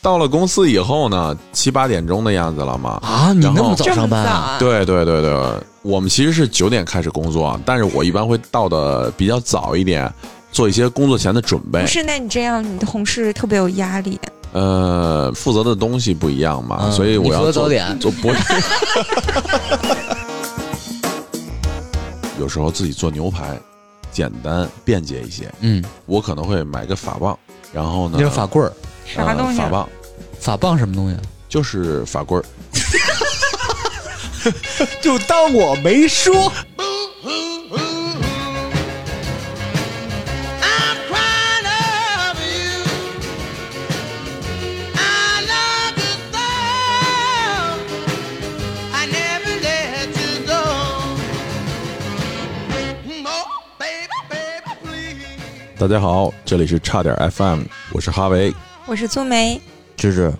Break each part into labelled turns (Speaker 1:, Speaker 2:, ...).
Speaker 1: 到了公司以后呢，七八点钟的样子了嘛。
Speaker 2: 啊，你
Speaker 1: 然
Speaker 2: 那
Speaker 1: 后
Speaker 2: 么早
Speaker 3: 这
Speaker 2: 上
Speaker 3: 么
Speaker 2: 班
Speaker 3: 早
Speaker 2: 啊？
Speaker 3: 啊？
Speaker 1: 对对对对，我们其实是九点开始工作，啊但是我一般会到的比较早一点，做一些工作前的准备
Speaker 3: 不。
Speaker 2: 哎
Speaker 3: 是，那你这样，你的同事特别有压力。
Speaker 1: 呃，负责的东西不一样嘛，
Speaker 2: 嗯
Speaker 1: 所以
Speaker 2: 你
Speaker 1: 我
Speaker 2: 负
Speaker 1: 要
Speaker 2: 责
Speaker 1: 做
Speaker 2: 早点
Speaker 1: 做不是。 有时候自己做牛排，简单便捷一些。
Speaker 2: 嗯，
Speaker 1: 我可能会买个法棒，然后呢，呃
Speaker 2: 那是法棍儿，
Speaker 3: 啥东西
Speaker 2: 啊
Speaker 1: 呃？法棒
Speaker 2: 法棒什么东西啊？
Speaker 1: 就是法棍儿。
Speaker 2: 就当我没说。
Speaker 4: I'm crying over you. I love you so. I never let you go. Oh, baby, baby, please.
Speaker 1: 大家好，这里是差点 FM，我是哈维，
Speaker 3: 我是苏 梅，
Speaker 2: 芝芝，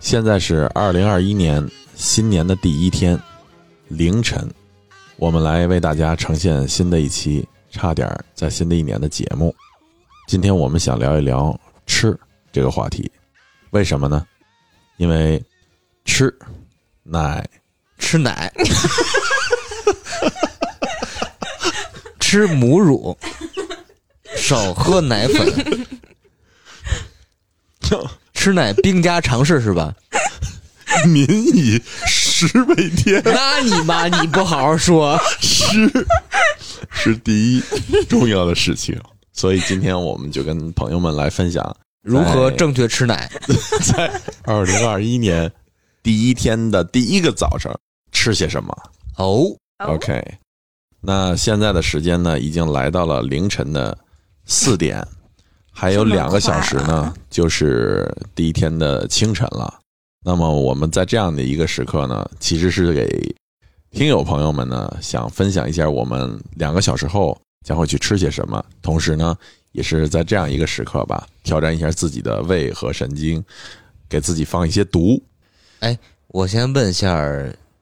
Speaker 1: 现在是二零二一年新年的第一天凌晨，我们来为大家呈现新的一期差点儿在新的一年的节目。今天我们想聊一聊吃这个话题，为什么呢？因为吃奶
Speaker 2: 吃奶， 吃母乳，少喝奶粉，吃奶兵家常事是吧？
Speaker 1: 民以食为天
Speaker 2: 那你妈你不好好说，
Speaker 1: 是第一重要的事情，所以今天我们就跟朋友们来分享
Speaker 2: 如何正确吃奶？
Speaker 1: 在二零二一年第一天的第一个早上吃些什么
Speaker 2: 哦，
Speaker 3: 哦
Speaker 1: ？OK，那现在的时间呢，已经来到了凌晨的四点，还有两个小时
Speaker 3: 这么快
Speaker 1: 呢
Speaker 3: 啊，
Speaker 1: 就是第一天的清晨了。那么我们在这样的一个时刻呢，其实是给听友朋友们呢，想分享一下我们两个小时后将会去吃些什么，同时呢，也是在这样一个时刻吧，挑战一下自己的胃和神经，给自己放一些毒。
Speaker 2: 我先问一下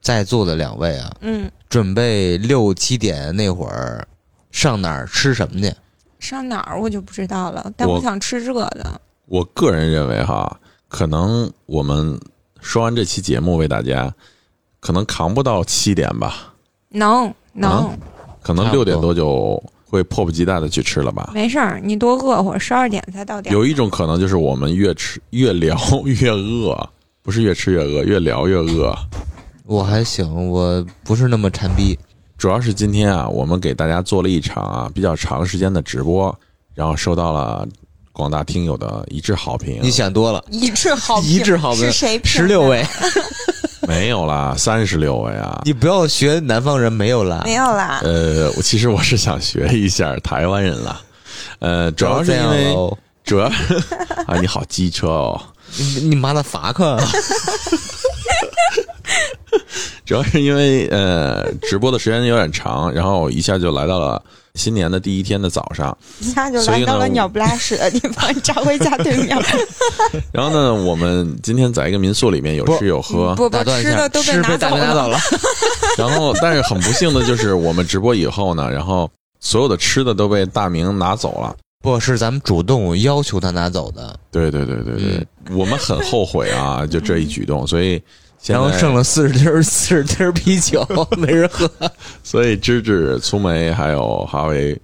Speaker 2: 在座的两位啊，
Speaker 3: 嗯，
Speaker 2: 准备六七点那会儿上哪儿吃什么去？
Speaker 3: 上哪儿我就不知道了，但
Speaker 1: 我
Speaker 3: 我想吃热的。
Speaker 1: 我个人认为哈，可能我们说完这期节目为大家，可能扛不到七点吧，
Speaker 3: 能能
Speaker 1: 啊，可能
Speaker 2: 差
Speaker 1: 六
Speaker 2: 不多
Speaker 1: 点多就会迫不及待的去吃了吧。
Speaker 3: 没事儿，你多饿会儿，十二点才到点儿。
Speaker 1: 有一种可能就是我们越吃越聊 越饿，不是越吃越饿，越聊越饿。
Speaker 2: 我还行，我不是那么馋逼。
Speaker 1: 主要是今天啊，我们给大家做了一场啊比较长时间的直播，然后收到了广大听友的一致好评。
Speaker 2: 你想多了，
Speaker 3: 一致好
Speaker 2: 一致好评
Speaker 3: 哦是谁评的？
Speaker 2: 十六位，
Speaker 1: 没有啦，三十六位啊！
Speaker 2: 你不要学南方人没有啦，
Speaker 3: 没有啦。
Speaker 1: 呃，我其实我是想学一下台湾人啦。呃，主要是
Speaker 2: 哦这
Speaker 1: 因
Speaker 2: 样
Speaker 1: 为
Speaker 2: 喽
Speaker 1: 主要 啊，你好机车哦。
Speaker 2: 你你妈的 法克，
Speaker 1: 主要是因为呃，直播的时间有点长，然后一下就来到了新年的第一天的早上。
Speaker 3: 一下就
Speaker 1: 所
Speaker 3: 来
Speaker 1: 以呢
Speaker 3: 到
Speaker 1: 我
Speaker 3: 了鸟不拉屎的地方，找回家对面。
Speaker 1: 然后呢，我们今天在一个民宿里面有
Speaker 2: 不
Speaker 1: 吃有喝，
Speaker 3: 不
Speaker 2: 打
Speaker 3: 不，
Speaker 2: 断一
Speaker 3: 吃
Speaker 2: 下，
Speaker 3: 的都
Speaker 2: 吃
Speaker 3: 拿
Speaker 2: 被大
Speaker 3: 走
Speaker 2: 哥
Speaker 3: 了。
Speaker 2: 拿走了。
Speaker 1: 然后但是很不幸的就是我们直播以后呢，然后所有的吃的都被大明拿走了。
Speaker 2: 不是咱们主动要求他拿走的，
Speaker 1: 对对对对对，
Speaker 2: 嗯
Speaker 1: 我们很后悔啊，就这一举动，所以现
Speaker 2: 然后
Speaker 1: 在
Speaker 2: 剩了四十瓶四十瓶啤 酒没人喝，
Speaker 1: 所以芝芝、粗梅还有哈维，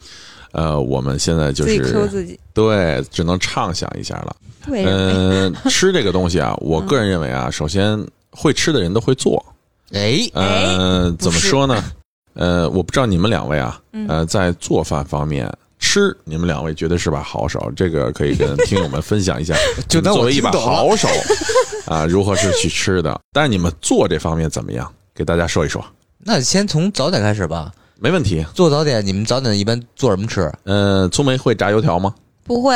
Speaker 1: 呃，我们现在就
Speaker 3: 自己 Q
Speaker 1: 是
Speaker 3: 自己，
Speaker 1: 对，只能畅想一下了。
Speaker 2: 哎
Speaker 3: 为什
Speaker 2: 呃
Speaker 3: 么？
Speaker 1: 嗯、吃这个东 西啊，我个人认为
Speaker 2: 嗯
Speaker 1: 啊，首先会吃的人都会做。
Speaker 2: 哎，
Speaker 1: 呃，
Speaker 3: 不
Speaker 1: 怎么
Speaker 3: 是
Speaker 1: 说呢？呃，我不知道你们两位啊，
Speaker 2: 嗯
Speaker 1: 呃，在做饭方面。吃，你们两位绝对是把好手，这个可以跟听友们分享一下。
Speaker 2: 就
Speaker 1: 你们
Speaker 2: 当我
Speaker 1: 作为一把
Speaker 2: 听懂了
Speaker 1: 好手啊，如何是去吃的？但是你们做这方面怎么样？给大家说一说，
Speaker 2: 那先从早点开始吧。
Speaker 1: 没问题。
Speaker 2: 做早点，你们早点一般做什么吃？
Speaker 1: 呃，粗梅会炸油条吗？
Speaker 3: 不会，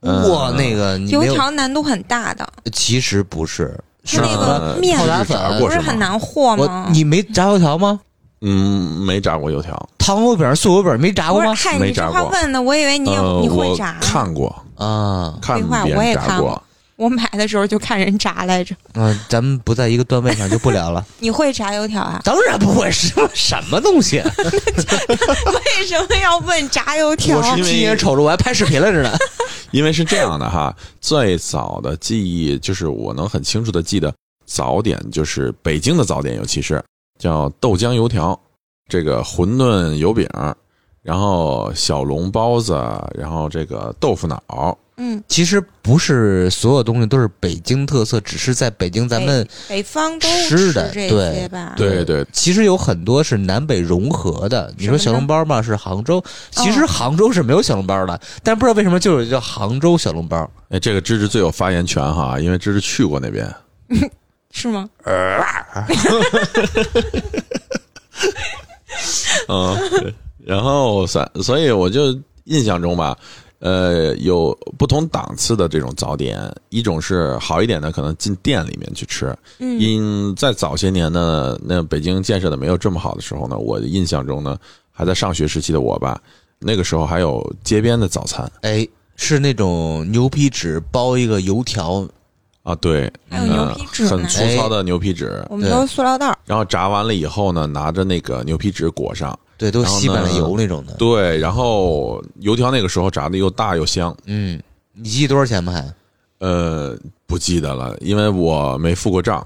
Speaker 1: 嗯
Speaker 2: 哇，那个你
Speaker 3: 油
Speaker 2: 没有，
Speaker 3: 条难度很大的，
Speaker 2: 其实不是，啊
Speaker 3: 它那
Speaker 1: 吗
Speaker 3: 个面
Speaker 2: 泡打粉
Speaker 1: 炸过
Speaker 3: 不
Speaker 1: 是
Speaker 3: 是
Speaker 1: 吗
Speaker 3: 很。难和吗
Speaker 2: 我？你没炸油条吗？
Speaker 1: 嗯，没炸过油条。
Speaker 2: 糖油饼、素油饼没炸
Speaker 3: 不
Speaker 2: 过
Speaker 3: 是，
Speaker 2: 吗？
Speaker 3: 嗨，
Speaker 1: 没
Speaker 3: 你
Speaker 1: 炸
Speaker 3: 这话
Speaker 1: 过
Speaker 3: 问的，我以为你
Speaker 1: 呃，
Speaker 3: 有你会
Speaker 1: 我
Speaker 3: 炸。
Speaker 1: 看过，
Speaker 2: 啊
Speaker 1: 看
Speaker 3: 废话
Speaker 1: 别
Speaker 3: 我
Speaker 1: 人
Speaker 3: 也
Speaker 1: 炸
Speaker 3: 看
Speaker 1: 过
Speaker 3: 过。我买的时候就看人炸来着。
Speaker 2: 啊，咱们不在一个段位上就不聊了。？
Speaker 3: 你会炸油条啊
Speaker 2: 当然不会，什么什么东西？ 啊
Speaker 3: 为什么要问炸油条
Speaker 1: 我？是因为
Speaker 2: 亲眼瞅着我还拍视频来着呢。
Speaker 1: 因为是这样的哈，最早的记忆就是我能很清楚的记得早点，就是北京的早点，尤其是叫豆浆油条，这个馄饨油饼，然后小笼包子，然后这个豆腐脑，
Speaker 3: 嗯，
Speaker 2: 其实不是所有东西都是北京特色，只是在北京咱们
Speaker 3: 北北方都
Speaker 2: 吃的
Speaker 3: 这
Speaker 2: 对
Speaker 3: 些吧？
Speaker 1: 对对
Speaker 2: 其实有很多是南北融合的。你说小笼包嘛，是杭
Speaker 3: 哦
Speaker 2: 州，其实杭州是没有小笼包的，但不知道为什么就有叫杭州小笼包。
Speaker 1: 哎，这个芝芝最有发言权哈，因为芝芝去过那边。
Speaker 3: 是吗？
Speaker 1: 嗯，然后所所以我就印象中吧，呃，有不同档次的这种早点，一种是好一点的，可能进店里面去吃。
Speaker 3: 嗯
Speaker 1: 因在早些年呢，那北京建设的没有这么好的时候呢，我印象中呢，还在上学时期的我吧，那个时候还有街边的早餐
Speaker 2: 哎，是那种牛皮纸包一个油条，
Speaker 1: 啊，对，
Speaker 3: 还有牛
Speaker 1: 呃
Speaker 3: 皮纸呢哎
Speaker 1: 很粗糙的牛皮纸，
Speaker 3: 我们都是塑料袋儿，
Speaker 1: 然后炸完了以后呢，拿着那个牛皮纸裹上。
Speaker 2: 对，都
Speaker 1: 然后
Speaker 2: 吸满了
Speaker 1: 呢
Speaker 2: 油那种的。
Speaker 1: 对，然后油条那个时候炸的又大又香，
Speaker 2: 嗯，你记多少钱吗？还
Speaker 1: 呃，不记得了，因为我没付过账，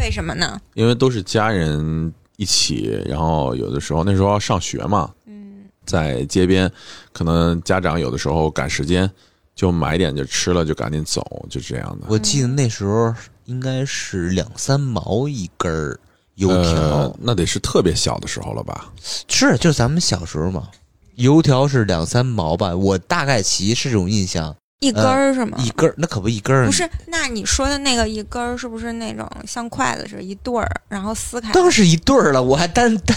Speaker 3: 为什么呢？
Speaker 1: 因为都是家人一起，然后有的时候那时候上学嘛，嗯，在街边，可能家长有的时候赶时间，就买点就吃了，就赶紧走，就这样的。
Speaker 2: 我记得那时候应该是两三毛一根儿油条，
Speaker 1: 呃，那得是特别小的时候了吧？
Speaker 2: 是就咱们小时候嘛，油条是两三毛吧，我大概其是这种印象，
Speaker 3: 一根
Speaker 1: 呃
Speaker 3: 儿是吗？
Speaker 2: 一根儿那可不一根儿，
Speaker 3: 不是，那你说的那个一根儿是不是那种像筷子似的，一对儿，然后撕开？
Speaker 2: 当时一对儿了，我还单 单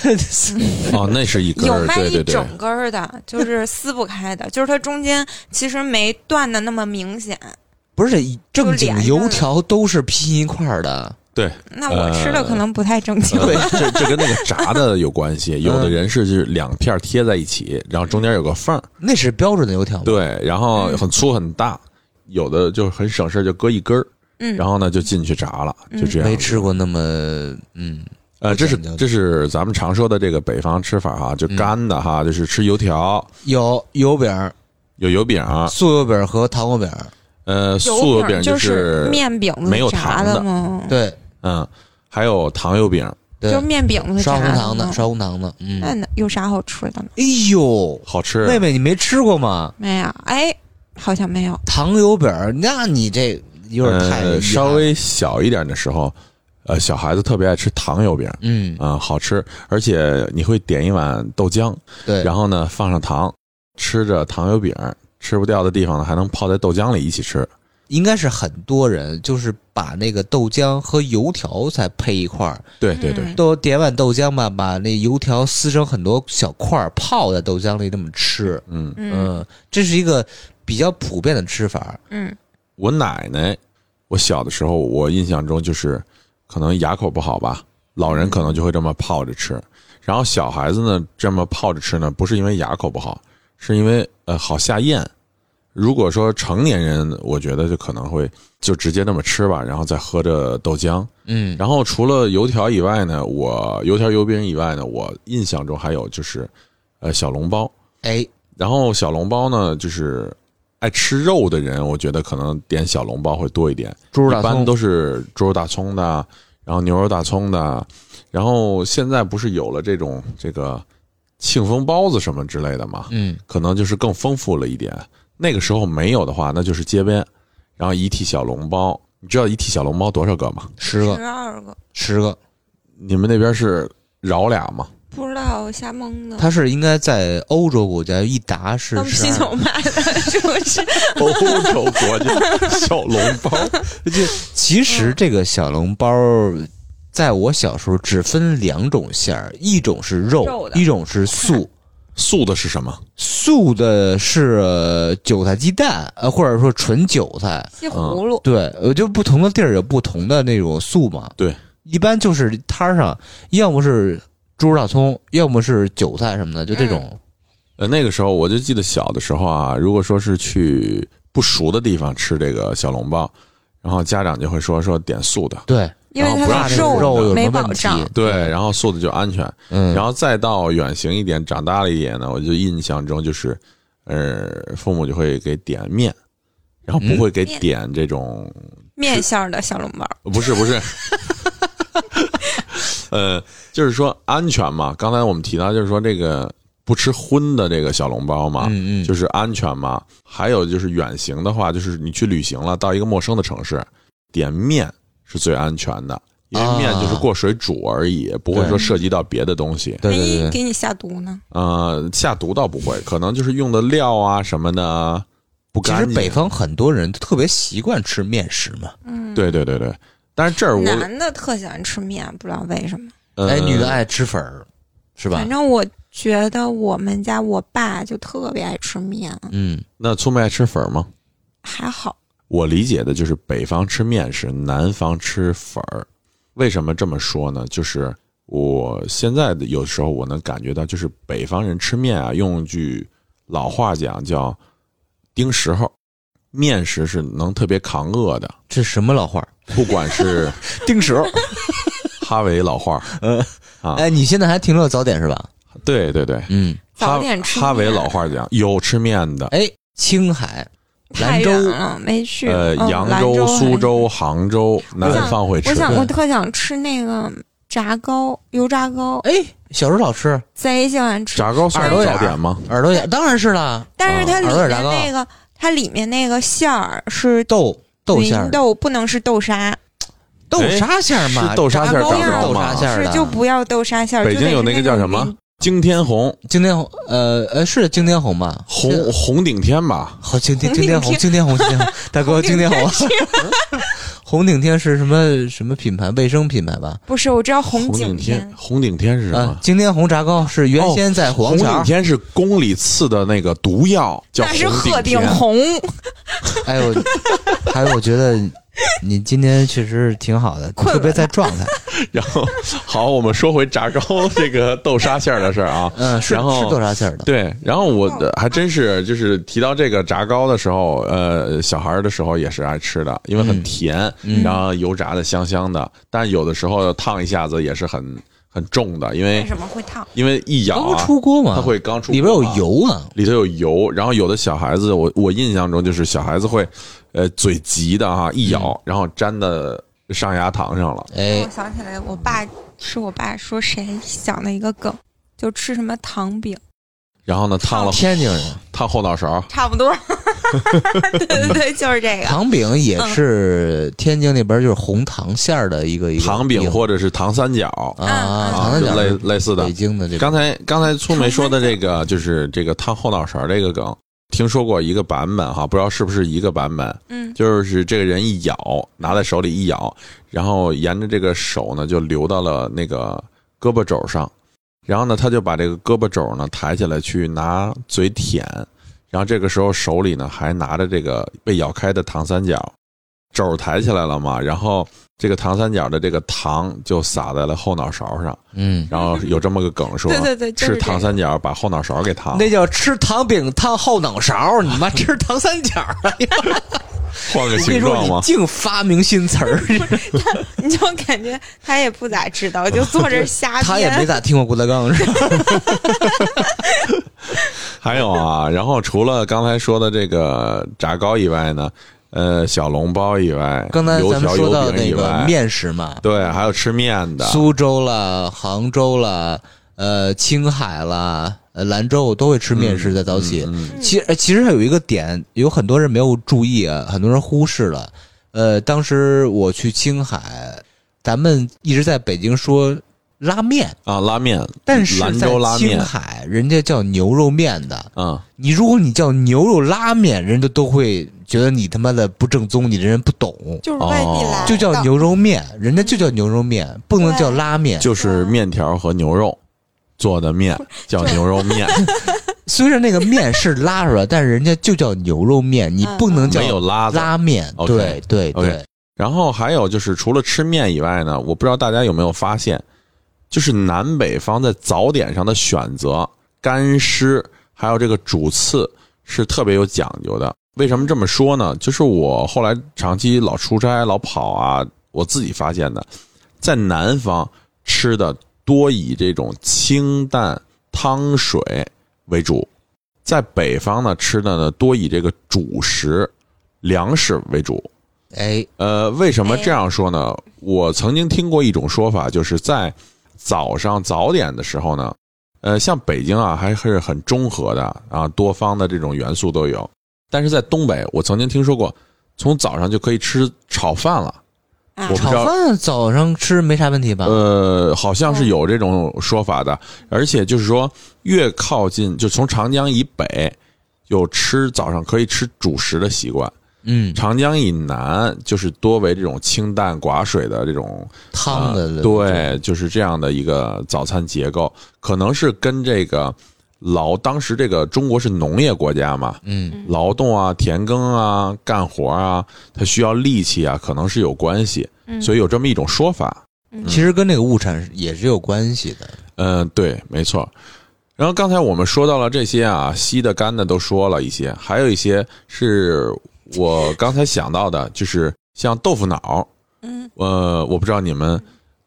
Speaker 1: 哦，那是一根
Speaker 3: 有
Speaker 1: 儿，
Speaker 3: 卖
Speaker 1: 对对
Speaker 3: 一
Speaker 1: 对，
Speaker 3: 整根儿的，就是撕不开的，就是它中间其实没断的那么明显。
Speaker 2: 不是正经
Speaker 3: 就连着
Speaker 2: 油条都是拼一块儿的，
Speaker 1: 对，
Speaker 3: 那我吃的
Speaker 1: 呃
Speaker 3: 可能不太正经。
Speaker 1: 呃这这跟那个炸的有关 系。有的人是就是两片儿贴在一起，然后中间有个缝儿，
Speaker 2: 那是标准的油条吗？
Speaker 1: 对，然后
Speaker 3: 嗯
Speaker 1: 很粗很大，有的就很省事儿，就搁一根儿，
Speaker 3: 嗯
Speaker 1: 然后呢就进去炸了，就这样。
Speaker 2: 没吃。过那么嗯，
Speaker 1: 呃，这是
Speaker 2: 不讲究
Speaker 1: 这是咱们常说的这个北方吃法哈，就
Speaker 2: 嗯
Speaker 1: 干的哈，就是吃油条，
Speaker 2: 有油饼儿、
Speaker 1: 有油饼儿，啊
Speaker 2: 素油饼儿和糖油饼儿，
Speaker 1: 呃，
Speaker 3: 油
Speaker 1: 素油饼
Speaker 3: 儿就
Speaker 1: 就是
Speaker 3: 面饼子
Speaker 1: 没有
Speaker 3: 炸
Speaker 1: 糖的
Speaker 3: 吗？
Speaker 2: 对
Speaker 1: 嗯，还有糖油饼，
Speaker 2: 对
Speaker 3: 就，是面饼子
Speaker 2: 烧
Speaker 3: 炸
Speaker 2: 红糖
Speaker 3: 的
Speaker 2: 的，
Speaker 3: 吗。
Speaker 2: 烧红糖的，嗯，
Speaker 3: 那哪有啥好吃的呢？
Speaker 2: 哎呦，
Speaker 1: 好吃。
Speaker 2: 妹妹你没吃过吗？
Speaker 3: 没有，哎，好像没有。
Speaker 2: 糖油饼儿，那你这有点太遗憾
Speaker 1: 呃，
Speaker 2: 了
Speaker 1: 稍微小一点的时候，呃，小孩子特别爱吃糖油饼，
Speaker 2: 嗯，
Speaker 1: 啊、好吃，而且你会点一碗豆浆，
Speaker 2: 对，
Speaker 1: 然后呢放上糖，吃着糖油饼，吃不掉的地方呢还能泡在豆浆里一起吃。
Speaker 2: 应该是很多人就是把那个豆浆和油条再配一块儿，
Speaker 1: 对对对，
Speaker 2: 都点碗豆浆吧，把那油条撕成很多小块儿，泡在豆浆里这么吃。
Speaker 1: 嗯，
Speaker 3: 嗯
Speaker 2: 嗯，这是一个比较普遍的吃法。
Speaker 3: 嗯
Speaker 1: 我奶奶，我小的时候我印象中就是可能牙口不好吧，老人可能就会这么泡着吃，然后小孩子呢这么泡着吃呢，不是因为牙口不好，是因为呃好下咽。如果说成年人，我觉得就可能会就直接那么吃吧，然后再喝着豆浆。
Speaker 2: 嗯，
Speaker 1: 然后除了油条以外呢，我油条油饼以外呢，我印象中还有就是，呃，小笼包。
Speaker 2: 哎，
Speaker 1: 然后小笼包呢，就是爱吃肉的人，我觉得可能点小笼包会多一点。
Speaker 2: 猪肉
Speaker 1: 一
Speaker 2: 大
Speaker 1: 般
Speaker 2: 葱
Speaker 1: 都是猪肉大葱的，然后牛肉大葱的，然后现在不是有了这种这个庆丰包子什么之类的嘛，
Speaker 2: 嗯，
Speaker 1: 可能就是更丰富了一点。那个时候没有的话，那就是街边，然后一屉小笼包。你知道一屉小笼包多少个吗？
Speaker 2: 十
Speaker 3: 十
Speaker 2: 个，
Speaker 3: 二个，
Speaker 2: 十个，
Speaker 1: 你们那边是饶俩 吗？
Speaker 3: 不知道瞎蒙的。
Speaker 2: 它是应该在欧洲国家一打是
Speaker 3: 当啤
Speaker 2: 12
Speaker 3: 酒卖 的，是不是？
Speaker 2: 哦
Speaker 1: 欧洲国家 小笼包，
Speaker 2: 就其
Speaker 3: 嗯
Speaker 2: 实这个小笼包儿，在我小时候只分两种馅儿，一种是肉，
Speaker 3: 肉的嗯
Speaker 2: 一种是素。
Speaker 1: 素的是什么？
Speaker 2: 素的是呃韭菜鸡蛋，呃，或者说纯韭菜。
Speaker 3: 西葫芦，
Speaker 2: 对，呃，就不同的地儿有不同的那种素嘛。
Speaker 1: 对，
Speaker 2: 一般就是摊儿上，要么是猪肉大葱，要么是韭菜什么的，就这
Speaker 3: 嗯
Speaker 2: 种。
Speaker 1: 呃，那个时候我就记得小的时候啊，如果说是去不熟的地方吃这个小笼包，然后家长就会说说点素的，
Speaker 2: 对，
Speaker 3: 因为
Speaker 1: 然后
Speaker 3: 它
Speaker 1: 不
Speaker 3: 的
Speaker 1: 让
Speaker 2: 那个
Speaker 1: 肉
Speaker 2: 有什
Speaker 3: 没
Speaker 2: 么
Speaker 3: 保
Speaker 2: 问题
Speaker 3: 障。？
Speaker 1: 对，然后素的就安全，
Speaker 2: 嗯，
Speaker 1: 然后再到远行一点，长大了一点呢，我就印象中就是，呃，父母就会给点面，然后
Speaker 2: 嗯
Speaker 1: 不会给
Speaker 3: 面
Speaker 1: 点这种，
Speaker 3: 面馅儿的小笼包，
Speaker 1: 不是不是， 呃，就是说安全嘛。刚才我们提到，就是说这个不吃荤的这个小笼包嘛，
Speaker 2: 嗯嗯
Speaker 1: 啊就是安全嘛。还有就是远行的话，就是你去旅行了，到一个陌生的城市，点面是最安全的，因
Speaker 2: 啊
Speaker 1: 为面就是过水煮而已，不会说涉及到别的东西。
Speaker 2: 对
Speaker 3: 万
Speaker 2: 对
Speaker 3: 一
Speaker 2: 对对，
Speaker 3: 给你下毒呢？
Speaker 1: 呃，下毒倒不会，可能就是用的料啊什么的不
Speaker 2: 其
Speaker 1: 干
Speaker 2: 实
Speaker 1: 净。
Speaker 2: 北方很多人都特别习惯吃面食嘛，
Speaker 1: 对对对对，但是这儿我
Speaker 3: 男的特喜欢吃面，不知道为什么。
Speaker 1: 呃
Speaker 2: 哎，女的爱吃粉儿，是吧
Speaker 3: 反？正我觉得我们家我爸就特别爱吃面，
Speaker 2: 嗯，
Speaker 1: 那聪妹爱吃粉儿吗？
Speaker 3: 还好
Speaker 1: 我理解的就是北方吃面食，南方吃粉儿。为什么这么说呢？就是我现在的有时候我能感觉到，就是北方人吃面啊，用句老话讲叫“盯时候”，面食是能特别扛饿的，
Speaker 2: 这什么老话儿？
Speaker 1: 不 管是
Speaker 2: 定时。
Speaker 1: 哈维老话儿，
Speaker 2: 哎，你现在还停留在早点是吧？
Speaker 1: 对对对，
Speaker 2: 嗯，
Speaker 1: 哈
Speaker 3: 早点吃面
Speaker 1: 哈维老话讲有吃面的，
Speaker 2: 哎，青海、
Speaker 3: 太
Speaker 2: 兰州
Speaker 3: 远了，没去。
Speaker 1: 呃，
Speaker 3: 嗯
Speaker 1: 扬
Speaker 3: 兰
Speaker 1: 州、
Speaker 3: 州、
Speaker 1: 苏。州、杭州，南
Speaker 3: 想
Speaker 1: 方会吃
Speaker 3: 我。想，
Speaker 2: 对
Speaker 3: 我特想吃那个炸糕，油炸糕，
Speaker 2: 哎，小时候老吃
Speaker 3: 贼喜欢吃。
Speaker 1: 炸糕算
Speaker 2: 耳
Speaker 3: 啊
Speaker 1: 是
Speaker 2: 朵眼
Speaker 1: 早
Speaker 2: 儿
Speaker 1: 点吗？
Speaker 2: 耳朵眼，当然是啦，
Speaker 3: 但是它
Speaker 2: 嗯
Speaker 3: 里
Speaker 2: 耳朵
Speaker 3: 面
Speaker 2: 炸糕
Speaker 3: 那个，它里面那个馅儿是
Speaker 2: 豆豆馅儿
Speaker 3: 芸
Speaker 2: 的，
Speaker 3: 豆，不能是豆沙，
Speaker 2: 豆沙馅儿嘛，
Speaker 1: 是豆沙馅儿
Speaker 2: 炸糕哎是
Speaker 3: 炸糕
Speaker 2: 豆
Speaker 1: 吗
Speaker 2: 沙馅儿
Speaker 3: 是
Speaker 2: 的，
Speaker 3: 就不要豆沙馅儿。
Speaker 1: 北
Speaker 3: 就
Speaker 1: 京
Speaker 3: 得
Speaker 1: 有
Speaker 3: 是
Speaker 1: 那
Speaker 3: 那
Speaker 1: 个叫什么
Speaker 3: 种
Speaker 1: 惊天红，
Speaker 2: 惊天红，呃呃，是惊天红吧？
Speaker 1: 红
Speaker 2: 是
Speaker 1: 红顶天吧？
Speaker 2: 好，惊天
Speaker 3: 红顶
Speaker 2: 惊天红，
Speaker 3: 天
Speaker 2: 惊天红，惊天 红，大哥，惊天红， 红顶天是什么什么品牌？卫生品牌吧？
Speaker 3: 不是，我知道
Speaker 1: 红
Speaker 3: 红景
Speaker 1: 天，红顶天是什
Speaker 2: 啊
Speaker 1: 么，？哦
Speaker 2: 惊天红炸糕是原先在火
Speaker 1: 红
Speaker 2: 王
Speaker 1: 顶
Speaker 2: 桥，
Speaker 1: 天是宫里赐的那个毒药，叫
Speaker 3: 那是鹤
Speaker 1: 红顶
Speaker 3: 顶
Speaker 1: 天。
Speaker 3: 红，
Speaker 2: 哎呦，还有我觉得你今天确实挺好的，
Speaker 3: 困了
Speaker 2: 特别在状态，
Speaker 1: 然后，好，我们说回炸糕这个豆沙馅儿的事儿啊。
Speaker 2: 嗯，是
Speaker 1: 然后
Speaker 2: 是豆沙馅儿的，
Speaker 1: 对，然后我呃还真是就是提到这个炸糕的时候，呃，小孩儿的时候也是爱吃的，因为
Speaker 2: 嗯
Speaker 1: 很甜，然后油炸的香香的，但有的时候烫一下子也是很很重的，因为
Speaker 3: 为什么会烫？
Speaker 1: 因为一咬
Speaker 2: 刚
Speaker 1: 啊，
Speaker 2: 出锅嘛，
Speaker 1: 它会刚出锅
Speaker 2: 里边有
Speaker 1: 啊
Speaker 2: 油啊，
Speaker 1: 里头有油，然后有的小孩子，我我印象中就是小孩子会，呃，嘴急的
Speaker 2: 嗯
Speaker 1: 哈，一咬，然后粘的上牙膛上了。
Speaker 2: 哎
Speaker 3: 我，想起来，我爸是我爸说谁想的一个梗，就吃什么糖饼，
Speaker 1: 然后呢，烫了
Speaker 2: 天津人
Speaker 1: 烫后脑勺，
Speaker 3: 差不 多。 对对对，就是这个。
Speaker 2: 糖饼也是天津那边就是红糖馅儿的一个一个
Speaker 1: 糖饼或者是糖三角
Speaker 2: 啊
Speaker 3: 啊
Speaker 2: 糖
Speaker 1: 啊，
Speaker 2: 三
Speaker 1: 就
Speaker 2: 角
Speaker 1: 类
Speaker 2: 是
Speaker 1: 类似的
Speaker 2: 北。京的这
Speaker 1: 刚才刚才粗梅说的这个就是这个烫后脑勺这个梗，听说过一个版本哈，不知道是不是一个版本，
Speaker 3: 嗯，
Speaker 1: 就是这个人一咬，拿在手里一咬，然后沿着这个手呢就流到了那个胳膊肘上，然后呢他就把这个胳膊肘呢抬起来去拿嘴舔，然后这个时候手里呢还拿着这个被咬开的糖三角，肘抬起来了嘛，然后这个糖三角的这个糖就撒在了后脑勺上，
Speaker 2: 嗯，
Speaker 1: 然后有这么个梗说，
Speaker 3: 对对对，就是这
Speaker 1: 吃
Speaker 3: 个
Speaker 1: 糖三角把后脑勺给烫，
Speaker 2: 那叫吃糖饼烫后脑勺，你妈吃糖三角啊！哎呀
Speaker 1: 换个
Speaker 2: 我跟你
Speaker 1: 形
Speaker 2: 说，
Speaker 1: 状
Speaker 2: 你
Speaker 1: 吗？
Speaker 2: 净发明新词儿，
Speaker 3: 你就感觉他也不咋知道，就坐这儿瞎编。
Speaker 2: 他也没咋听过郭德 纲是吧？
Speaker 1: 还有啊，然后除了刚才说的这个炸糕以外呢，呃，小笼包以外，
Speaker 2: 刚才
Speaker 1: 油
Speaker 2: 咱们
Speaker 1: 条、
Speaker 2: 说到
Speaker 1: 油饼
Speaker 2: 那
Speaker 1: 以
Speaker 2: 个
Speaker 1: 外，
Speaker 2: 面食嘛，
Speaker 1: 对，还有吃面的，
Speaker 2: 苏州啦、杭州啦、呃、青海啦、呃、兰州，我都会吃面食在早起。
Speaker 1: 嗯，嗯
Speaker 2: 其实，呃其实还有一个点，有很多人没有注意啊，很多人忽视了。呃，当时我去青海，咱们一直在北京说拉面，
Speaker 1: 啊，拉面，
Speaker 2: 但是
Speaker 1: 兰
Speaker 2: 在
Speaker 1: 州拉
Speaker 2: 青
Speaker 1: 面，
Speaker 2: 海人家叫牛肉面的。
Speaker 1: 嗯，
Speaker 2: 你如果你叫牛肉拉面，人家都会觉得你他妈的不正宗，你这人不懂。
Speaker 3: 就是外地来的，
Speaker 2: 哦就叫牛肉面，人家就叫牛肉面，不能叫拉面。
Speaker 1: 就是面条和牛肉做的面叫牛肉面，
Speaker 2: 虽然那个面是拉出来，但是人家就叫牛 肉面，你不
Speaker 3: 嗯
Speaker 2: 能 叫
Speaker 1: 没有拉子。
Speaker 2: 拉面。
Speaker 1: OK，
Speaker 2: 对对
Speaker 1: OK
Speaker 2: 对，
Speaker 1: 然后还有就是，除了吃面以外呢，我不知道大家有没有发现，就是南北方在早点上的选择、干湿还有这个主次是特别有讲究的。为什么这么说呢？就是我后来长期老出差、老跑啊，我自己发现的，在南方吃的多以这种清淡汤水为主，在北方呢吃的呢多以这个主食粮食为主。
Speaker 2: 哎，
Speaker 1: 呃，为什么这样说呢？我曾经听过一种说法，就是在早上早点的时候呢，呃，像北京啊，还是很中和的啊，多方的这种元素都有。但是在东北，我曾经听说过，从早上就可以吃炒饭了。
Speaker 3: 啊
Speaker 1: 我不知
Speaker 2: 炒
Speaker 1: 道，
Speaker 2: 饭早上吃没啥问题吧？
Speaker 1: 呃，好像是有这种说法的。而且就是说，越靠近，就从长江以北，有吃早上可以吃主食的习惯。
Speaker 2: 嗯，
Speaker 1: 长江以南就是多为这种清淡寡水的这种
Speaker 2: 汤的、
Speaker 1: 呃对，就是这样的一个早餐结构，可能是跟这个劳当时这个中国是农业国家嘛，
Speaker 2: 嗯，
Speaker 1: 劳动啊、田耕啊、干活啊，它需要力气啊，可能是有关系，
Speaker 3: 嗯
Speaker 1: 所以有这么一种说法。
Speaker 2: 其实跟这个物产也是有关系的。
Speaker 1: 嗯、对，没错。然后刚才我们说到了这些啊，稀的、干的都说了一些，还有一些是我刚才想到的，就是像豆腐脑，
Speaker 3: 嗯，
Speaker 1: 呃，我不知道你们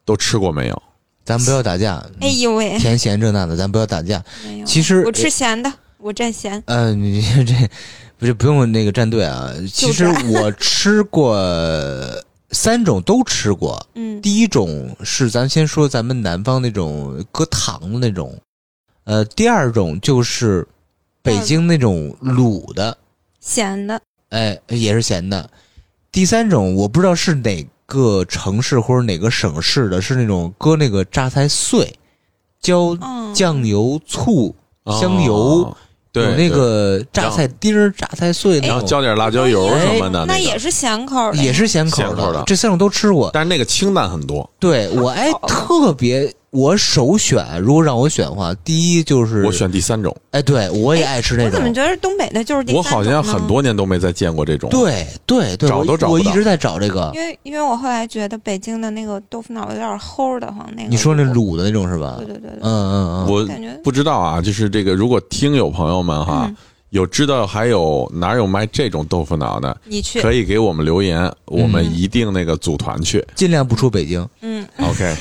Speaker 1: 都吃过没有？
Speaker 2: 咱不要打架，
Speaker 3: 哎呦喂，
Speaker 2: 甜咸这那的，咱不要打架。
Speaker 3: 没有
Speaker 2: 其实
Speaker 3: 嗯我吃咸的，我蘸咸。
Speaker 2: 呃，你这不是不用那个站队啊。其实 我吃过三种都吃过，
Speaker 3: 嗯
Speaker 2: 第一种是咱先说咱们南方那种搁糖的那种，呃，第二种就是北京那种卤的，
Speaker 3: 咸的，
Speaker 2: 哎，也是咸的。第三种我不知道是哪个城市或者哪个省市的，是那种搁那个榨菜碎，浇
Speaker 3: 嗯，
Speaker 2: 酱油、醋、香油
Speaker 1: 哦，对，
Speaker 2: 有
Speaker 1: 对
Speaker 2: 那个榨菜丁儿、榨菜碎
Speaker 1: 然后
Speaker 2: 那种，
Speaker 1: 浇点辣椒油什么的，
Speaker 3: 哎那
Speaker 1: 个
Speaker 3: 也是咸口的，
Speaker 2: 哎
Speaker 5: 哎
Speaker 2: 也是咸口
Speaker 1: 咸口的
Speaker 2: 这三种都吃 过。
Speaker 1: 但是那个清淡很多。
Speaker 2: 对我哎，特别我首选，如果让我选的话，第一就是
Speaker 1: 我选第三种，
Speaker 2: 哎，对我也爱吃那
Speaker 3: 我怎么
Speaker 2: 种。
Speaker 3: 觉得东北的就是第
Speaker 1: 我
Speaker 3: 三
Speaker 1: 好
Speaker 3: 种
Speaker 1: 像
Speaker 3: 呢
Speaker 1: 很，多年都没再见过这种。，
Speaker 2: 对对对，
Speaker 1: 找
Speaker 2: 我
Speaker 1: 都找不
Speaker 2: 我一
Speaker 1: 到
Speaker 2: 直在找这个
Speaker 3: 因。为因为我后来觉得北京的那个豆腐脑有点齁的慌，那个
Speaker 2: 你说那
Speaker 3: 我，
Speaker 2: 卤的那种是吧？
Speaker 3: 对
Speaker 2: 嗯
Speaker 3: 对对对，
Speaker 2: 嗯嗯，
Speaker 1: 我
Speaker 3: 感觉
Speaker 1: 不知道啊，就是这个，如果听友朋友们哈
Speaker 3: 嗯，
Speaker 1: 有知道还有哪有卖这种豆腐脑的，
Speaker 3: 你去，
Speaker 1: 可以给我们留言，
Speaker 2: 嗯
Speaker 1: 我们一定那个组团去。
Speaker 2: 尽量不出北京。
Speaker 3: 嗯
Speaker 1: OK，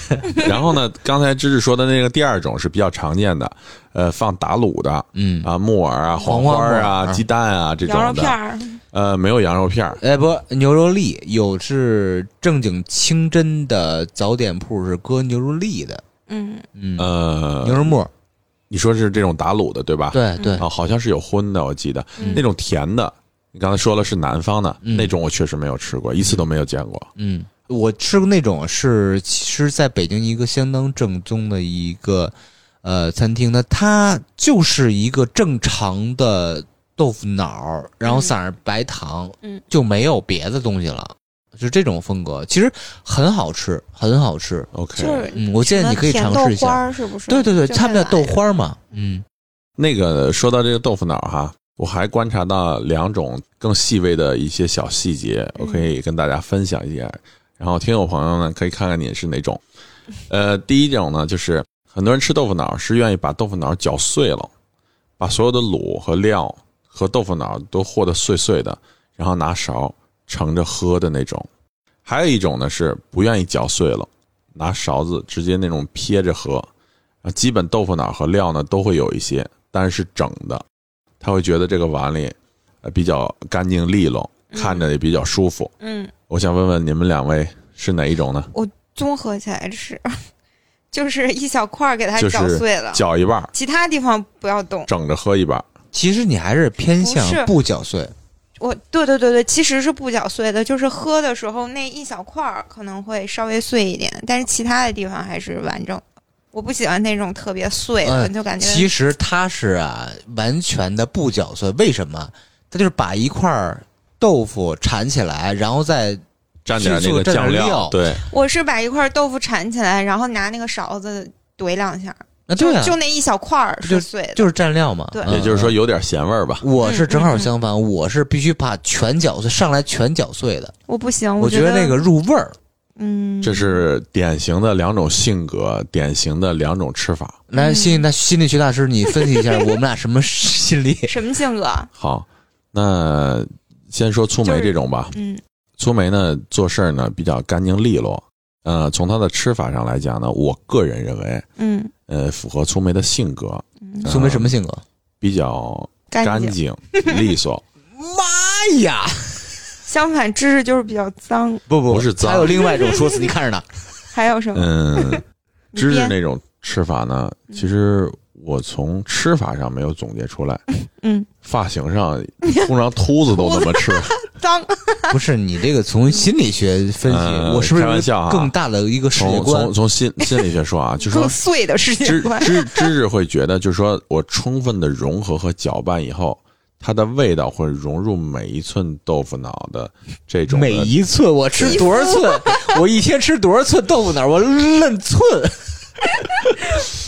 Speaker 1: 然后呢，刚才芝芝说的那个第二种是比较常见的，呃，放打卤的
Speaker 2: 嗯，
Speaker 1: 啊，木耳啊、黄花
Speaker 2: 黄瓜
Speaker 1: 儿
Speaker 2: 木
Speaker 1: 啊、
Speaker 2: 耳嗯
Speaker 1: 鸡蛋啊这种
Speaker 3: 羊肉片
Speaker 1: 的，
Speaker 3: 儿，
Speaker 1: 呃，没有羊肉片儿，
Speaker 2: 哎不，牛肉粒有是正经清真的早点铺是搁牛肉粒的，
Speaker 3: 嗯，
Speaker 2: 嗯，
Speaker 1: 呃，
Speaker 2: 牛肉末，
Speaker 1: 你说是这种打卤的对吧？
Speaker 2: 对对
Speaker 1: 啊，好像是有荤的，我记得、
Speaker 3: 嗯
Speaker 1: 那种甜的，你刚才说了是南方的、
Speaker 2: 嗯
Speaker 1: 那种，我确实没有吃过，一次都没有见过。
Speaker 2: 嗯，我吃过那种是，其实在北京一个相当正宗的一个呃餐厅呢，它就是一个正常的豆腐脑儿，然后
Speaker 3: 嗯
Speaker 2: 撒上白糖，
Speaker 3: 嗯，
Speaker 2: 就没有别的东西了，就这种风格，其实很好吃，很好吃。
Speaker 1: OK，
Speaker 3: 就是
Speaker 2: 嗯，我建
Speaker 3: 什
Speaker 2: 议
Speaker 3: 么
Speaker 2: 你可以
Speaker 3: 甜
Speaker 2: 尝
Speaker 3: 豆
Speaker 2: 试一
Speaker 3: 花
Speaker 2: 下。
Speaker 3: 儿是不是？
Speaker 2: 对对对，
Speaker 3: 就
Speaker 2: 他们
Speaker 3: 那
Speaker 2: 叫豆
Speaker 3: 玩意儿
Speaker 2: 花嘛，嗯，
Speaker 1: 那个说到这个豆腐脑哈，我还观察到两种更细微的一些小细节，我可以跟大家分享一下。然后听友朋友呢，可以看看你是哪种。呃，第一种呢，就是很多人吃豆腐脑是愿意把豆腐脑搅碎了，把所有的卤和料和豆腐脑都和得碎碎的，然后拿勺盛着喝的那种。还有一种呢是不愿意搅碎了，拿勺子直接那种撇着喝。啊，基本豆腐脑和料呢都会有一些，但是整的，他会觉得这个碗里呃比较干净利落，
Speaker 3: 嗯
Speaker 1: 看着也比较舒服。
Speaker 3: 嗯，
Speaker 1: 我想问问你们两位是哪一种呢？
Speaker 3: 综合起来吃， 就是一小块儿给它
Speaker 1: 就是
Speaker 3: 搅碎
Speaker 2: 嗯
Speaker 3: 了，
Speaker 1: 搅一半儿，
Speaker 3: 其他地方不要动。
Speaker 1: 整着喝一半儿。
Speaker 2: 其实你还是偏向
Speaker 3: 不是
Speaker 2: 不搅碎，
Speaker 3: 我对对对对，其实是不搅碎的，就是喝的时候那一小块儿可能会稍微碎一点，但是其他的地方还是完整的。我不喜欢那种特别碎的，
Speaker 2: 嗯
Speaker 3: 就感觉
Speaker 2: 其实它是啊，完全的不搅碎。为什么？它就是把一块儿豆腐缠起来，然后再
Speaker 1: 蘸点那
Speaker 2: 迅速
Speaker 1: 个
Speaker 2: 蘸点
Speaker 1: 酱料
Speaker 2: 料，
Speaker 1: 对，
Speaker 3: 我是把一块豆腐铲起来，然后拿那个勺子怼两下，
Speaker 2: 啊，对啊，
Speaker 3: 就那一小块儿是碎的，
Speaker 2: 就是蘸料嘛。
Speaker 3: 对嗯
Speaker 2: 嗯
Speaker 1: 也就是说，有点咸味儿吧。
Speaker 2: 我是正好相反，我是必须把全搅碎，上来全搅碎的。
Speaker 3: 我不行，
Speaker 2: 我
Speaker 3: 觉
Speaker 2: 得那个，入味儿。
Speaker 3: 嗯，
Speaker 1: 这是典型的两种性格，典型的两种吃法。
Speaker 2: 来，
Speaker 3: 嗯
Speaker 2: 心理心理学大师，你分析 一下我们俩什么心理？
Speaker 3: 什么性格？
Speaker 1: 好，那先说粗
Speaker 3: 就
Speaker 1: 梅
Speaker 3: 是
Speaker 1: 这种吧。
Speaker 3: 嗯
Speaker 1: 粗梅呢做事儿呢比较干净利落，呃，从它的吃法上来讲呢，我个人认为，
Speaker 3: 嗯，
Speaker 1: 呃，符合粗梅的性格，
Speaker 3: 嗯
Speaker 2: 苏梅什么性格？
Speaker 1: 比较
Speaker 3: 干
Speaker 1: 干
Speaker 3: 净，
Speaker 1: 净、利索。
Speaker 2: 妈呀！
Speaker 3: 相反，芝士就是比较脏。
Speaker 2: 不不
Speaker 1: 不是脏
Speaker 2: 还有另外一种说辞，你看 着呢。
Speaker 3: 还有什么？
Speaker 1: 嗯，
Speaker 3: 你
Speaker 1: 芝士
Speaker 3: 编
Speaker 1: 那种吃法呢，
Speaker 3: 嗯
Speaker 1: 其实我从吃法上没有总结出来，
Speaker 3: 嗯，
Speaker 1: 发型上通常秃子都那么 吃，
Speaker 3: 脏。
Speaker 2: 不是你这个从心理学分析，
Speaker 1: 嗯
Speaker 2: 我是不是
Speaker 1: 开玩笑啊
Speaker 2: 更大的一个世界
Speaker 1: 从
Speaker 2: 观
Speaker 1: 从？从心心理学 说啊，就说
Speaker 3: 更碎的世界
Speaker 1: 芝
Speaker 3: 观。
Speaker 1: 芝芝士会觉得，就是说我充分的融合和搅拌以后，它的味道会融入每一寸豆腐脑的这种的
Speaker 2: 每一寸我吃多少寸？ 我一天吃多少寸豆腐脑？我论寸，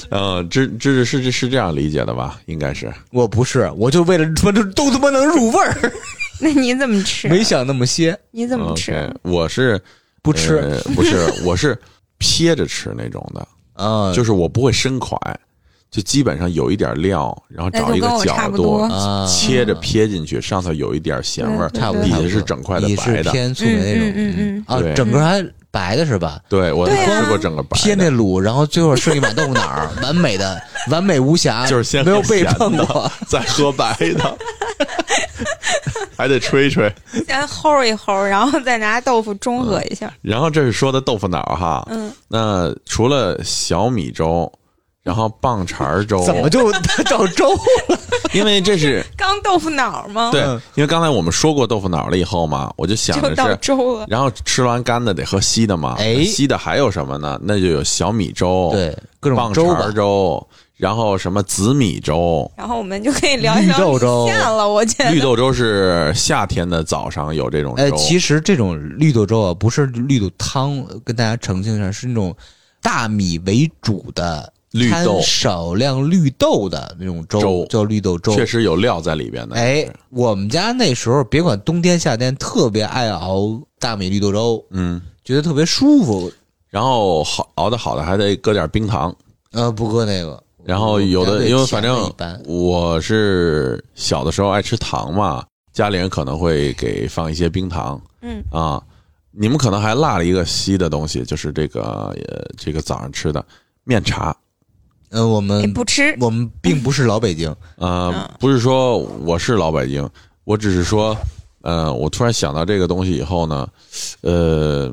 Speaker 1: 嗯，芝芝士是是是这样理解的吧？应该是
Speaker 2: 我不是，我就为了他妈都都他妈能入味 儿，
Speaker 3: 那你怎么吃？啊
Speaker 2: 没想那么些，
Speaker 3: 你怎么吃？
Speaker 1: 啊 OK，我是
Speaker 2: 不吃
Speaker 1: 呃不是，我是撇着吃那种 的，
Speaker 2: 啊，
Speaker 1: 就是我不会深蒯，就基本上有一点料，然后
Speaker 3: 那
Speaker 1: 找
Speaker 3: 就
Speaker 1: 一个
Speaker 3: 跟我差
Speaker 1: 角
Speaker 3: 不
Speaker 1: 度
Speaker 3: 多
Speaker 2: 啊
Speaker 1: 切着撇进去，上头有一点咸味儿，
Speaker 3: 对
Speaker 2: 差不多，
Speaker 1: 底
Speaker 2: 差不
Speaker 1: 下
Speaker 2: 多
Speaker 1: 是整块的
Speaker 2: 你
Speaker 1: 白
Speaker 2: 是
Speaker 1: 的。
Speaker 2: 偏素的那
Speaker 3: 嗯
Speaker 2: 种
Speaker 3: 嗯嗯
Speaker 2: 啊
Speaker 1: 对，
Speaker 2: 整个还白的是吧？
Speaker 1: 对，我
Speaker 3: 对啊
Speaker 1: 吃过整个白
Speaker 2: 偏
Speaker 1: 的
Speaker 2: 那。卤，然后最后剩一碗豆腐脑儿，完美的，完美无瑕，
Speaker 1: 就是先
Speaker 2: 没有
Speaker 1: 给
Speaker 2: 被
Speaker 1: 咸
Speaker 2: 碰
Speaker 1: 的
Speaker 2: 过。
Speaker 1: 再喝白的，还得吹吹。
Speaker 3: 嗯，先齁一齁，然后再拿豆腐中和一下。
Speaker 1: 然后这是说的豆腐脑哈，
Speaker 3: 嗯，
Speaker 1: 那除了小米粥，然后棒碴儿粥，
Speaker 2: 怎么就找粥了？
Speaker 1: 因为 这是
Speaker 3: 刚豆腐脑吗？
Speaker 1: 对，
Speaker 2: 嗯
Speaker 1: 因为刚才我们说过豆腐脑了以后嘛，我就想
Speaker 3: 就
Speaker 1: 着
Speaker 3: 到
Speaker 1: 是，嗯
Speaker 3: 粥了。
Speaker 1: 然后吃完干的得喝稀的嘛，
Speaker 2: 哎
Speaker 1: 稀的还有什么呢？那就有小米粥，
Speaker 2: 对，各种
Speaker 1: 棒
Speaker 2: 粥
Speaker 1: 碴
Speaker 2: 吧
Speaker 1: 儿。粥，然后什么紫米粥。
Speaker 3: 然后我们就可以聊一
Speaker 2: 绿豆
Speaker 3: 聊
Speaker 2: 粥
Speaker 3: 米线了。我觉
Speaker 1: 绿
Speaker 3: 得
Speaker 1: 豆粥是夏天的早上有这种
Speaker 2: 呃
Speaker 1: 粥，，
Speaker 2: 其实这种绿豆粥啊，不是绿豆汤，呃跟大家澄清一下，是那种大米为主的
Speaker 1: 绿
Speaker 2: 掺
Speaker 1: 豆
Speaker 2: 少量绿豆的那种粥，
Speaker 1: 粥
Speaker 2: 叫绿豆粥。
Speaker 1: 确实有料在里边的。
Speaker 2: 哎，我们家那时候别管冬天夏天，特别爱熬大米绿豆粥，
Speaker 1: 嗯，
Speaker 2: 觉得特别舒服。
Speaker 1: 然后好熬的好的还得搁点冰糖，
Speaker 2: 呃，不搁那个，
Speaker 1: 然后有
Speaker 2: 我们
Speaker 1: 的
Speaker 2: 家
Speaker 1: 因为
Speaker 2: 对
Speaker 1: 反
Speaker 2: 甜的
Speaker 1: 正
Speaker 2: 一般
Speaker 1: 我是小的时候爱吃糖嘛，家里人可能会给放一些冰糖
Speaker 3: 嗯，
Speaker 1: 啊。你们可能还落了一个稀的东西，就是这个呃这个早上吃的面茶。
Speaker 2: 呃，我
Speaker 1: 嗯
Speaker 5: 哎
Speaker 3: 也
Speaker 2: 们
Speaker 3: 不吃。
Speaker 2: 我们并不是老北京，
Speaker 1: 呃
Speaker 3: 嗯，
Speaker 1: 不是说我是老北京，我只是说，呃，我突然想到这个东西以后呢，呃，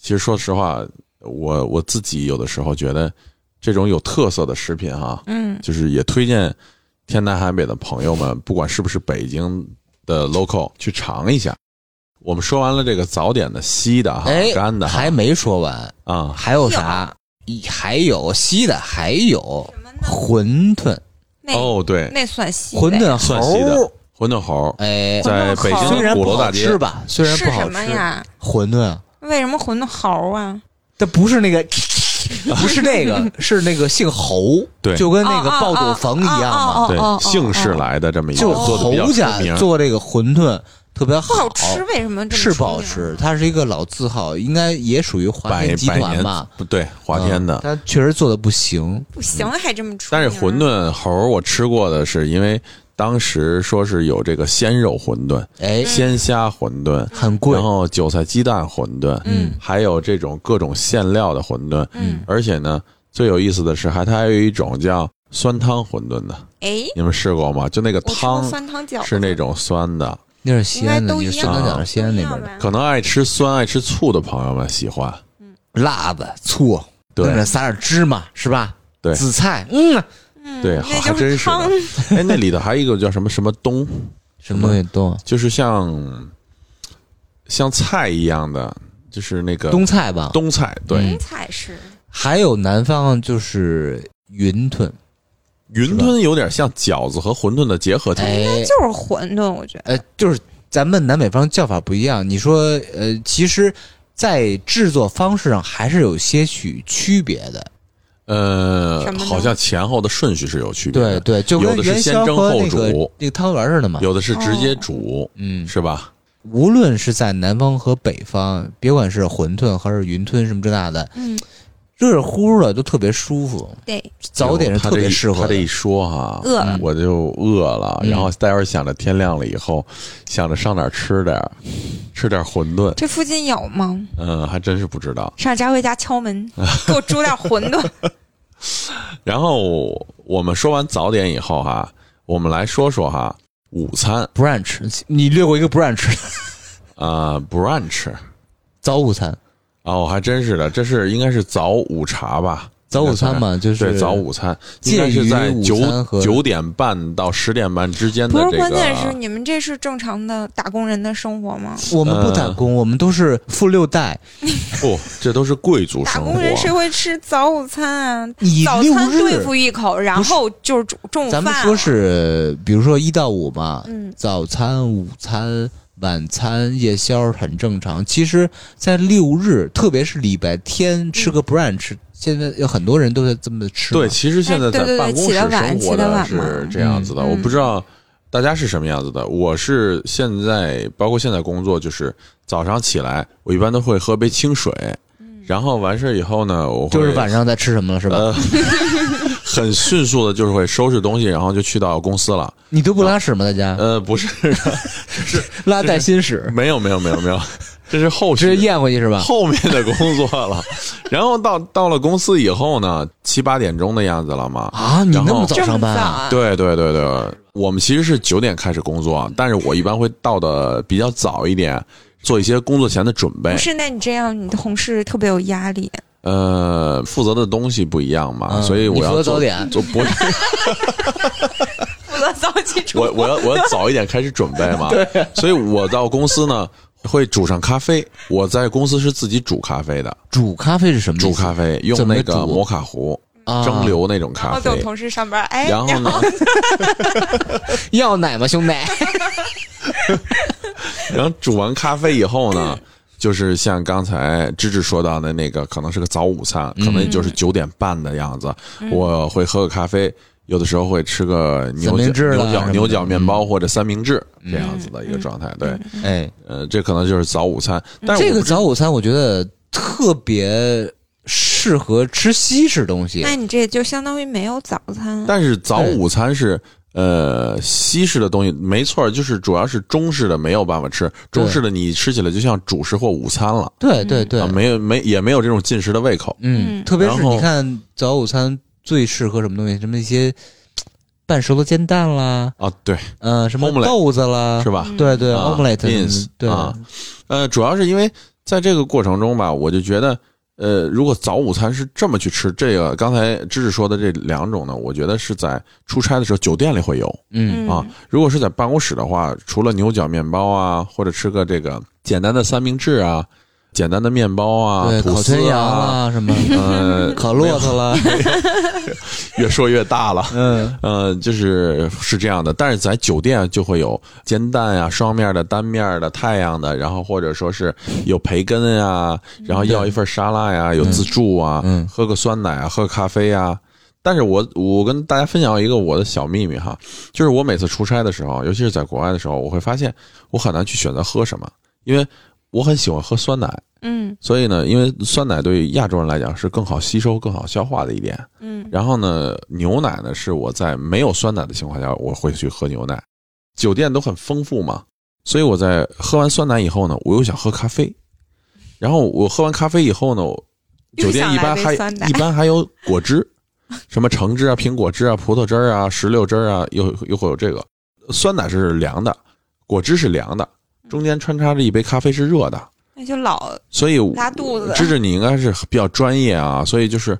Speaker 1: 其实说实话，我我自己有的时候觉得这种有特色的食品哈、
Speaker 3: 嗯，
Speaker 1: 就是也推荐天南海北的朋友们，不管是不是北京的 local，去尝一下。我们说完了这个早点的稀的哈
Speaker 2: 哎，，
Speaker 1: 干的哈
Speaker 2: 还没说完，
Speaker 1: 啊，
Speaker 2: 还有啥？一还有稀的，还有
Speaker 3: 什么呢？
Speaker 2: 馄饨，哎
Speaker 3: 那
Speaker 1: 哦对，
Speaker 3: 那算稀的
Speaker 2: 馄饨猴
Speaker 1: 算
Speaker 2: 儿
Speaker 1: 稀的馄饨猴儿
Speaker 2: 哎，
Speaker 1: 在北
Speaker 3: 馄饨猴
Speaker 1: 京
Speaker 2: 虽
Speaker 1: 的
Speaker 2: 然
Speaker 1: 鼓
Speaker 2: 不
Speaker 1: 楼
Speaker 2: 好
Speaker 1: 大街
Speaker 2: 吃吧，虽然
Speaker 3: 是
Speaker 2: 不好
Speaker 3: 什么
Speaker 2: 吃，
Speaker 3: 呀？
Speaker 2: 馄饨啊，
Speaker 3: 为什么馄饨猴啊？
Speaker 2: 但不是那个，不是那个，是那个姓侯，
Speaker 1: 对
Speaker 2: 就跟那个爆肚房一样嘛，
Speaker 3: 哦哦哦
Speaker 1: 对姓氏来的这么一个
Speaker 2: 就
Speaker 1: 做的比较
Speaker 2: 侯
Speaker 1: 出
Speaker 2: 家
Speaker 1: 名，
Speaker 2: 做这个馄饨特别
Speaker 3: 不好吃，为什么这么
Speaker 2: 是不好
Speaker 3: 出名啊
Speaker 2: 吃，它是一个老字号，应该也属于华
Speaker 1: 百
Speaker 2: 天集
Speaker 1: 百
Speaker 2: 团
Speaker 1: 年
Speaker 2: 吧。
Speaker 1: 不对华天的
Speaker 2: 嗯，它确实做的不行，
Speaker 3: 不行，还这么出
Speaker 1: 嗯但
Speaker 3: 名。啊
Speaker 1: 是馄饨猴儿我吃过的是因为当时说是有这个鲜肉馄饨、
Speaker 2: 哎，
Speaker 1: 鲜虾馄饨，
Speaker 2: 很贵
Speaker 1: 然，后韭菜鸡蛋馄饨，
Speaker 3: 嗯
Speaker 1: 还有这种各种馅料的馄饨，
Speaker 3: 嗯，
Speaker 1: 而且呢，最有意思的是还它还有一种叫酸汤馄饨的，
Speaker 3: 哎，
Speaker 1: 你们试过吗？就那个
Speaker 3: 我吃过
Speaker 1: 汤
Speaker 3: 酸汤饺子
Speaker 1: 是那种酸的，
Speaker 2: 那是西安的，
Speaker 3: 应该都
Speaker 2: 你
Speaker 3: 一
Speaker 2: 是
Speaker 3: 样
Speaker 2: 酸
Speaker 1: 吧
Speaker 2: 汤饺是西安那边的，
Speaker 3: 的
Speaker 1: 可能爱吃酸爱吃醋的朋友们喜欢。
Speaker 2: 辣子、醋，
Speaker 1: 对
Speaker 2: 弄点撒点芝麻是吧？
Speaker 1: 对
Speaker 2: 紫菜，嗯，
Speaker 3: 嗯，
Speaker 1: 对，
Speaker 3: 那
Speaker 1: 还
Speaker 3: 就是
Speaker 1: 真是的
Speaker 3: 汤。
Speaker 1: 哎，那里头还有一个叫什么什么东，
Speaker 2: 什么东西都
Speaker 1: 就是像像菜一样的，就是那个
Speaker 2: 冬菜吧。
Speaker 1: 冬菜，对，
Speaker 3: 云彩是
Speaker 2: 还有南方就是云吞，
Speaker 1: 云吞有点像饺子和馄饨的结合体。
Speaker 2: 哎，
Speaker 3: 就是馄饨，我觉得
Speaker 2: 呃，就是咱们南北方叫法不一样。你说，呃，其实，在制作方式上还是有些许区别的。
Speaker 1: 呃
Speaker 3: 什，么呢
Speaker 1: 好像前后的顺序是有区别
Speaker 2: 对
Speaker 1: 的，
Speaker 2: 对，就
Speaker 1: 有
Speaker 2: 跟
Speaker 1: 的是
Speaker 2: 元
Speaker 1: 先
Speaker 2: 宵
Speaker 1: 蒸
Speaker 2: 和
Speaker 1: 后
Speaker 2: 那个啊
Speaker 1: 煮
Speaker 2: 那个汤圆似的嘛。
Speaker 1: 有的是直接煮，
Speaker 2: 嗯，
Speaker 1: 是吧？
Speaker 2: 无论是在南方和北方，别管是馄饨还是云吞什么这那的，
Speaker 3: 嗯，
Speaker 2: 热热乎乎的都特别舒服，
Speaker 3: 对，
Speaker 2: 早点是特别适合
Speaker 1: 他这一
Speaker 2: 的。
Speaker 1: 说哈、
Speaker 3: 饿了
Speaker 1: 我就饿了，
Speaker 2: 嗯
Speaker 1: 然后待会儿想着天亮了以后，想着上哪儿吃点儿，吃点儿馄饨。
Speaker 3: 这附近有吗？
Speaker 1: 嗯，还真是不知道。
Speaker 3: 上佳慧家敲 门，给我煮点馄饨。
Speaker 1: 然后我们说完早点以后哈、我们来说说哈、午餐
Speaker 2: brunch，你略过一个 brunch，
Speaker 1: 啊 brunch
Speaker 2: 早午餐，
Speaker 1: 啊，我还真是的，这是应该是早午茶吧？
Speaker 2: 早午餐嘛
Speaker 1: 应该算
Speaker 2: 就是
Speaker 1: 对早午餐，应
Speaker 2: 介
Speaker 1: 该
Speaker 2: 于
Speaker 1: 是在
Speaker 2: 午
Speaker 1: 九
Speaker 2: 餐和
Speaker 1: 九点半到十点半之间的
Speaker 3: 不
Speaker 1: 这
Speaker 3: 是，
Speaker 1: 个。
Speaker 3: 关键是你们这是正常的打工人的生活吗？
Speaker 2: 我们不打
Speaker 1: 嗯
Speaker 2: 工，我们都是富六代。
Speaker 1: 不、这都是贵族
Speaker 3: 打
Speaker 1: 生活
Speaker 3: 工。人谁会吃早午餐啊？
Speaker 2: 你
Speaker 3: 早
Speaker 2: 六
Speaker 3: 餐对
Speaker 2: 日，
Speaker 3: 付一口，然后就是中中午
Speaker 2: 咱
Speaker 3: 饭了。
Speaker 2: 们说是，比如说一到五嘛，
Speaker 3: 嗯，
Speaker 2: 早餐、午餐、晚餐、夜宵很正常。其实，在六日，特别是礼拜天吃
Speaker 3: 嗯
Speaker 2: 个 brunch，、现在有很多人都在这么吃嘛。
Speaker 1: 对，其实现在
Speaker 3: 哎对
Speaker 1: 在
Speaker 3: 对对
Speaker 1: 办公室
Speaker 3: 起得晚
Speaker 1: 生活
Speaker 3: 起得
Speaker 1: 的
Speaker 3: 晚嘛
Speaker 1: 是这样子的，
Speaker 3: 嗯
Speaker 1: 我不知道大家是什么样子的。我是现在，包括现在工作，就是早上起来，我一般都会喝杯清水，
Speaker 3: 嗯
Speaker 1: 然后完事儿以后呢，我会
Speaker 2: 就是晚上在吃什么了，是吧？
Speaker 1: 呃， 很迅速的，就是会收拾东西，然后就去到公司了。
Speaker 2: 你都不拉屎吗？在家、
Speaker 1: 呃，不是，
Speaker 2: 拉带薪屎，
Speaker 1: 没有，没有，没有，没有，这是后
Speaker 2: 直
Speaker 1: 续
Speaker 2: 接咽回去是吧？
Speaker 1: 后面的工作了。 然后到到了公司以后呢，七八点钟的样子了嘛。
Speaker 2: 啊，你
Speaker 1: 然
Speaker 2: 那
Speaker 1: 后
Speaker 2: 么早
Speaker 3: 这
Speaker 2: 上
Speaker 3: 么早
Speaker 2: 班啊？
Speaker 1: 对对对对，我们其实是九点开始工作，但是我一般会到的比较早一点，做一些工作前的准备
Speaker 3: 不。是，那你这样，你的同事特别有压力。
Speaker 1: 呃，负责的东西不一样嘛，
Speaker 2: 嗯
Speaker 1: 所以我
Speaker 2: 你负责
Speaker 1: 要做
Speaker 2: 早点
Speaker 1: 做不是。
Speaker 3: 负责早起出
Speaker 1: 我我要我要早一点开始准备嘛，对，所以我到公司呢会煮上咖啡。我在公司是自己煮咖啡的，
Speaker 2: 煮咖啡是什么意思？
Speaker 1: 煮咖啡
Speaker 2: 怎
Speaker 1: 用
Speaker 2: 么
Speaker 1: 那个
Speaker 2: 煮
Speaker 1: 摩卡壶
Speaker 2: 啊
Speaker 1: 蒸馏那种
Speaker 3: 然
Speaker 1: 咖
Speaker 5: 哦
Speaker 3: 后等
Speaker 1: 啡，
Speaker 3: 哦同事上班，哎，
Speaker 1: 然后呢，
Speaker 2: 要奶吗， 兄弟？
Speaker 1: 然后煮完咖啡以后呢，就是像刚才芝芝说到的那个，可能是个早午餐，可能就是九点半的样子，我会喝个咖啡。有的时候会吃个牛
Speaker 2: 三明
Speaker 1: 角、
Speaker 2: 治
Speaker 1: 牛
Speaker 2: 了什么
Speaker 1: 角、
Speaker 2: 的嗯
Speaker 1: 牛角面包或者三明治这样子的一个状态，对，
Speaker 2: 哎，
Speaker 1: 呃，这可能就是早午餐。但是
Speaker 2: 这
Speaker 1: 我
Speaker 2: 个
Speaker 1: 不知
Speaker 2: 早午餐我觉得特别适合吃西式东西。
Speaker 3: 那你这就相当于没有早餐。
Speaker 1: 但是早午餐是呃西式的东西，没错，就是主要是中式的没有办法吃，
Speaker 2: 对
Speaker 1: 中式的你吃起来就像主食或午餐了，
Speaker 2: 对对对
Speaker 1: 啊，，没有没也没有这种进食的胃口。
Speaker 2: 嗯，
Speaker 3: 嗯
Speaker 2: 特别是
Speaker 1: 然后
Speaker 2: 你看早午餐最适合什么东西？什么一些半熟的煎蛋啦，
Speaker 1: 啊，对，
Speaker 2: 呃，什么
Speaker 1: Omelette
Speaker 2: 豆子啦
Speaker 1: 是，吧？
Speaker 3: 嗯
Speaker 2: 对对
Speaker 1: 啊
Speaker 2: ，omelette，
Speaker 1: beans，
Speaker 2: 嗯对，
Speaker 1: 啊呃，主要是因为在这个过程中吧，我就觉得，呃，如果早午餐是这么去吃，这个刚才芝芝说的这两种呢，我觉得是在出差的时候酒店里会有，
Speaker 2: 嗯，
Speaker 3: 嗯
Speaker 1: 啊，如果是在办公室的话，除了牛角面包啊，或者吃个这个简单的三明治啊，简单的面包啊，
Speaker 2: 对，
Speaker 1: 吐
Speaker 2: 烤
Speaker 1: 司
Speaker 2: 全羊
Speaker 1: 啊，
Speaker 2: 啦，什么
Speaker 1: 呃，
Speaker 2: 烤骆驼 啦，
Speaker 1: 越说越大了。
Speaker 2: 嗯，
Speaker 1: 呃，就是是这样的，但是在酒店就会有煎蛋啊、双面的、单面的、太阳的，然后或者说是有培根啊，然后要一份沙拉呀、有自助啊，
Speaker 2: 嗯
Speaker 1: 喝个酸奶啊，喝个咖啡啊。但是我我跟大家分享一个我的小秘密哈，就是我每次出差的时候，尤其是在国外的时候，我会发现我很难去选择喝什么，因为我很喜欢喝酸奶，
Speaker 3: 嗯
Speaker 1: 所以呢，因为酸奶对亚洲人来讲是更好吸收、更好消化的一点，
Speaker 3: 嗯
Speaker 1: 然后呢，牛奶呢是我在没有酸奶的情况下，我会去喝牛奶。酒店都很丰富嘛，所以我在喝完酸奶以后呢，我又想喝咖啡。然后我喝完咖啡以后呢，酒店一般
Speaker 3: 又想来
Speaker 1: 还
Speaker 3: 杯酸奶
Speaker 1: 一般还有果汁， 什么橙汁啊、苹果汁啊、葡萄汁儿啊、石榴汁儿啊，又又会有这个。酸奶是凉的，果汁是凉的，中间穿插着一杯咖啡是热的。
Speaker 3: 那就老
Speaker 1: 所以
Speaker 3: 拉肚子
Speaker 1: 芝芝你应该是比较专业啊，所以就是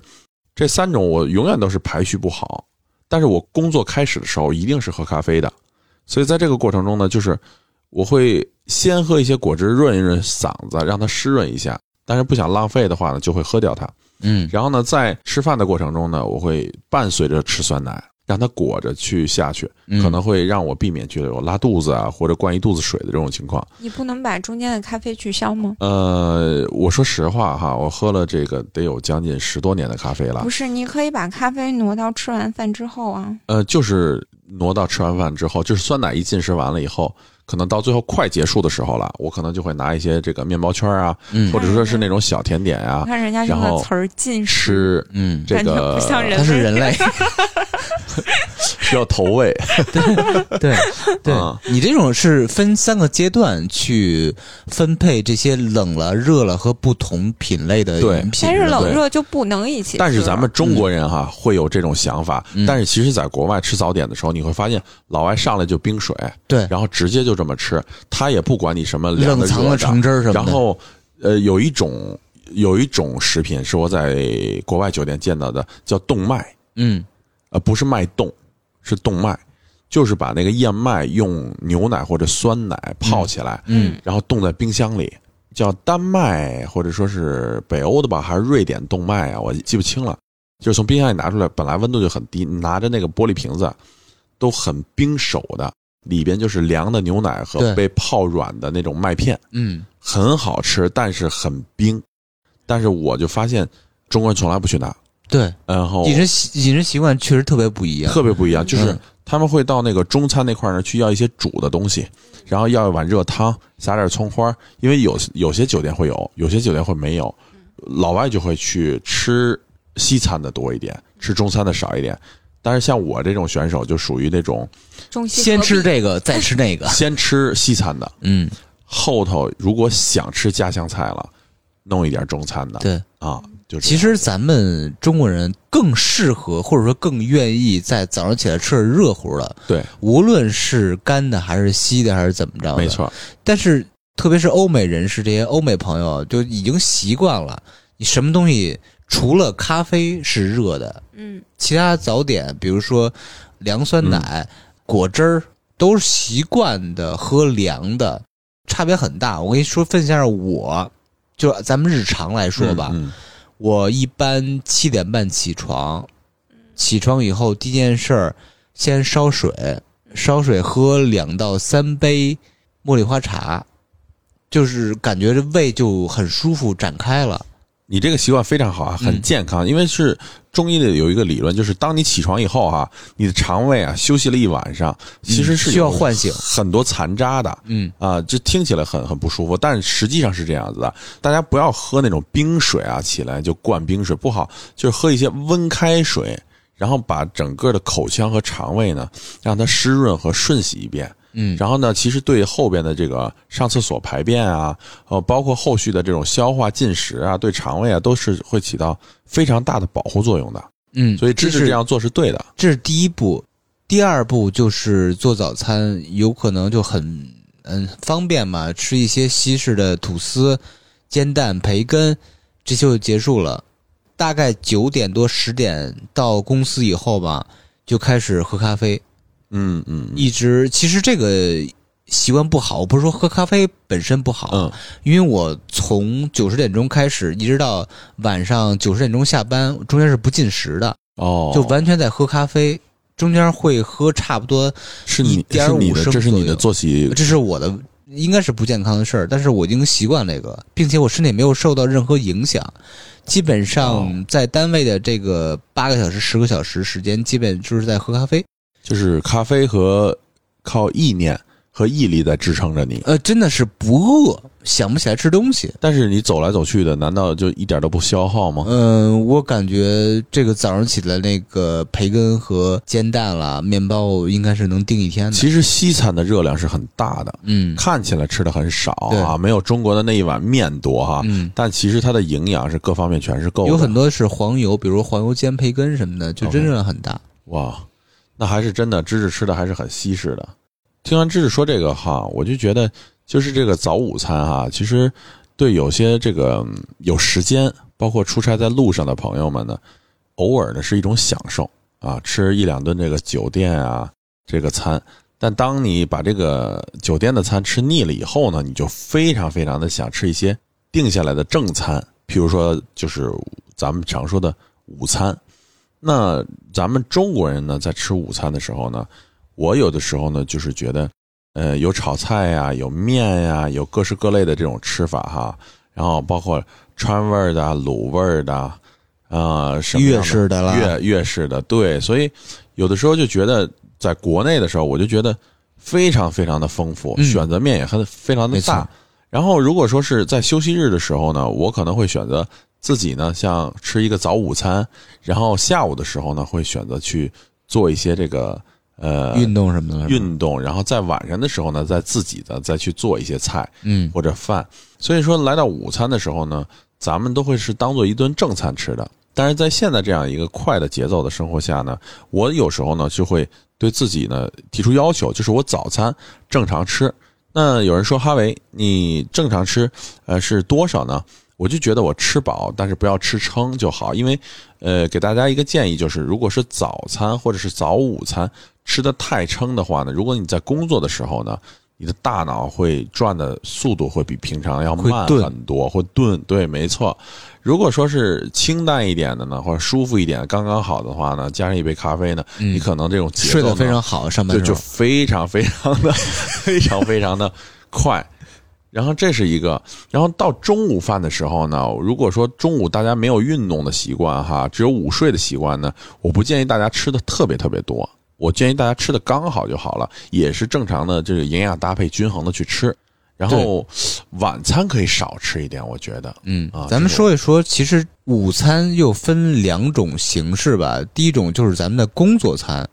Speaker 1: 这三种我永远都是排序不好，但是我工作开始的时候一定是喝咖啡的，所以在这个过程中呢，就是我会先喝一些果汁润一润嗓子，让它湿润一下，但是不想浪费的话呢，就会喝掉它。
Speaker 2: 嗯，
Speaker 1: 然后呢，在吃饭的过程中呢，我会伴随着吃酸奶，让它裹着去下去，
Speaker 2: 嗯
Speaker 1: 可能会让我避免去有拉肚子啊或者灌一肚子水的这种情况。
Speaker 3: 你不能把中间的咖啡取消吗？
Speaker 1: 呃，我说实话哈，我喝了这个得有将近十多年的咖啡了
Speaker 3: 不，是，你可以把咖啡挪到吃完饭之后啊。
Speaker 1: 呃，就是挪到吃完饭之后，就是酸奶一进食完了以后，可能到最后快结束的时候了，我可能就会拿一些这个面包圈啊，
Speaker 2: 嗯
Speaker 1: 或者说是那种小甜点啊
Speaker 3: 你，看人家用
Speaker 1: 然
Speaker 3: 的
Speaker 1: 后
Speaker 3: 词儿“进食
Speaker 1: 吃
Speaker 2: 嗯，
Speaker 1: 这
Speaker 3: 感觉
Speaker 1: 个
Speaker 3: 不像人
Speaker 2: 他是人类，
Speaker 1: 需要投 喂。
Speaker 2: 对对
Speaker 1: 啊，
Speaker 2: 你这种是分三个阶段去分配这些冷了、热了和不同品类的
Speaker 1: 对
Speaker 2: 饮品。
Speaker 3: 但是冷
Speaker 1: 对
Speaker 3: 热就不能一起吃。
Speaker 1: 但是咱们中国
Speaker 2: 嗯
Speaker 1: 人哈、会有这种想法，但是其实在国外吃早点的时候，你会发现老外上来就冰水，
Speaker 2: 对
Speaker 1: 然后直接就这么吃，他也不管你什么凉的
Speaker 2: 冷藏
Speaker 1: 热
Speaker 2: 的橙汁儿什么的
Speaker 1: 然后呃，有一种有一种食品是我在国外酒店见到的，叫冻麦，
Speaker 2: 嗯，
Speaker 1: 呃，不是麦冻，是冻麦，就是把那个燕麦用牛奶或者酸奶泡起来，
Speaker 2: 嗯，
Speaker 1: 然后冻在冰箱里。叫丹麦或者说是北欧的吧，还是瑞典冻麦啊？我记不清了。就是从冰箱里拿出来，本来温度就很低，你拿着那个玻璃瓶子，都很冰手的，里边就是凉的牛奶和
Speaker 2: 对
Speaker 1: 被泡软的那种麦片，
Speaker 2: 嗯，
Speaker 1: 很好吃，但是很冰。但是我就发现中国人从来不去拿，
Speaker 2: 对，
Speaker 1: 然后
Speaker 2: 饮食习饮食习惯确实特别不一样。
Speaker 1: 哦特别不一样，就是
Speaker 2: 嗯
Speaker 1: 他们会到那个中餐那块儿呢去要一些煮的东西，然后要一碗热汤，撒点葱花儿，因为有有些酒店会有，有些酒店会没有，老外就会去吃西餐的多一点，吃中餐的少一点。但是像我这种选手就属于那 种
Speaker 3: 中西
Speaker 2: 先吃
Speaker 3: 合璧
Speaker 2: 这个，再吃那个。
Speaker 1: 先吃西餐的，
Speaker 2: 嗯，
Speaker 1: 后头如果想吃家乡菜了，弄一点中餐的，
Speaker 2: 对。
Speaker 1: 啊，就这样
Speaker 2: 其实咱们中国人更适合，或者说更愿意在早上起来吃点热乎的，
Speaker 1: 对，
Speaker 2: 无论是干的还是稀的还是怎么着。
Speaker 1: 没。错，
Speaker 2: 但是特别是欧美人士这些欧美朋友，就已经习惯了，你什么东西除了咖啡是热的，
Speaker 3: 嗯，
Speaker 2: 其他早点，比如说凉酸奶、
Speaker 1: 嗯
Speaker 2: 果汁儿，都是习惯的喝凉的，差别很大。我跟你说，分享一下我，就咱们日常来说吧，
Speaker 1: 嗯，嗯
Speaker 2: 我一般七点半起床，起床以后第一件事儿先烧水，烧水喝两到三杯茉莉花茶，就是感觉这胃就很舒服，展开了。
Speaker 1: 你这个习惯非常好啊，很
Speaker 2: 嗯
Speaker 1: 健康，因为是中医的有一个理论，就是当你起床以后啊，你的肠胃啊休息了一晚上，其实是
Speaker 2: 嗯需要
Speaker 1: 有
Speaker 2: 唤醒
Speaker 1: 很多残渣的。
Speaker 2: 嗯，
Speaker 1: 啊，这听起来很很不舒服，但实际上是这样子的。大家不要喝那种冰水啊，起来就灌冰水不好，就是喝一些温开水，然后把整个的口腔和肠胃呢，让它湿润和顺洗一遍。
Speaker 2: 嗯
Speaker 1: 然后呢，其实对后边的这个上厕所排便啊，呃，包括后续的这种消化进食啊，对肠胃啊，都是会起到非常大的保护作用的。
Speaker 2: 嗯，
Speaker 1: 所以支持
Speaker 2: 是
Speaker 1: 这样做是对的。
Speaker 2: 这是第一步，第二步就是做早餐，有可能就很嗯方便嘛，吃一些西式的吐司、煎蛋、培根，这就结束了。大概九点多十点到公司以后吧，就开始喝咖啡，
Speaker 1: 嗯嗯
Speaker 2: 一直其实这个习惯不好，我不是说喝咖啡本身不好，
Speaker 1: 嗯
Speaker 2: 因为我从九十点钟开始，一直到晚上九十点钟下班，中间是不进食的。
Speaker 1: 哦，
Speaker 2: 就完全在喝咖啡，中间会喝差不多，
Speaker 1: 是你是
Speaker 2: 1.5
Speaker 1: 你的，
Speaker 2: 升
Speaker 1: 这是你
Speaker 2: 左
Speaker 1: 的
Speaker 2: 右
Speaker 1: 作息
Speaker 2: 这是我的应该是不健康的事儿，但是我已经习惯这个，并且我身体没有受到任何影响，基本
Speaker 1: 哦
Speaker 2: 上在单位的这个八个小时、十个小时时间，基本就是在喝咖啡。
Speaker 1: 就是咖啡和靠意念和毅力在支撑着你。
Speaker 2: 呃，真的是不饿，想不起来吃东西。
Speaker 1: 但是你走来走去的，难道就一点都不消耗吗？
Speaker 2: 嗯、我感觉这个早上起来那个培根和煎蛋啦、面包，应该是能顶一天的。
Speaker 1: 其实西餐的热量是很大的，
Speaker 2: 嗯
Speaker 1: 看起来吃的很少啊，
Speaker 2: 对
Speaker 1: 没有中国的那一碗面多哈、
Speaker 2: 嗯，
Speaker 1: 但其实它的营养是各方面全是够的。
Speaker 2: 有很多是黄油，比如黄油煎培根什么的，就
Speaker 1: OK
Speaker 2: 真正很大。
Speaker 1: 哇，那还是真的，芝芝吃的还是很西式的。听完芝芝说这个哈，我就觉得就是这个早午餐哈，其实对有些这个嗯有时间，包括出差在路上的朋友们呢，偶尔呢是一种享受啊，吃一两顿这个酒店啊这个餐。但当你把这个酒店的餐吃腻了以后呢，你就非常非常的想吃一些定下来的正餐，譬如说就是咱们常说的午餐。那咱们中国人呢，在吃午餐的时候呢，我有的时候呢，就是觉得，呃，有炒菜呀、有面呀、有各式各类的这种吃法哈，然后包括川味儿的、鲁味儿的，啊、什么样的
Speaker 2: 粤式的啦
Speaker 1: 粤粤式的，对，所以有的时候就觉得，在国内的时候，我就觉得非常非常的丰富，
Speaker 2: 嗯
Speaker 1: 选择面也很非常的
Speaker 2: 没错
Speaker 1: 大。然后如果说是在休息日的时候呢，我可能会选择自己呢，像吃一个早午餐，然后下午的时候呢，会选择去做一些这个呃
Speaker 2: 运动什么的，
Speaker 1: 运动，然后在晚上的时候呢，再自己的再去做一些菜
Speaker 2: 嗯
Speaker 1: 或者饭。所以说，来到午餐的时候呢，咱们都会是当做一顿正餐吃的。但是在现在这样一个快的节奏的生活下呢，我有时候呢就会对自己呢提出要求，就是我早餐正常吃。那有人说哈维，你正常吃，呃是多少呢？我就觉得我吃饱，但是不要吃撑就好。因为，呃，给大家一个建议，就是如果是早餐或者是早午餐吃的太撑的话呢，如果你在工作的时候呢，你的大脑会转的速度会比平常要慢
Speaker 2: 会钝
Speaker 1: 很多，会钝。对，没错。如果说是清淡一点的呢，或者舒服一点、刚刚好的话呢，加上一杯咖啡呢，
Speaker 2: 嗯
Speaker 1: 你可能这种节奏
Speaker 2: 睡得
Speaker 1: 呢
Speaker 2: 非常好，上
Speaker 1: 对，
Speaker 2: 班
Speaker 1: 就
Speaker 2: 时候
Speaker 1: 非常非常的 非常非常的快。然后这是一个，然后到中午饭的时候呢，如果说中午大家没有运动的习惯哈，只有午睡的习惯呢，我不建议大家吃的特别特别多，我建议大家吃的刚好就好了，也是正常的这个营养搭配均衡的去吃。然后晚餐可以少吃一点，我觉得，
Speaker 2: 嗯
Speaker 1: 啊，
Speaker 2: 咱们
Speaker 1: 这种
Speaker 2: 说一说，其实午餐又分两种形式吧。第一种就是咱们的工作餐，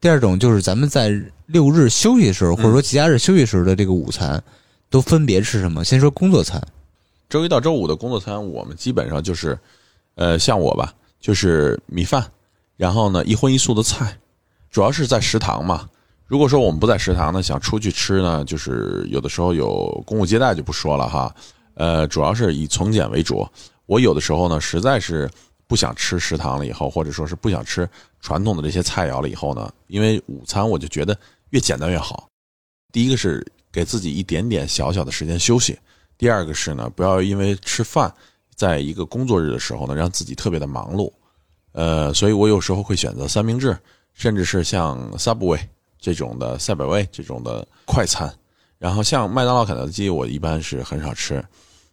Speaker 2: 第二种就是咱们在六日休息
Speaker 1: 嗯
Speaker 2: 时候，或者说节假日休息时候的这个午餐，都分别吃什么？先说工作餐，
Speaker 1: 周一到周五的工作餐，我们基本上就是，呃，像我吧，就是米饭，然后呢一荤一素的菜，主要是在食堂嘛。如果说我们不在食堂呢，想出去吃呢，就是有的时候有公务接待就不说了哈，呃，主要是以从简为主。我有的时候呢，实在是不想吃食堂了以后，或者说是不想吃传统的这些菜肴了以后呢，因为午餐我就觉得越简单越好。第一个是给自己一点点小小的时间休息，第二个是呢，不要因为吃饭，在一个工作日的时候呢，让自己特别的忙碌。呃，所以我有时候会选择三明治，甚至是像 Subway 这种的赛百味这种的快餐。然后像麦当劳、肯德基，我一般是很少吃。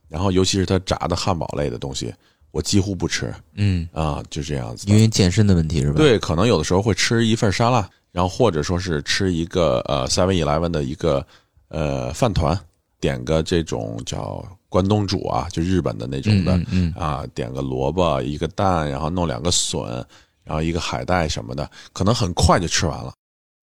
Speaker 1: 然后尤其是它炸的汉堡类的东西，我几乎不吃
Speaker 2: 嗯，
Speaker 1: 啊，就这样子的。
Speaker 2: 因为健身的问题是吧？，
Speaker 1: 对，可能有的时候会吃一份沙拉，然后或者说是吃一个呃 Seven Eleven 的一个呃饭团，点个这种叫关东煮啊，就日本的那种
Speaker 2: 嗯
Speaker 1: 的、
Speaker 2: 嗯嗯，
Speaker 1: 啊，点个萝卜一个蛋，然后弄两个笋，然后一个海带什么的，可能很快就吃完了。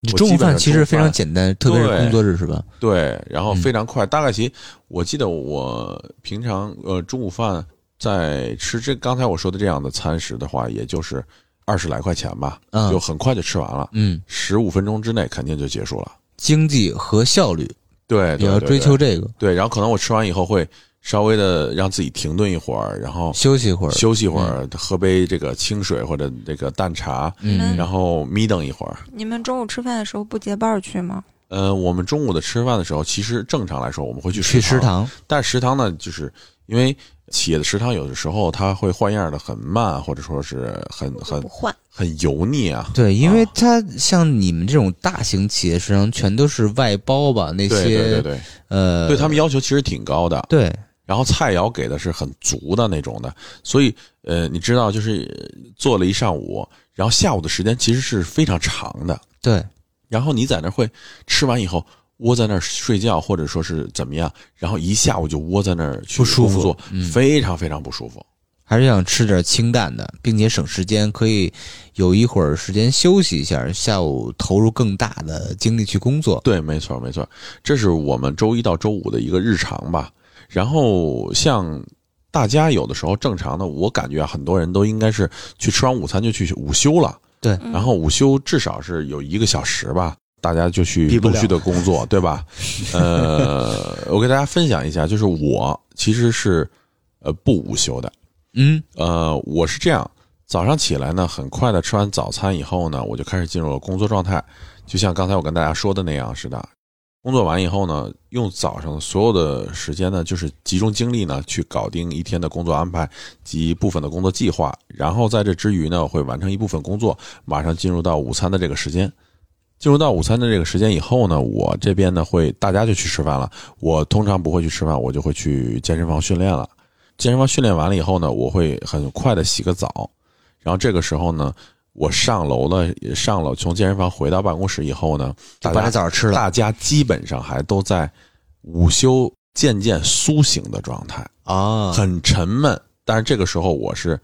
Speaker 2: 你
Speaker 1: 我
Speaker 2: 中
Speaker 1: 基
Speaker 2: 午
Speaker 1: 本上
Speaker 2: 饭其
Speaker 1: 中午
Speaker 2: 实非常
Speaker 1: 饭
Speaker 2: 简单，特别是
Speaker 1: 对
Speaker 2: 工作日是吧？
Speaker 1: 对，然后
Speaker 2: 嗯
Speaker 1: 非常快。大概其我记得我平常呃中午饭在吃这刚才我说的这样的餐食的话，也就是二十来块钱吧，
Speaker 2: 嗯
Speaker 1: 就很快就吃完了。
Speaker 2: 嗯，
Speaker 1: 十五分钟之内肯定就结束了。
Speaker 2: 经济和效率
Speaker 1: 对，
Speaker 2: 也
Speaker 1: 对
Speaker 2: 要
Speaker 1: 对
Speaker 2: 追
Speaker 1: 对
Speaker 2: 求这个，
Speaker 1: 对，然后可能我吃完以后会稍微的让自己停顿一会儿，然后
Speaker 2: 休息一会儿，
Speaker 1: 哦
Speaker 2: 嗯
Speaker 1: 休息一会儿，喝杯这个清水或者这个淡茶，
Speaker 3: 嗯
Speaker 1: 然后眯瞪一会儿。
Speaker 3: 你们中午吃饭的时候不结伴儿去吗？
Speaker 1: 呃，我们中午的吃饭的时候，其实正常来说我们会去
Speaker 2: 去食
Speaker 1: 食堂，
Speaker 2: 堂，
Speaker 1: 但食堂呢，就是因为企业的食堂有的时候它会换样的很慢，或者说是很很
Speaker 3: 不换，
Speaker 1: 很油腻啊。
Speaker 2: 对，因为
Speaker 1: 啊
Speaker 2: 它像你们这种大型企业食堂，全都是外包吧？那
Speaker 1: 对
Speaker 2: 些
Speaker 1: 对对对，
Speaker 2: 呃，
Speaker 1: 对他们要求其实挺高的。
Speaker 2: 对
Speaker 1: 然后菜肴给的是很足的那种的，所以呃，你知道，就是呃做了一上午，然后下午的时间其实是非常长的。
Speaker 2: 对，
Speaker 1: 然后你在那儿会吃完以后窝在那儿睡觉，或者说是怎么样，然后一下午就窝在那儿去
Speaker 2: 不舒服
Speaker 1: 工作，
Speaker 2: 嗯
Speaker 1: 非常非常不舒服。
Speaker 2: 还是想吃点清淡的，并且省时间，可以有一会儿时间休息一下，下午投入更大的精力去工作。
Speaker 1: 对，没错没错，这是我们周一到周五的一个日常吧。然后像大家有的时候正常的，我感觉啊很多人都应该是去吃完午餐就去午休了。
Speaker 2: 对
Speaker 1: 嗯
Speaker 3: 嗯
Speaker 5: 嗯
Speaker 1: 然后午休至少是有一个小时吧，大家就去
Speaker 2: 比不
Speaker 1: 陆
Speaker 2: 了
Speaker 1: 续的工作，对 吧？呃，我给大家分享一下，就是我其实是呃不午休的，
Speaker 2: 嗯，
Speaker 1: 呃，我是这样，早上起来呢，很快的吃完早餐以后呢，我就开始进入了工作状态，就像刚才我跟大家说的那样似的。工作完以后呢，用早上所有的时间呢，就是集中精力呢，去搞定一天的工作安排及部分的工作计划。然后在这之余呢，我会完成一部分工作，马上进入到午餐的这个时间。进入到午餐的这个时间以后呢，我这边呢会大家就去吃饭了。我通常不会去吃饭，我就会去健身房训练了。健身房训练完了以后呢，我会很快的洗个澡，然后这个时候呢，我上楼了，上楼从健身房回到办公室以后呢，
Speaker 2: 就
Speaker 1: 大
Speaker 2: 把
Speaker 1: 家
Speaker 2: 这早上吃了
Speaker 1: 大家基本上还都在午休渐渐苏醒的状态，
Speaker 2: 啊，
Speaker 1: 很沉闷。但是这个时候我是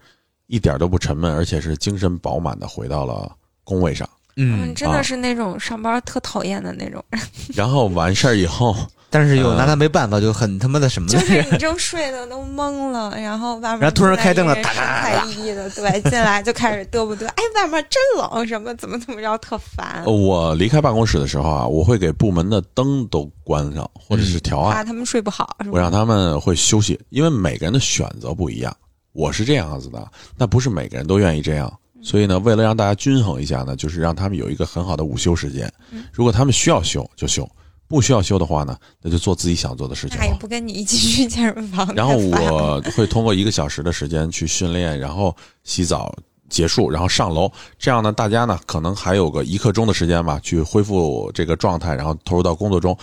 Speaker 1: 一点都不沉闷，而且是精神饱满的回到了工位上，
Speaker 5: 他们
Speaker 2: 嗯，
Speaker 5: 真的
Speaker 1: 啊
Speaker 5: 是那种上班特讨厌的那种人，
Speaker 1: 然后完事儿以后，
Speaker 2: 但是又拿他没办 法，就很他妈的什么的
Speaker 5: 就
Speaker 2: 人。
Speaker 5: 是你正睡的都懵了，然后外面
Speaker 2: 然后突然开灯了
Speaker 5: 进来一
Speaker 2: 哒哒
Speaker 5: 个人神采奕奕的，对，进来就开始嘚不嘚，哎，外面真冷，什么怎么怎么着，特烦，
Speaker 1: 我离开办公室的时候啊，我会给部门的灯都关上，或者是调暗
Speaker 5: 怕，他们睡不好，是
Speaker 1: 我
Speaker 5: 吧？
Speaker 1: 让他们会休息，因为每个人的选择不一样。我是这样子的，但不是每个人都愿意这样。所以呢，为了让大家均衡一下呢，就是让他们有一个很好的午休时间。如果他们需要休就休，不需要休的话呢，那就做自己想做的事情
Speaker 5: 那也
Speaker 1: 了。
Speaker 5: 不跟你一起去健身房，
Speaker 1: 嗯然后
Speaker 5: 太烦了
Speaker 1: 我会通过一个小时的时间去训练，然后洗澡结束，然后上楼。这样呢，大家呢可能还有个一刻钟的时间吧，去恢复这个状态，然后投入到工作中。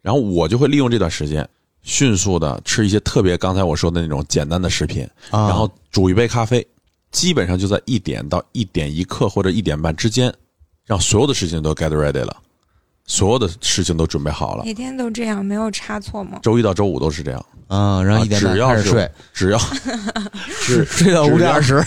Speaker 1: 然后我就会利用这段时间，迅速的吃一些特别刚才我说的那种简单的食品，
Speaker 2: 啊
Speaker 1: 然后煮一杯咖啡，基本上就在一点到一点一刻或者一点半之间，让所有的事情都 get ready 了，所有的事情都准备好了。
Speaker 5: 每天都这样，没有差错吗？
Speaker 1: 周一到周五都是这样，
Speaker 2: 啊，然后一点半
Speaker 1: 只要
Speaker 2: 开
Speaker 1: 是
Speaker 2: 始睡，
Speaker 1: 只要
Speaker 2: 睡睡到五点二十。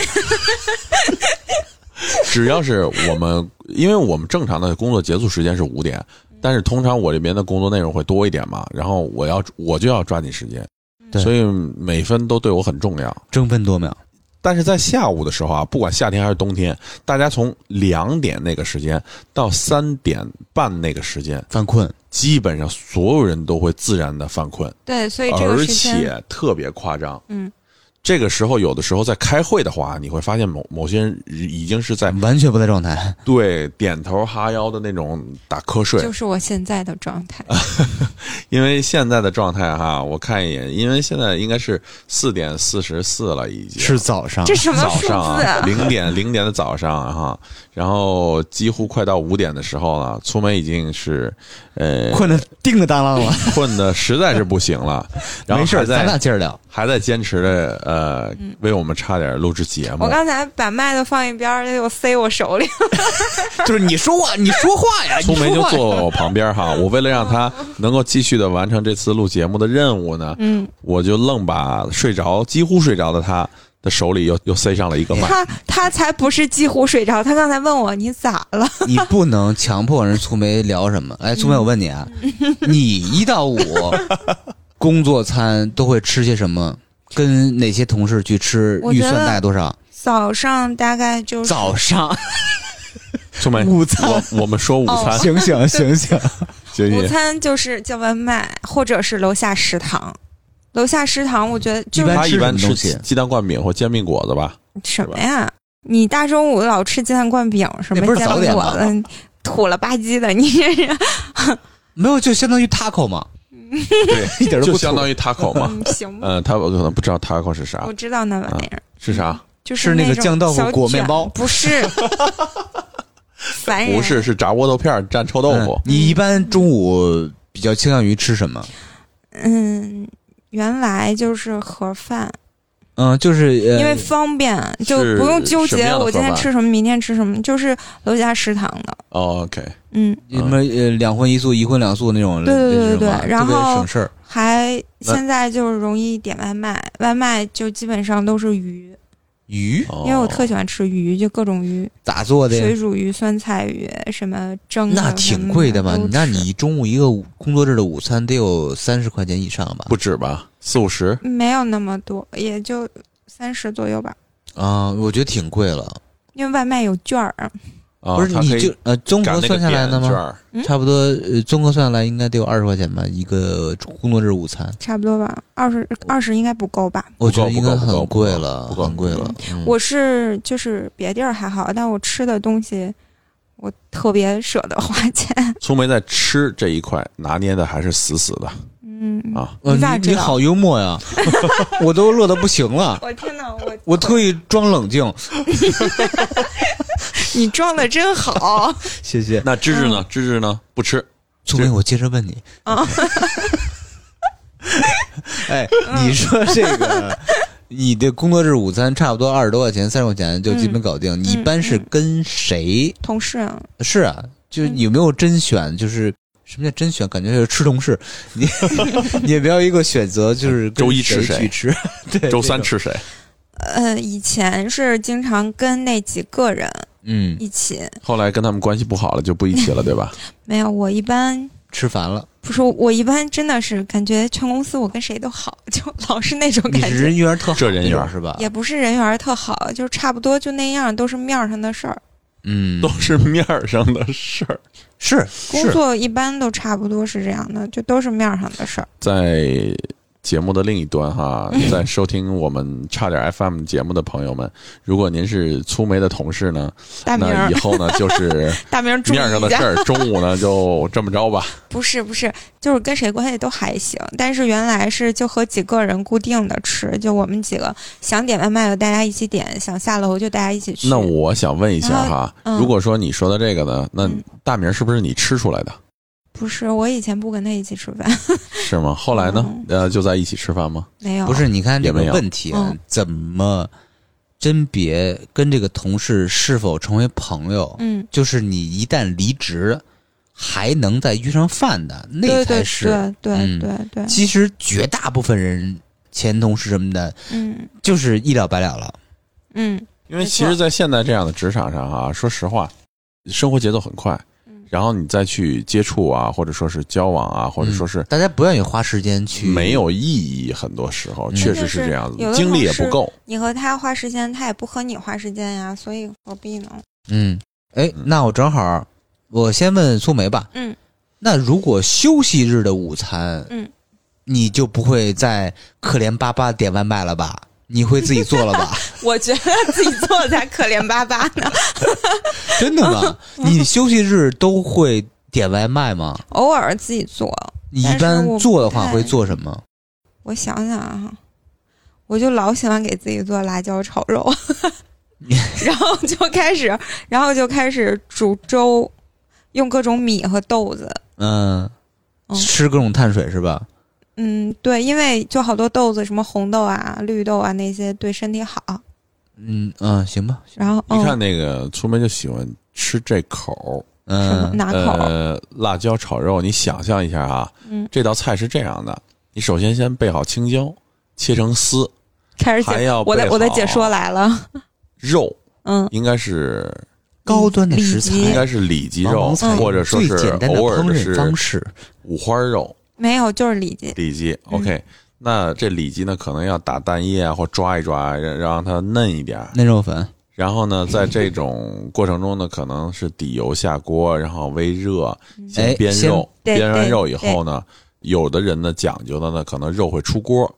Speaker 1: 只要是我们，因为我们正常的工作结束时间是五点，
Speaker 5: 嗯
Speaker 1: 但是通常我这边的工作内容会多一点嘛，然后我要我就要抓紧时间，
Speaker 2: 对
Speaker 1: 所以每分都对我很重要。
Speaker 2: 争分夺秒，
Speaker 1: 但是在下午的时候啊，不管夏天还是冬天，大家从两点那个时间到三点半那个时间，
Speaker 2: 犯困。
Speaker 1: 基本上所有人都会自然的犯困，
Speaker 5: 对，所以这个
Speaker 1: 而
Speaker 5: 时间，
Speaker 1: 且特别夸张。
Speaker 5: 嗯，
Speaker 1: 这个时候有的时候在开会的话，你会发现某某些人已经是在
Speaker 2: 完全不在状态。
Speaker 1: 对点头哈腰的那种打瞌睡，
Speaker 5: 就是我现在的状态。
Speaker 1: 啊因为现在的状态哈，我看一眼，因为现在应该是四点四十四了，已经
Speaker 2: 是早上，
Speaker 5: 这什么
Speaker 1: 早
Speaker 5: 数字
Speaker 1: 上啊，
Speaker 5: 啊？
Speaker 1: 零点零点的早上啊哈、然后几乎快到五点的时候了，粗梅已经是呃
Speaker 2: 困得叮了当啷了。
Speaker 1: 困的实在是不行了，然后
Speaker 2: 没事
Speaker 1: 还
Speaker 2: 儿，咱俩
Speaker 1: 在
Speaker 2: 接着聊。
Speaker 1: 还在坚持的呃为我们差点录制节目
Speaker 5: 嗯我，刚才把麦子放一边儿，又塞我手里。
Speaker 2: 就是你说话，你说话 呀，
Speaker 1: 粗梅
Speaker 2: 哎你
Speaker 1: 就
Speaker 2: 说话呀
Speaker 1: 坐我旁边 哈，我为了让她能够继续的完成这次录节目的任务呢，
Speaker 5: 嗯，
Speaker 1: 我就愣把睡着几乎睡着的她的手里又又塞上了一个
Speaker 2: 哎
Speaker 1: 麦。
Speaker 5: 他他才不是几乎睡着，他刚才问我你咋了？
Speaker 2: 你不能强迫人粗梅聊什么。哎，粗梅，我问你啊，
Speaker 5: 嗯
Speaker 2: 你一到 五工作餐都会吃些什么？跟哪些同事去吃？
Speaker 5: 我
Speaker 2: 预
Speaker 5: 觉
Speaker 2: 算
Speaker 5: 得
Speaker 2: 大概多少？
Speaker 5: 早上大概就是
Speaker 2: 早上
Speaker 1: 粗梅，
Speaker 2: 午餐哦
Speaker 1: 我我们说午餐，
Speaker 2: 醒醒醒醒！
Speaker 1: 行
Speaker 5: 午
Speaker 1: 行，
Speaker 5: 餐就是叫外卖，或者是楼下食堂。楼下食堂，我觉得就
Speaker 2: 一
Speaker 5: 是
Speaker 1: 他一般
Speaker 2: 吃什
Speaker 1: 吃
Speaker 2: 么东
Speaker 1: 鸡
Speaker 2: 西
Speaker 1: 鸡蛋灌饼或煎饼果子吧。
Speaker 5: 什么呀？你大中午老吃鸡蛋灌饼，什么
Speaker 2: 那不是
Speaker 5: 煎
Speaker 2: 早
Speaker 5: 饼
Speaker 2: 点
Speaker 5: 果
Speaker 2: 吗
Speaker 5: 子，土了吧唧的，你这是
Speaker 2: 没有，就相当于 taco 嘛，
Speaker 1: 对，
Speaker 2: 一点都
Speaker 1: 就
Speaker 2: 不土哦
Speaker 1: 相当于 taco 嘛。
Speaker 5: 嗯行吧？
Speaker 1: 嗯，他可能不知道 taco 是啥
Speaker 5: 我，知道那玩意儿，
Speaker 1: 是啥？
Speaker 5: 就是
Speaker 2: 啊是那个
Speaker 5: 种
Speaker 2: 酱豆腐
Speaker 5: 小
Speaker 2: 裹
Speaker 5: 卷
Speaker 2: 面包
Speaker 5: 不是？烦人，
Speaker 1: 不是，是炸窝豆片儿蘸臭豆腐
Speaker 2: 哎嗯。你一般中午比较倾向于吃什么？
Speaker 5: 嗯，原来就是盒饭，
Speaker 2: 嗯，就是呃
Speaker 5: 因为方便，就是不用纠
Speaker 1: 什么
Speaker 5: 结
Speaker 1: 样的
Speaker 5: 我今
Speaker 1: 盒
Speaker 5: 天
Speaker 1: 饭
Speaker 5: 吃什么，明天吃什么，就是楼下食堂的。
Speaker 1: 哦 OK，
Speaker 5: 嗯，
Speaker 2: 什么呃两荤一素、一荤两素那种，
Speaker 5: 对对对对
Speaker 2: 那
Speaker 5: 对
Speaker 2: 种啊
Speaker 5: 然后
Speaker 2: 特别省事儿。
Speaker 5: 还
Speaker 1: 那
Speaker 5: 现在就是容易点外卖，外卖就基本上都是鱼，
Speaker 2: 鱼
Speaker 1: 哦
Speaker 5: 因为我特喜欢吃鱼，就各种鱼，
Speaker 2: 咋做的呀？
Speaker 5: 水煮鱼、酸菜鱼，什么蒸的
Speaker 2: 那挺贵的吧？
Speaker 5: 什么
Speaker 2: 那
Speaker 5: 都吃
Speaker 2: 你中午一个午工作日的午餐得有三十块钱以上吧？
Speaker 1: 不止吧，四五十。
Speaker 5: 没有那么多，也就三十左右吧，
Speaker 2: 啊，我觉得挺贵了。
Speaker 5: 因为外卖有券儿，
Speaker 1: 啊
Speaker 2: 不是
Speaker 1: 他可
Speaker 2: 你
Speaker 1: 以
Speaker 2: 就呃综
Speaker 1: 赶
Speaker 2: 合
Speaker 1: 那
Speaker 2: 算
Speaker 1: 个
Speaker 2: 下来
Speaker 1: 点
Speaker 2: 的
Speaker 1: 券
Speaker 2: 吗？
Speaker 1: 儿
Speaker 5: 嗯
Speaker 2: 差不多呃综合算下来应该得有二十块钱吧，一个工作日午餐，
Speaker 5: 差不多吧，二十二十应该不够吧。
Speaker 2: 我觉得
Speaker 1: 不够
Speaker 2: 应该
Speaker 1: 不够
Speaker 2: 很
Speaker 1: 不够
Speaker 2: 贵了，
Speaker 1: 不够
Speaker 2: 很贵了。嗯
Speaker 5: 我是就是别地儿还好，但我吃的东西，我特别舍得花钱。
Speaker 1: 粗梅在吃这一块拿捏的还是死死的
Speaker 5: 嗯，
Speaker 1: 啊。
Speaker 2: 呃
Speaker 5: 你咋
Speaker 2: 你
Speaker 5: 知
Speaker 2: 你
Speaker 5: 道
Speaker 2: 好幽默 呀，我都乐得不行了。
Speaker 5: 我听到我
Speaker 2: 我特意装冷静，
Speaker 5: 你装的真好，
Speaker 2: 谢谢。
Speaker 1: 那芝芝
Speaker 5: 嗯
Speaker 1: 呢？芝芝呢？不吃。
Speaker 2: 聪明，我接着问你
Speaker 5: 啊。
Speaker 2: 哎，你说这个，你的工作日午餐差不多二十多块钱、三十块钱就基
Speaker 5: 嗯
Speaker 2: 本搞定。你一般是跟谁？
Speaker 5: 同事啊
Speaker 2: 是啊，就
Speaker 5: 嗯
Speaker 2: 有没有甄选？就是什么叫甄选？感觉就是吃同事。 你你有没有一个选择？就是跟
Speaker 1: 周一吃谁
Speaker 2: 去吃？ 对，
Speaker 1: 周三
Speaker 2: 这种。
Speaker 1: 吃谁？
Speaker 5: 呃，以前是经常跟那几个人，
Speaker 2: 嗯，
Speaker 5: 一起。
Speaker 1: 后来跟他们关系不好了，就不一起了，对吧？
Speaker 5: 没有，我一般
Speaker 2: 吃烦了，
Speaker 5: 不是我一般真的是感觉全公司我跟谁都好，就老是那种
Speaker 2: 你
Speaker 5: 感
Speaker 2: 是
Speaker 5: 觉，
Speaker 2: 人缘特好
Speaker 1: 这人
Speaker 2: 那种
Speaker 1: 缘
Speaker 2: 是吧？
Speaker 5: 也不是人缘儿特好，就是差不多就那样，都是面儿上的事儿。
Speaker 2: 嗯
Speaker 1: 都，是面儿上的事儿。
Speaker 2: 是
Speaker 5: 工
Speaker 2: 是，
Speaker 5: 作一般都差不多是这样的，就都是面儿上的事儿。
Speaker 1: 在节目的另一端哈，
Speaker 5: 嗯
Speaker 1: 在收听我们差点 FM 节目的朋友们，如果您是粗梅的同事呢，
Speaker 5: 大明
Speaker 1: 那
Speaker 5: 儿
Speaker 1: 以，后呢就是
Speaker 5: 大明儿注意
Speaker 1: 面上的
Speaker 5: 一
Speaker 1: 事
Speaker 5: 下，
Speaker 1: 儿，中午呢就这么着吧。
Speaker 5: 不是不是，就是跟谁关系都还行，但是原来是就和几个人固定的吃，就我们几个想点外卖就大家一起点，想下楼就大家一起去。
Speaker 1: 那我想问一下哈，
Speaker 5: 嗯
Speaker 1: 如果说你说的这个呢，那
Speaker 5: 嗯
Speaker 1: 大名是不是你吃出来的？
Speaker 5: 不是我以前不跟他一起吃饭，
Speaker 1: 是吗？后来呢？呃，就在一起吃饭吗？
Speaker 5: 嗯没有
Speaker 2: 不是？你看这个
Speaker 1: 也没有
Speaker 2: 问题啊
Speaker 5: 嗯，
Speaker 2: 怎么甄别跟这个同事是否成为朋友？
Speaker 5: 嗯，
Speaker 2: 就是你一旦离职，还能再约上饭的，那
Speaker 5: 对
Speaker 2: 才
Speaker 5: 对
Speaker 2: 是。
Speaker 5: 对对
Speaker 2: 嗯
Speaker 5: 对对，
Speaker 2: 其实绝大部分人前同事什么的，
Speaker 5: 嗯
Speaker 2: 就是一了百了了。
Speaker 5: 嗯
Speaker 1: 因
Speaker 5: 没
Speaker 1: 为
Speaker 5: 错
Speaker 1: 其实，在现在这样的职场上哈、说实话，生活节奏很快，
Speaker 5: 嗯
Speaker 1: 然后你再去接触啊，或者说是交往啊，
Speaker 5: 嗯
Speaker 1: 或者说是
Speaker 2: 大家不愿意花时间去，
Speaker 1: 没有意义，很多时候
Speaker 2: 嗯
Speaker 1: 确实
Speaker 5: 就是是
Speaker 1: 这样子
Speaker 5: 有，的
Speaker 1: 精力也
Speaker 5: 同
Speaker 1: 不
Speaker 5: 事
Speaker 1: 够。
Speaker 5: 你和他花时间，他也不和你花时间呀，所以何必呢？
Speaker 2: 嗯，哎
Speaker 1: 嗯，
Speaker 2: 那我正好，我先问苏梅吧。
Speaker 5: 嗯，
Speaker 2: 那如果休息日的午餐，
Speaker 5: 嗯，
Speaker 2: 你就不会再可怜巴巴地点外卖了吧？你会自己做了 吧？
Speaker 5: 我觉得自己做才可怜巴巴呢，
Speaker 2: 真的吗？
Speaker 5: 嗯
Speaker 2: 你休息日都会点外卖吗？
Speaker 5: 偶尔自己做。
Speaker 2: 你一
Speaker 5: 但是
Speaker 2: 般
Speaker 5: 我
Speaker 2: 做的
Speaker 5: 不
Speaker 2: 话
Speaker 5: 太
Speaker 2: 会做什么？
Speaker 5: 我想想啊，我就老喜欢给自己做辣椒炒 肉， 然后就开始，然后就开始煮粥，用各种米和豆子。
Speaker 2: 嗯，
Speaker 5: 嗯
Speaker 2: 吃各种碳水是吧？
Speaker 5: 嗯，对，因为就好多豆子，什么红豆啊、绿豆啊那些对身体好。
Speaker 2: 嗯嗯，行吧，
Speaker 5: 然后，
Speaker 1: 你看
Speaker 5: 嗯，
Speaker 1: 那个粗梅就喜欢吃这口儿，
Speaker 5: 什么
Speaker 2: 嗯
Speaker 5: 哪口？
Speaker 1: 呃，辣椒炒肉，你想象一下啊，
Speaker 5: 嗯
Speaker 1: 这道菜是这样的：你首先先备好青椒，切成丝，
Speaker 5: 开始
Speaker 1: 还
Speaker 5: 解
Speaker 1: 要，
Speaker 5: 我的
Speaker 1: 备
Speaker 5: 我的
Speaker 1: 好
Speaker 5: 解说来了，
Speaker 1: 肉
Speaker 5: 嗯，
Speaker 1: 应该是
Speaker 2: 高端的
Speaker 5: 里嗯
Speaker 2: 食材
Speaker 5: 脊
Speaker 1: 应该是里脊
Speaker 2: 往
Speaker 1: 肉
Speaker 2: 往采，
Speaker 1: 或者
Speaker 2: 用
Speaker 1: 说
Speaker 2: 最
Speaker 1: 是
Speaker 2: 简单的
Speaker 1: 偶尔
Speaker 2: 烹
Speaker 1: 的
Speaker 2: 饪方
Speaker 1: 是
Speaker 2: 式，
Speaker 1: 五花肉
Speaker 5: 没有，就是里脊，
Speaker 1: 里脊。
Speaker 5: 嗯
Speaker 1: OK，那这里脊呢，可能要打蛋液啊，或抓一抓，让让它嫩一点儿。
Speaker 2: 嫩肉粉，
Speaker 1: 然后呢，在这种过程中呢，可能是底油下锅，然后微热，先
Speaker 2: 哎
Speaker 1: 煸
Speaker 2: 先
Speaker 1: 肉，
Speaker 5: 对
Speaker 1: 煸完
Speaker 5: 对
Speaker 1: 肉以后呢，有的人呢讲究的呢，可能肉会出锅，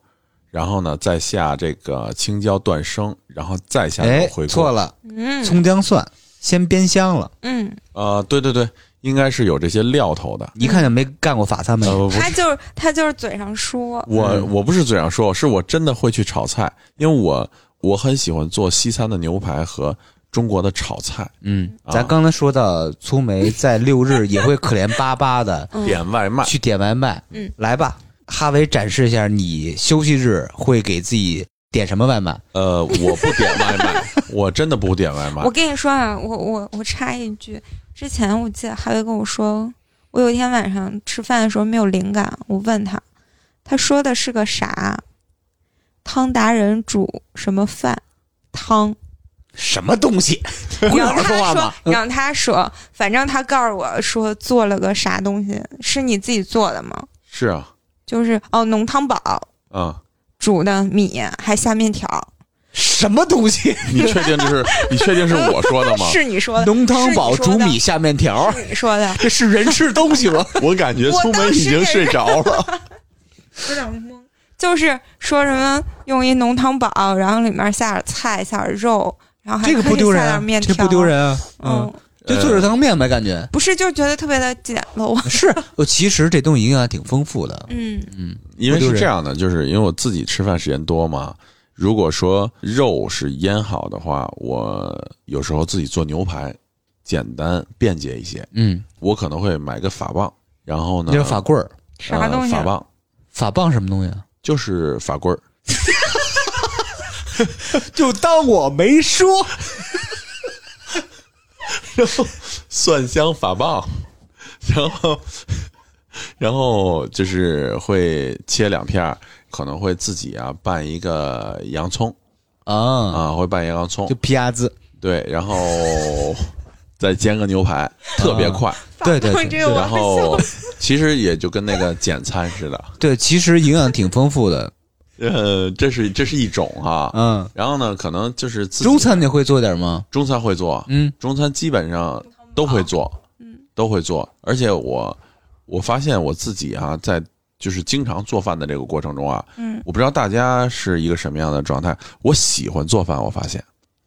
Speaker 1: 然后呢再下这个青椒断生，然后再下肉
Speaker 2: 哎
Speaker 1: 回，锅。
Speaker 2: 错了，
Speaker 5: 嗯
Speaker 2: 葱姜蒜先煸香了，
Speaker 5: 嗯，
Speaker 1: 呃，对对对，应该是有这些料头的。
Speaker 2: 一看就没干过法餐没
Speaker 1: 呃，不
Speaker 5: 他
Speaker 1: 是，
Speaker 5: 就是他就是嘴上说，
Speaker 1: 我
Speaker 2: 嗯
Speaker 1: 我不是嘴上说，是我真的会去炒菜，因为我我很喜欢做西餐的牛排和中国的炒菜，
Speaker 2: 嗯，
Speaker 1: 啊
Speaker 2: 咱刚才说到粗梅在六日也会可怜巴巴的
Speaker 5: 嗯
Speaker 1: 点外卖。
Speaker 2: 去点外卖，
Speaker 5: 嗯，
Speaker 2: 来吧，哈维展示一下你休息日会给自己点什么外卖？
Speaker 1: 呃，我不点外 卖，我真的不点外卖
Speaker 5: 我。跟你说啊，我我我插一句，之前我记得还有跟我说，我有一天晚上吃饭的时候没有灵感，我问他，他说的是个啥？汤达人煮什么饭？ 汤。
Speaker 2: 什么东西？会
Speaker 5: 然
Speaker 2: 好
Speaker 5: 后
Speaker 2: 好说
Speaker 5: 他
Speaker 2: 话
Speaker 5: 说
Speaker 2: 吗？，
Speaker 1: 嗯
Speaker 5: 让他说，反正他告诉我说做了个啥东西，是你自己做的吗？
Speaker 1: 是啊，
Speaker 5: 就是哦，浓汤宝
Speaker 1: 嗯，
Speaker 5: 煮的米还下面条，
Speaker 2: 什么东 西？
Speaker 1: 你确定这是你确定是我说的吗？
Speaker 5: 是你说的
Speaker 2: 浓汤宝
Speaker 5: 是
Speaker 2: 煮
Speaker 5: 你说的
Speaker 2: 米下面条，
Speaker 5: 是你说的，
Speaker 2: 这是人吃东西 吗？
Speaker 1: 我感觉
Speaker 5: 我
Speaker 1: 出门
Speaker 5: 当时
Speaker 1: 已经
Speaker 5: 也
Speaker 1: 睡着了。
Speaker 5: 有点懵。就是说什么用一浓汤宝，然后里面下点菜，下点肉，然后还
Speaker 2: 这个
Speaker 5: 可以
Speaker 2: 不丢人
Speaker 5: 下
Speaker 2: 啊
Speaker 5: 点，面
Speaker 2: 这
Speaker 5: 条，
Speaker 2: 不丢。人啊，
Speaker 5: 嗯
Speaker 2: 嗯，，就做着汤面吧，感觉
Speaker 5: 不是，就觉得特别的简陋。
Speaker 2: 是。我其实这东西营养挺丰富的，
Speaker 5: 嗯
Speaker 2: 嗯，
Speaker 1: 因为
Speaker 2: 不丢
Speaker 1: 是
Speaker 2: 人
Speaker 1: 这样的，就是因为我自己吃饭时间多嘛。如果说肉是腌好的话，我有时候自己做牛排，简单便捷一些。
Speaker 2: 嗯，
Speaker 1: 我可能会买个法棒，然后呢，
Speaker 2: 那是法棍儿，
Speaker 5: 啥东西啊
Speaker 1: 呃？法棒
Speaker 2: 法棒什么东西啊？
Speaker 1: 就是法棍儿。
Speaker 2: 就当我没说。
Speaker 1: 蒜香法棒，然后然后就是会切两片儿，可能会自己啊拌一个洋葱
Speaker 2: 啊，嗯
Speaker 1: 啊，会拌一个洋葱
Speaker 2: 就，皮鸭子，
Speaker 1: 对，然 后再煎个牛排，特
Speaker 2: 啊
Speaker 1: 别快。
Speaker 2: 对对对
Speaker 3: 这个
Speaker 1: 然后
Speaker 3: 我笑
Speaker 1: 其实也就跟那个简餐似的，
Speaker 2: 对，其实营养挺丰富 的，
Speaker 1: 呃，这是这是一种哈、
Speaker 2: 嗯，
Speaker 1: 然后呢，可能就是自己
Speaker 2: 中餐你会做点吗？
Speaker 1: 中餐会做，
Speaker 2: 嗯
Speaker 1: 中餐基本上都会做，
Speaker 5: 嗯，
Speaker 1: 都会做。而且我我发现我自己啊，在就是经常做饭的这个过程中啊，
Speaker 5: 嗯
Speaker 1: 我不知道大家是一个什么样的状态。我喜欢做饭，我发现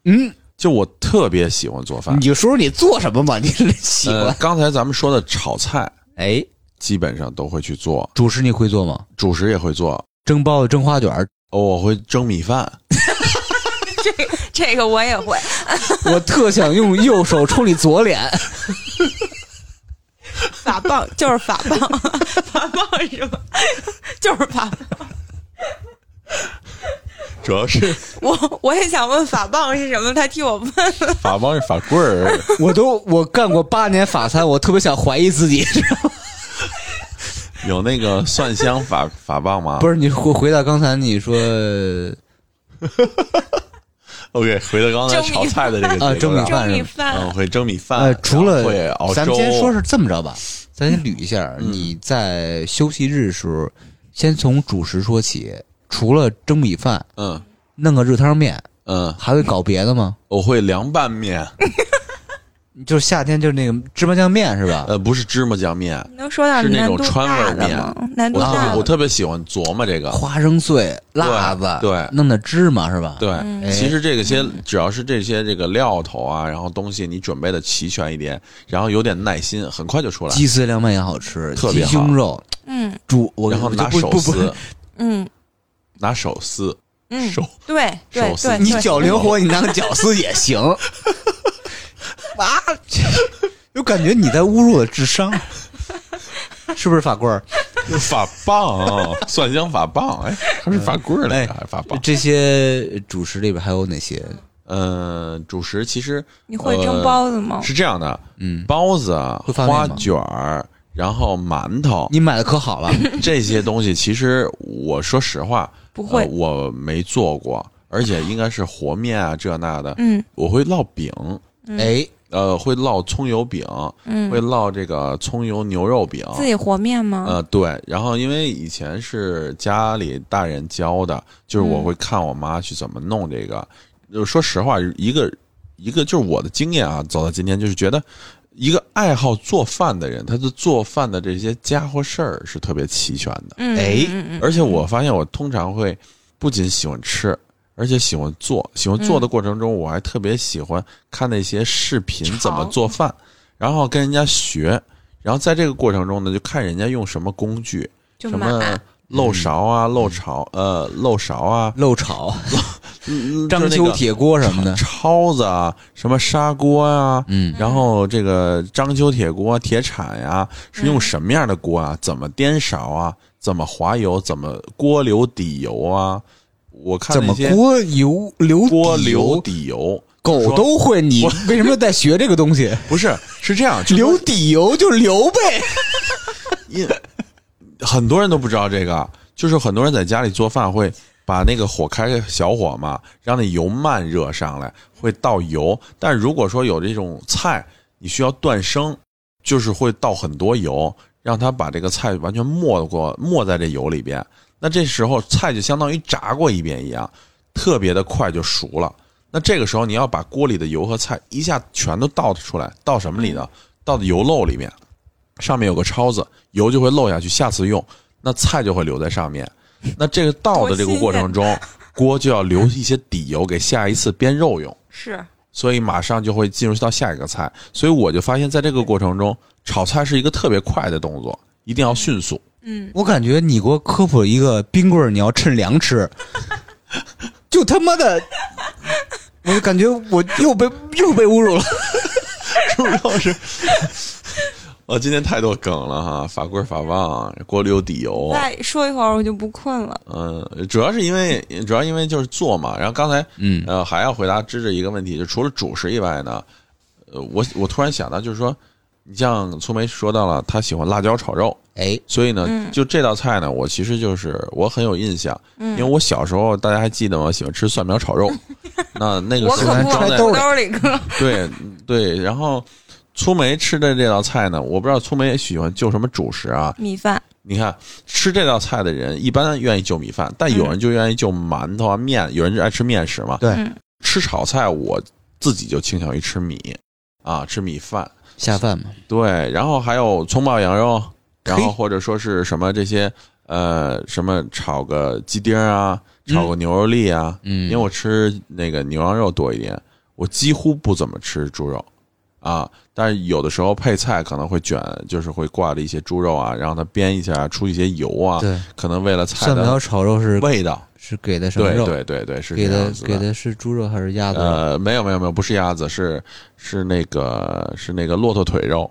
Speaker 2: 嗯，
Speaker 1: 就我特别喜欢做饭
Speaker 6: 你。就说说你做什么吧，你这喜
Speaker 1: 呃
Speaker 6: 欢，
Speaker 1: 刚才咱们说的炒菜，
Speaker 2: 哎，
Speaker 1: 基本上都会去做，
Speaker 2: 主食你会做吗？
Speaker 1: 主食也会做。
Speaker 2: 蒸包子、蒸花卷儿，
Speaker 1: 哦我会蒸米饭，
Speaker 5: 这个我也会，
Speaker 2: 我特想用右手冲你左脸。
Speaker 5: 法棒 就是法棒，法棒是吧？ 就是法棒。
Speaker 1: 主要 是
Speaker 5: 我我也想问法棒是什么，他替我问。
Speaker 1: 法帮是法棍儿。
Speaker 2: 我都我干过八年法餐，我特别想怀疑自己。
Speaker 1: 有那个蒜香 法法棒吗？
Speaker 2: 不
Speaker 1: 是
Speaker 2: 是你回回到刚才你说
Speaker 1: ，OK，回到刚才炒菜的这个
Speaker 2: 啊
Speaker 1: 节奏
Speaker 2: 蒸米
Speaker 1: 上
Speaker 2: 饭是
Speaker 5: 米
Speaker 2: 吧？
Speaker 5: 饭
Speaker 1: 嗯，会蒸米饭，
Speaker 2: 呃，除
Speaker 1: 然
Speaker 2: 了
Speaker 1: 后会熬粥。
Speaker 2: 咱们先说是这么 着吧，咱先捋一下，
Speaker 1: 嗯
Speaker 2: 你在休息日的时候，先从主食说起，除了蒸米饭，
Speaker 1: 嗯
Speaker 2: 弄个热汤面，
Speaker 1: 嗯，
Speaker 2: 还会搞别的吗？
Speaker 1: 我会凉拌 面，
Speaker 2: 就是夏天就是那个芝麻酱面是吧？
Speaker 1: 呃，不是芝麻酱面，
Speaker 5: 你能说点
Speaker 1: 是那
Speaker 5: 难
Speaker 1: 种
Speaker 5: 度
Speaker 1: 川味
Speaker 5: 大
Speaker 1: 儿
Speaker 5: 的
Speaker 1: 面
Speaker 5: 吗？难度
Speaker 1: 我特
Speaker 5: 大
Speaker 1: 别我
Speaker 5: 的，
Speaker 1: 特别喜欢琢磨这个。
Speaker 2: 花生碎、辣子，
Speaker 1: 对
Speaker 2: 弄点芝麻是吧？
Speaker 1: 对，
Speaker 5: 嗯
Speaker 1: 其实这个些只要是这些这个料头啊，然后东西你准备的齐全一点，然后有点耐心，很快就出来。
Speaker 2: 鸡丝凉面也好吃，
Speaker 1: 特别
Speaker 2: 鸡
Speaker 1: 好
Speaker 2: 胸肉
Speaker 5: 嗯
Speaker 2: 煮，我
Speaker 1: 然后
Speaker 2: 我就
Speaker 1: 拿
Speaker 2: 不
Speaker 1: 手
Speaker 2: 不不
Speaker 1: 撕，
Speaker 5: 嗯
Speaker 1: 拿手撕，
Speaker 5: 嗯，
Speaker 1: 手
Speaker 5: 对对
Speaker 1: 手撕
Speaker 5: 对，
Speaker 2: 你
Speaker 5: 对
Speaker 2: 脚灵活，你拿个绞丝也行。 哇，我感觉你在侮辱我的智商，是不是法棍儿？
Speaker 1: 法棒，蒜香法棒，哎，还是法棍儿来着，还是法棒。
Speaker 2: 这些主食里边还有哪些？
Speaker 1: 嗯，主食其实
Speaker 5: 你会蒸包子吗
Speaker 1: 呃？是这样的，
Speaker 2: 嗯，
Speaker 1: 包子、啊
Speaker 2: 会发面
Speaker 1: 花
Speaker 2: 吗
Speaker 1: 卷儿，然后馒 头
Speaker 2: 你买的可好了，
Speaker 1: 这些东西，其实我说实话，
Speaker 5: 不会
Speaker 1: 呃我没做过，而且应该是和面啊这那的，
Speaker 5: 嗯
Speaker 1: 我会烙饼，
Speaker 2: 哎，
Speaker 1: 呃，会烙葱油饼，会
Speaker 5: 嗯，
Speaker 1: 烙这个葱油牛肉饼，
Speaker 5: 自己和面吗？
Speaker 1: 呃，对，然后因为以前是家里大人教的，就是我
Speaker 5: 嗯
Speaker 1: 会看我妈去怎么弄这个。呃说实话，一个一个就是我的经验啊，走到今天就是觉得，一个爱好做饭的人，他的做饭的这些家伙事儿是特别齐全的。
Speaker 5: 嗯，
Speaker 2: 哎
Speaker 5: 嗯嗯嗯
Speaker 1: 而且我发现，我通常会不仅喜欢吃，而且喜欢做。喜欢做的过程中，我还特别喜欢看那些视频
Speaker 5: 炒
Speaker 1: 怎么做饭，然后跟人家学。然后在这个过程中呢，就看人家用什么工具，
Speaker 5: 就
Speaker 1: 什
Speaker 5: 买
Speaker 1: 么漏勺啊、漏勺呃、漏勺啊、
Speaker 2: 漏炒、
Speaker 1: 嗯
Speaker 2: 章
Speaker 1: 就那
Speaker 2: 丘
Speaker 1: 个
Speaker 2: 铁锅什么的，
Speaker 1: 抄子啊、什么砂锅啊，
Speaker 2: 嗯，
Speaker 1: 然后这个章丘铁锅、铁铲呀、是用什么样的锅啊？怎么颠勺啊？怎么滑油？怎么锅流底油啊？我看
Speaker 2: 怎么
Speaker 1: 那些
Speaker 2: 锅油流
Speaker 1: 锅
Speaker 2: 底
Speaker 1: 流
Speaker 2: 油，
Speaker 1: 底油，
Speaker 2: 狗都会，你为什么在学这个东西？
Speaker 1: 不是是这样， 就是
Speaker 2: 流底油就流呗，
Speaker 1: 因很多人都不知道这个，啊就是很多人在家里做饭会把那个火开个小火嘛，让那油慢热上来，会倒油。但如果说有这种菜，你需要断生，就是会倒很多油，让它把这个菜完全没过没在这油里边。那这时候菜就相当于炸过一遍一样，特别的快就熟了。那这个时候你要把锅里的油和菜一下全都倒出来，倒什么里呢？倒到油漏里面。上面有个抄子，油就会漏下去，下次用，那菜就会留在上面。那这个倒的这个过程中，锅就要留一些底油给下一次煸肉用，
Speaker 5: 是
Speaker 1: 所以马上就会进入到下一个菜。所以我就发现，在这个过程中，炒菜是一个特别快的动作，一定要迅速。
Speaker 5: 嗯，
Speaker 2: 我感觉你给我科普一个冰棍儿，你要趁凉 吃，就他妈 的，我就感觉我又被 又被侮辱了。
Speaker 1: 主要是，我哦今天太多梗了哈，法棍儿法棒，锅里有底油，
Speaker 5: 再说一会儿我就不困了。
Speaker 1: 嗯，主要是因为主要因为就是做嘛，然后刚才
Speaker 2: 嗯
Speaker 1: 呃还要回答芝芝一个问题，就除了主食以外呢，呃我我突然想到就是说，你像粗梅说到了她喜欢辣椒炒肉，
Speaker 2: 哎，
Speaker 1: 所以呢，
Speaker 5: 嗯
Speaker 1: 就这道菜呢，我其实就是我很有印象，因为
Speaker 5: 嗯，
Speaker 1: 我小时候大家还记得吗？喜欢吃蒜苗炒肉，那那个
Speaker 3: 我
Speaker 1: 时
Speaker 2: 是
Speaker 1: 候
Speaker 3: 可不
Speaker 2: 咱
Speaker 3: 往
Speaker 2: 揣兜
Speaker 3: 裤
Speaker 2: 里
Speaker 3: 兜里
Speaker 1: 嗯
Speaker 3: 搁。
Speaker 1: 对对，然后粗梅吃的这道菜呢，我不知道粗梅喜欢就什么主食啊？
Speaker 5: 米饭，
Speaker 1: 你看吃这道菜的人一般愿意就米饭，但有人就愿意就馒头啊面，有人就爱吃面食嘛。
Speaker 2: 对
Speaker 5: 嗯
Speaker 1: 吃炒菜我自己就倾向于吃米啊，吃米饭。
Speaker 6: 下饭嘛，
Speaker 1: 对，然后还有葱爆羊肉，然后
Speaker 2: 嘿
Speaker 1: 或者说是什么这些呃什么炒个鸡丁儿啊，
Speaker 2: 嗯
Speaker 1: 炒个牛肉粒啊，
Speaker 6: 嗯
Speaker 1: 因为我吃那个牛羊肉多一点，我几乎不怎么吃猪肉啊，但是有的时候配菜可能会卷，就是会挂着一些猪肉啊，让它煸一下，出一些油啊，
Speaker 2: 对，
Speaker 1: 可能为了菜
Speaker 2: 蒜苗
Speaker 1: 的
Speaker 2: 炒肉是
Speaker 1: 味道。
Speaker 2: 是给的什么
Speaker 1: 对
Speaker 2: 肉？
Speaker 1: 对对对，是
Speaker 2: 给
Speaker 1: 这
Speaker 2: 的
Speaker 1: 样子
Speaker 2: 给的是猪肉还是鸭子肉？
Speaker 1: 呃，没有没有没有，不是鸭子，是是那个是那个骆驼腿肉。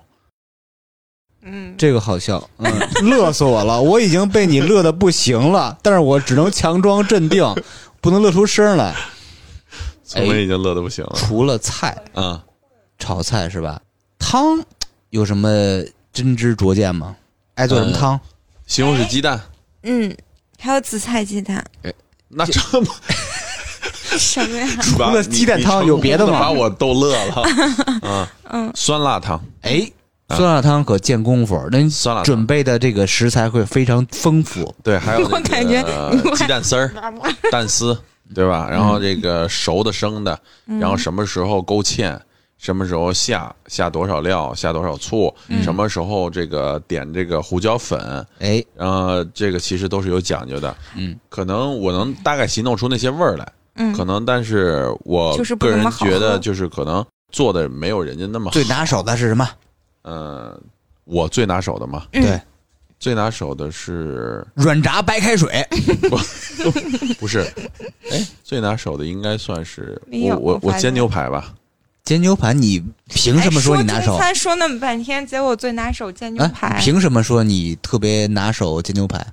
Speaker 3: 嗯，
Speaker 2: 这个好笑， 嗯，
Speaker 6: 乐死我了！
Speaker 2: 我已经被你乐的不行了，但是我只能强装镇定，不能乐出声来。哎
Speaker 1: 聪明已经乐得不行了，
Speaker 2: 除了菜，
Speaker 1: 嗯，
Speaker 2: 炒菜是吧？汤有什么真知灼见吗？爱做什
Speaker 1: 呃
Speaker 2: 么汤？
Speaker 1: 西红
Speaker 2: 哎
Speaker 1: 柿鸡蛋，
Speaker 5: 嗯，还有紫菜 鸡蛋，
Speaker 1: 那这 么
Speaker 5: 什么呀？
Speaker 1: 除
Speaker 2: 了鸡蛋汤有别的吗
Speaker 1: 把我逗乐 了，嗯
Speaker 5: 嗯，
Speaker 1: 酸辣汤，
Speaker 2: 哎，
Speaker 1: 啊
Speaker 2: 酸辣汤可见功夫，那你
Speaker 1: 酸辣汤
Speaker 2: 准备的这个食材会非常丰富。
Speaker 1: 对，还有那个
Speaker 5: 我感觉你快
Speaker 1: 鸡蛋丝儿、蛋丝，对吧？然
Speaker 2: 嗯
Speaker 1: 后这个熟的、生的，然后什么时候勾芡，什么时候下下多少料，下多少醋，
Speaker 2: 嗯
Speaker 1: 什么时候这个点这个胡椒粉，
Speaker 2: 哎，
Speaker 1: 呃，这个其实都是有讲究的。
Speaker 6: 嗯，
Speaker 1: 可能我能大概形容出那些味儿来，
Speaker 5: 嗯
Speaker 1: 可能，但是我
Speaker 5: 就是不
Speaker 1: 个
Speaker 5: 怎
Speaker 1: 人
Speaker 5: 么好
Speaker 1: 觉得
Speaker 5: 喝
Speaker 1: 就是可能做的没有人家那么好。
Speaker 2: 最拿手的是什么？
Speaker 1: 呃，我最拿手的嘛，
Speaker 5: 嗯
Speaker 2: 对，
Speaker 1: 最拿手的是
Speaker 2: 软炸白开水。
Speaker 5: 嗯
Speaker 1: 不是？哎，最拿手的应该算是
Speaker 5: 没
Speaker 1: 我
Speaker 5: 有
Speaker 1: 我
Speaker 5: 我
Speaker 1: 我
Speaker 5: 发
Speaker 1: 煎
Speaker 5: 现
Speaker 1: 牛排吧。
Speaker 2: 煎牛排，你凭什么
Speaker 5: 哎说
Speaker 2: 你拿手
Speaker 5: 中？餐说那么半天，结果最拿手煎
Speaker 1: 哎
Speaker 5: 牛
Speaker 2: 啊，
Speaker 5: 排，
Speaker 2: 凭什么说你特别拿手煎牛排？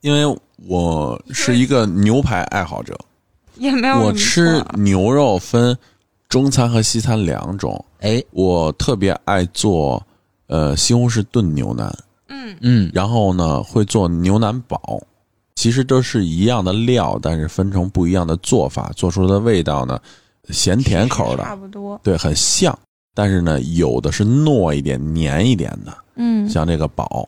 Speaker 1: 因为我是一个牛排爱好者，
Speaker 5: 也嗯没有
Speaker 1: 我
Speaker 5: 什么
Speaker 1: 吃
Speaker 5: 错
Speaker 1: 牛肉分中餐和西餐两种，
Speaker 2: 哎，
Speaker 1: 我特别爱做呃西红柿炖牛腩，
Speaker 5: 嗯
Speaker 2: 嗯，
Speaker 1: 然后呢会做牛腩煲，其实都是一样的料，但是分成不一样的做法，做出的味道呢咸甜口
Speaker 5: 差
Speaker 1: 的，
Speaker 5: 不多，
Speaker 1: 对，很像，但是呢有的是糯一点、黏一点的，
Speaker 5: 嗯
Speaker 1: 像这个煲。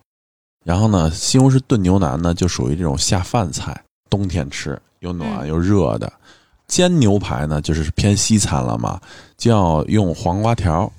Speaker 1: 然后呢，西红柿炖牛腩呢，就属于这种下饭菜，冬天吃又暖
Speaker 5: 嗯
Speaker 1: 又热的。煎牛排呢，就是偏西餐了嘛，就要用黄瓜条，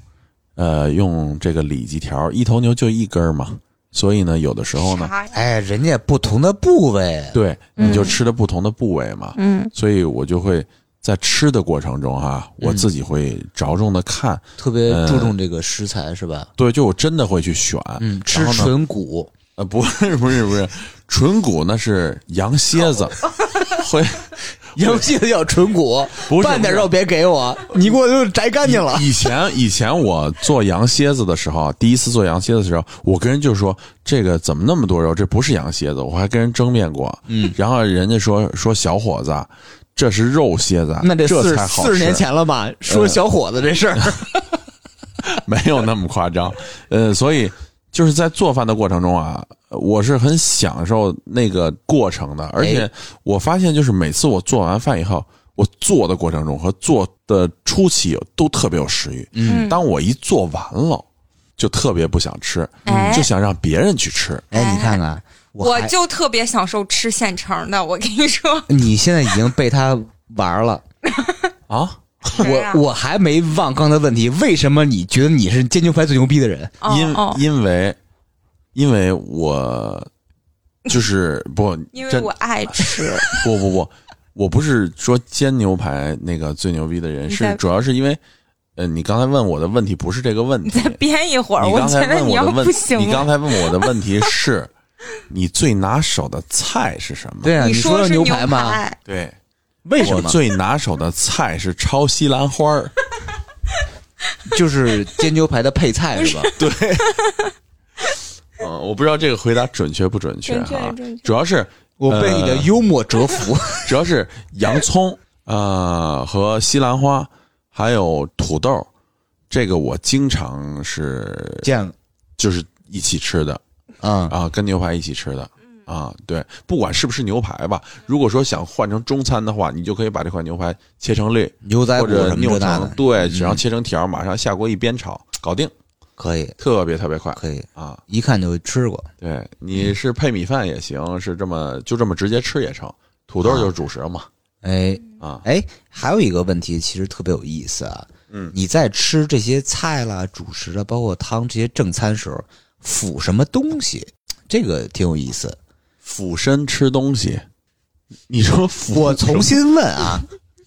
Speaker 1: 呃，用这个里脊条，一头牛就一根儿嘛，所以呢，有的时候呢，
Speaker 5: 啥呀
Speaker 2: 哎，人家不同的部位，
Speaker 1: 对，你就
Speaker 5: 嗯
Speaker 1: 吃的不同的部位嘛，
Speaker 5: 嗯
Speaker 1: 所以我就会在吃的过程中哈、我
Speaker 2: 嗯
Speaker 1: 自己会着重的看，
Speaker 2: 特别
Speaker 1: 呃
Speaker 2: 注重这个食材是吧？
Speaker 1: 对，就我真的会去选，
Speaker 2: 嗯，吃
Speaker 1: 然后呢
Speaker 2: 纯骨，
Speaker 1: 呃，不 是不是不是，纯骨那是羊蝎子，会
Speaker 2: 羊蝎子要纯骨，
Speaker 1: 不是
Speaker 2: 半点肉别给我，你给我就摘干净了。
Speaker 1: 以以前以前我做羊蝎子的时候，啊第一次做羊蝎子的时候，我跟人就说这个怎么那么多肉，这不是羊蝎子，我还跟人争辩过。嗯，然后人家说说小伙子，啊这是肉蝎子，啊
Speaker 2: 那
Speaker 1: 这
Speaker 2: 四
Speaker 1: 才好
Speaker 2: 四十年
Speaker 1: 吃嗯
Speaker 2: 前了吧？说小伙子这事儿，
Speaker 1: 没有那么夸张。呃，所以就是在做饭的过程中啊，我是很享受那个过程
Speaker 5: 哎
Speaker 1: 的。而且我发现，就是每次我做完饭以后，我做的过程中和做的初期都特别有食欲。
Speaker 5: 嗯
Speaker 1: 当我一做完了，就特别不想吃，
Speaker 5: 哎
Speaker 1: 就想让别人去吃。
Speaker 2: 哎，你看看，我
Speaker 5: 我
Speaker 2: 还
Speaker 5: 就特别享受吃现成的，我跟你 说，
Speaker 2: 你现在已经被他玩了。
Speaker 1: 啊，
Speaker 5: 谁呀
Speaker 2: 我我还没忘刚才问题，为什么你觉得你是煎牛排最牛逼的人？
Speaker 5: 哦
Speaker 1: 因
Speaker 5: 哦，
Speaker 1: 因为因为我就是不，
Speaker 5: 因为
Speaker 1: 真哎
Speaker 5: 我爱吃，
Speaker 1: 不不不，我不是说煎牛排那个最牛逼的人，
Speaker 5: 你在
Speaker 1: 是主要是因为，呃，你刚才问我的问题不是这个问
Speaker 5: 你
Speaker 1: 题
Speaker 5: 再，编一会儿，
Speaker 1: 你
Speaker 5: 我
Speaker 1: 刚
Speaker 5: 觉
Speaker 1: 才
Speaker 5: 得
Speaker 1: 问
Speaker 5: 你
Speaker 1: 我
Speaker 5: 要
Speaker 1: 的问，
Speaker 5: 不行啊
Speaker 1: 你刚
Speaker 5: 了。
Speaker 1: 才问我的问题是，你最拿手的菜是什么？
Speaker 2: 对啊，你
Speaker 5: 说
Speaker 2: 说
Speaker 5: 是
Speaker 2: 牛
Speaker 5: 牛
Speaker 2: 排嘛，
Speaker 1: 对，
Speaker 2: 为什
Speaker 1: 我
Speaker 2: 么？
Speaker 1: 最拿手的菜是抄西兰花儿，
Speaker 2: 就是煎牛排的配菜是吧？
Speaker 1: 对。嗯，我不知道这个回答准确不准确
Speaker 5: 准确
Speaker 1: 哈
Speaker 5: 准，确
Speaker 1: 主要是 呃
Speaker 2: 我被你的幽默折 服。
Speaker 1: 主要是洋葱，呃，和西兰花，还有土豆，这个我经常是
Speaker 2: 见
Speaker 1: 就是一起吃的
Speaker 2: 啊，
Speaker 1: 啊，跟牛排一起吃的啊、啊，对，不管是不是牛排吧，如果说想换成中餐的话，你就可以把这块牛排切成粒
Speaker 2: 牛仔
Speaker 1: 或
Speaker 2: 骨什
Speaker 1: 者
Speaker 2: 么
Speaker 1: 扭
Speaker 2: 这那
Speaker 1: 成
Speaker 2: 的，，
Speaker 1: 对，
Speaker 2: 嗯
Speaker 1: 然后切成条，马上下锅一煸炒，搞定，
Speaker 2: 可以
Speaker 1: 特别特别快
Speaker 2: 可以，
Speaker 1: 啊！
Speaker 2: 一看就吃过。
Speaker 1: 对，你是配米饭也行，是这么就这么直接吃也成，土豆就是主食嘛
Speaker 2: 哎
Speaker 1: 啊，
Speaker 2: 哎，还有一个问题其实特别有意思啊，
Speaker 1: 嗯，
Speaker 2: 你在吃这些菜啦、主食啊啦，包括汤这些正餐时候，辅什么东西？这个挺有意思。
Speaker 1: 俯身吃东西，你说俯
Speaker 2: 我重新问啊，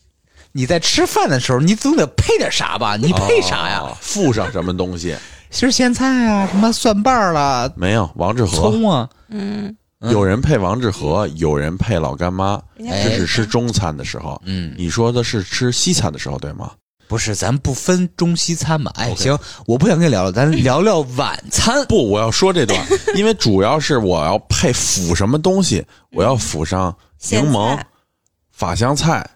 Speaker 2: 你在吃饭的时候，你总得配点啥吧？你配啥呀？
Speaker 1: 哦附上什么东西？
Speaker 2: 其实咸菜啊，什么蒜瓣儿啦、
Speaker 1: 没有，王致和。
Speaker 2: 葱啊，
Speaker 5: 嗯，
Speaker 2: 嗯
Speaker 1: 有人配王致和，有人配老干妈，
Speaker 5: 人家
Speaker 2: 哎
Speaker 1: 这是吃中餐的时候。
Speaker 2: 嗯，
Speaker 1: 你说的是吃西餐的时候对吗？
Speaker 2: 不是，咱不分中西餐吧？哎
Speaker 1: OK
Speaker 2: 行，我不想跟你聊了，咱聊聊晚餐。
Speaker 1: 不，我要说这 段，因为主要是我要配辅什么东西，
Speaker 2: 嗯
Speaker 1: 我要辅上柠
Speaker 5: 咸
Speaker 1: 檬
Speaker 5: 菜、
Speaker 1: 法香菜，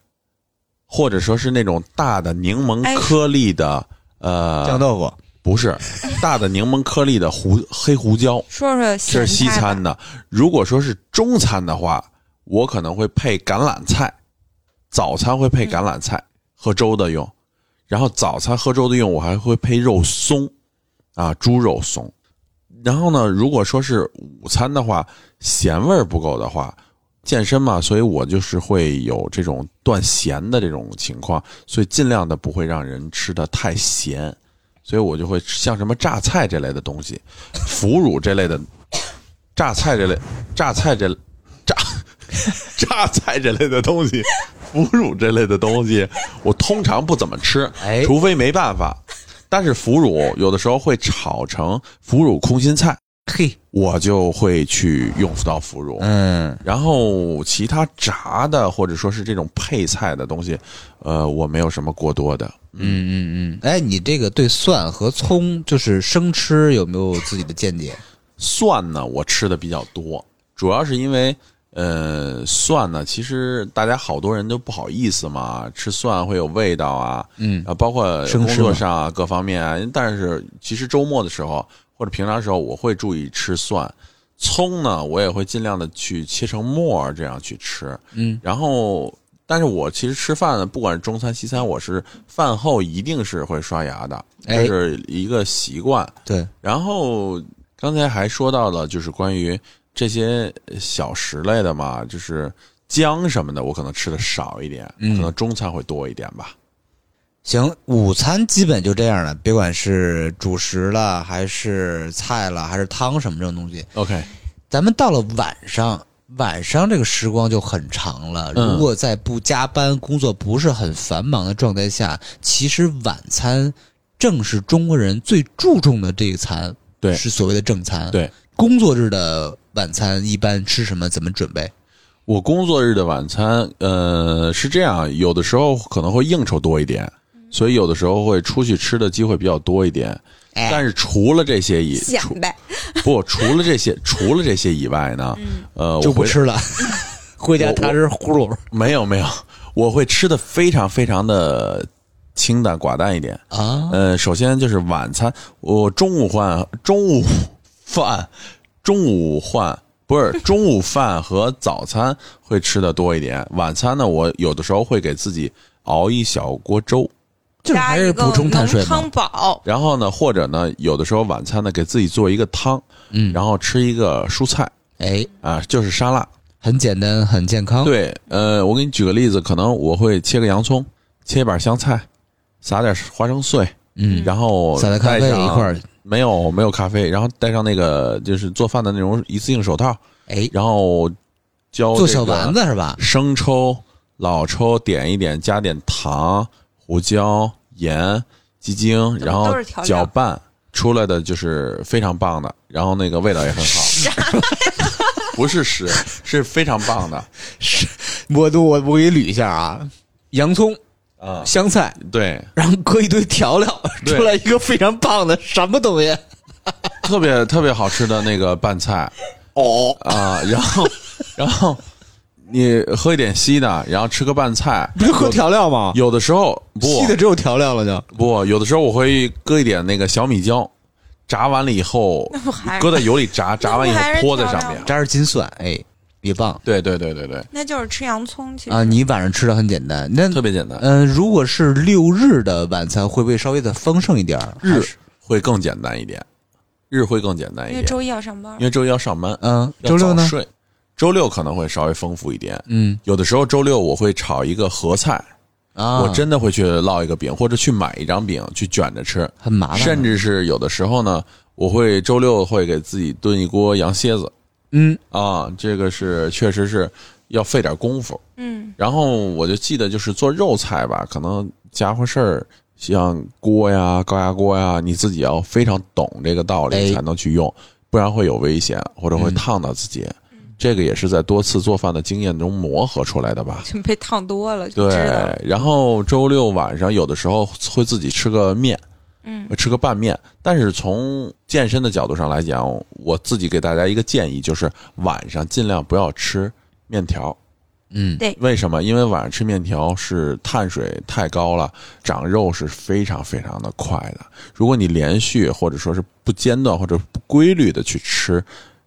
Speaker 1: 或者说是那种大的柠檬
Speaker 5: 哎
Speaker 1: 颗粒的，
Speaker 2: 酱
Speaker 1: 呃，
Speaker 2: 豆腐，
Speaker 1: 不是大的柠檬颗粒的胡黑胡椒，
Speaker 5: 说说
Speaker 1: 这是西
Speaker 5: 咸菜吧
Speaker 1: 餐的。如果说是中餐的话，我可能会配橄榄菜，早餐会配橄榄菜，喝粥的用。然后早餐喝粥的用，我还会配肉松，啊，猪肉松。然后呢，如果说是午餐的话，咸味儿不够的话，健身嘛，所以我就是会有这种断咸的这种情况，所以尽量的不会让人吃的太咸，所以我就会像什么榨菜这类的东西，腐乳这类的， 榨菜这类，榨菜这榨榨菜这类的东西，腐乳这类的东西，我通常不怎么吃，
Speaker 2: 哎
Speaker 1: 除非没办法。但是腐乳有的时候会炒成腐乳空心菜，
Speaker 2: 嘿，
Speaker 1: 我就会去用到腐乳。
Speaker 2: 嗯，
Speaker 1: 然后其他炸的或者说是这种配菜的东西，呃，我没有什么过多的。
Speaker 2: 嗯嗯嗯，哎，你这个对蒜和葱就是生吃有没有自己的见解？
Speaker 1: 蒜呢，我吃的比较多，主要是因为，呃，蒜呢，其实大家好多人都不好意思嘛，吃蒜会有味道啊，
Speaker 2: 嗯
Speaker 1: 啊，包括
Speaker 2: 生
Speaker 1: 工
Speaker 2: 吃
Speaker 1: 作
Speaker 2: 嘛
Speaker 1: 上啊各方面啊。但是其实周末的时候或者平常时候，我会注意吃蒜。葱呢，我也会尽量的去切成末儿，这样去吃。
Speaker 2: 嗯，
Speaker 1: 然后，但是我其实吃饭，不管是中餐西餐，我是饭后一定是会刷牙的，
Speaker 2: 哎
Speaker 1: 这是一个习惯。
Speaker 2: 对，
Speaker 1: 然后刚才还说到了，就是关于这些小食类的嘛，就是姜什么的，我可能吃的少一点，
Speaker 2: 嗯
Speaker 1: 可能中餐会多一点吧。
Speaker 2: 行，午餐基本就这样了，别管是主食了，还是菜了，还是汤什么这种东西。
Speaker 1: OK，
Speaker 2: 咱们到了晚上，晚上这个时光就很长了。
Speaker 1: 嗯
Speaker 2: 如果在不加班、工作不是很繁忙的状态下，其实晚餐正是中国人最注重的这一餐，
Speaker 1: 对
Speaker 2: 是所谓的正餐。
Speaker 1: 对，
Speaker 2: 工作日的晚餐一般吃什么？怎么准备？
Speaker 1: 我工作日的晚餐，呃，是这样，有的时候可能会应酬多一点，所以有的时候会出去吃的机会比较多一点。
Speaker 2: 哎
Speaker 1: 但是除了这些以除
Speaker 5: 咸呗，
Speaker 1: 不除了这些 除了这些以外呢，呃，
Speaker 2: 就
Speaker 1: 我
Speaker 2: 不
Speaker 1: 会
Speaker 2: 吃了， 回家踏实呼噜
Speaker 1: 没有没有，我会吃的非常非常的清淡寡淡一点。
Speaker 2: 啊。
Speaker 1: 呃，首先就是晚餐，我中午饭、中午饭、中午饭不是中午饭和早餐会吃的多一点，晚餐呢，我有的时候会给自己熬一小锅粥，
Speaker 2: 就是还是补充碳水
Speaker 3: 加一个浓汤。
Speaker 2: 嘛
Speaker 3: 宝，
Speaker 1: 然后呢，或者呢，有的时候晚餐呢给自己做一个汤，
Speaker 2: 嗯，
Speaker 1: 然后吃一个蔬菜
Speaker 2: 哎，
Speaker 1: 啊、就是沙拉。
Speaker 2: 很简单，很健康。，
Speaker 1: 对，呃，我给你举个例子，可能我会切个洋葱，切一把香菜，撒点花生碎，
Speaker 2: 嗯，
Speaker 1: 然后
Speaker 2: 撒在咖啡
Speaker 1: 带上
Speaker 2: 一块儿。
Speaker 1: 没有没有咖啡，然后戴上那个就是做饭的那种一次性手套，
Speaker 2: 哎，
Speaker 1: 然后浇
Speaker 2: 做
Speaker 1: 这
Speaker 2: 小
Speaker 1: 个
Speaker 2: 丸子是吧？
Speaker 1: 生抽、老抽点一点，加点糖、胡椒、盐、鸡精，
Speaker 3: 都
Speaker 1: 然后
Speaker 3: 都是调料
Speaker 1: 搅拌出来的就是非常棒的，然后那个味道也很好。
Speaker 3: 啊
Speaker 1: 不是屎，是非常棒的
Speaker 2: 我都我我给你捋一下啊，洋葱、
Speaker 1: 啊、
Speaker 2: 香菜，
Speaker 1: 对，
Speaker 2: 然后搁一堆调料，
Speaker 1: 对
Speaker 2: 出来一个非常棒的什么东西？
Speaker 1: 特别特别好吃的那个拌菜
Speaker 2: 哦，
Speaker 1: 啊，然后然后你喝一点稀的，然后吃个拌菜，
Speaker 2: 不就喝调料吗？
Speaker 1: 有的时候
Speaker 2: 稀
Speaker 1: 不
Speaker 2: 的只有调料了就。
Speaker 1: 不，有的时候我会搁一点那个小米椒，炸完了以后
Speaker 5: 那不还
Speaker 1: 搁在油里炸，炸完以后
Speaker 5: 还是
Speaker 1: 泼在
Speaker 5: 漂
Speaker 1: 上
Speaker 5: 亮
Speaker 1: 面。
Speaker 2: 炸点金蒜，哎，也棒
Speaker 1: 对对对对对，
Speaker 5: 那就是吃洋葱去
Speaker 2: 啊！你晚上吃的很简单，那
Speaker 1: 特别简单，
Speaker 2: 嗯、如果是六日的晚餐，会不会稍微的丰盛一点儿？
Speaker 1: 日
Speaker 2: 还是
Speaker 1: 会更简单一点，日会更简单一
Speaker 5: 因为
Speaker 1: 点，
Speaker 5: 周一要上班
Speaker 1: 因。为周一要上班，
Speaker 2: 嗯，
Speaker 1: 要
Speaker 2: 周六
Speaker 1: 早
Speaker 2: 呢？
Speaker 1: 睡，周六可能会稍微丰富一点。
Speaker 2: 嗯
Speaker 1: 有的时候周六我会炒一个合菜，
Speaker 2: 啊，
Speaker 1: 我真的会去烙一个饼，或者去买一张饼去卷着吃，
Speaker 2: 很麻烦，
Speaker 1: 甚至是有的时候呢，我会周六会给自己炖一锅羊蝎子
Speaker 2: 嗯
Speaker 1: 啊，这个是确实是要费点功夫。
Speaker 5: 嗯，
Speaker 1: 然后我就记得就是做肉菜吧，可能家伙事儿像锅呀、高压锅呀，你自己要非常懂这个道理
Speaker 2: 哎
Speaker 1: 才能去用，不然会有危险或者会
Speaker 2: 嗯
Speaker 1: 烫到自己。这个也是在多次做饭的经验中磨合出来的吧。
Speaker 5: 就被烫多了，就
Speaker 1: 对
Speaker 5: 知道了。，
Speaker 1: 然后周六晚上有的时候会自己吃个面，
Speaker 5: 嗯，
Speaker 1: 吃个拌面。但是从健身的角度上来讲，我自己给大家一个建议，就是晚上尽量不要吃面条。
Speaker 2: 嗯，
Speaker 1: 为什么？因为晚上吃面条是碳水太高了，长肉是非常非常的快的。如果你连续或者说是不间断或者不规律的去吃，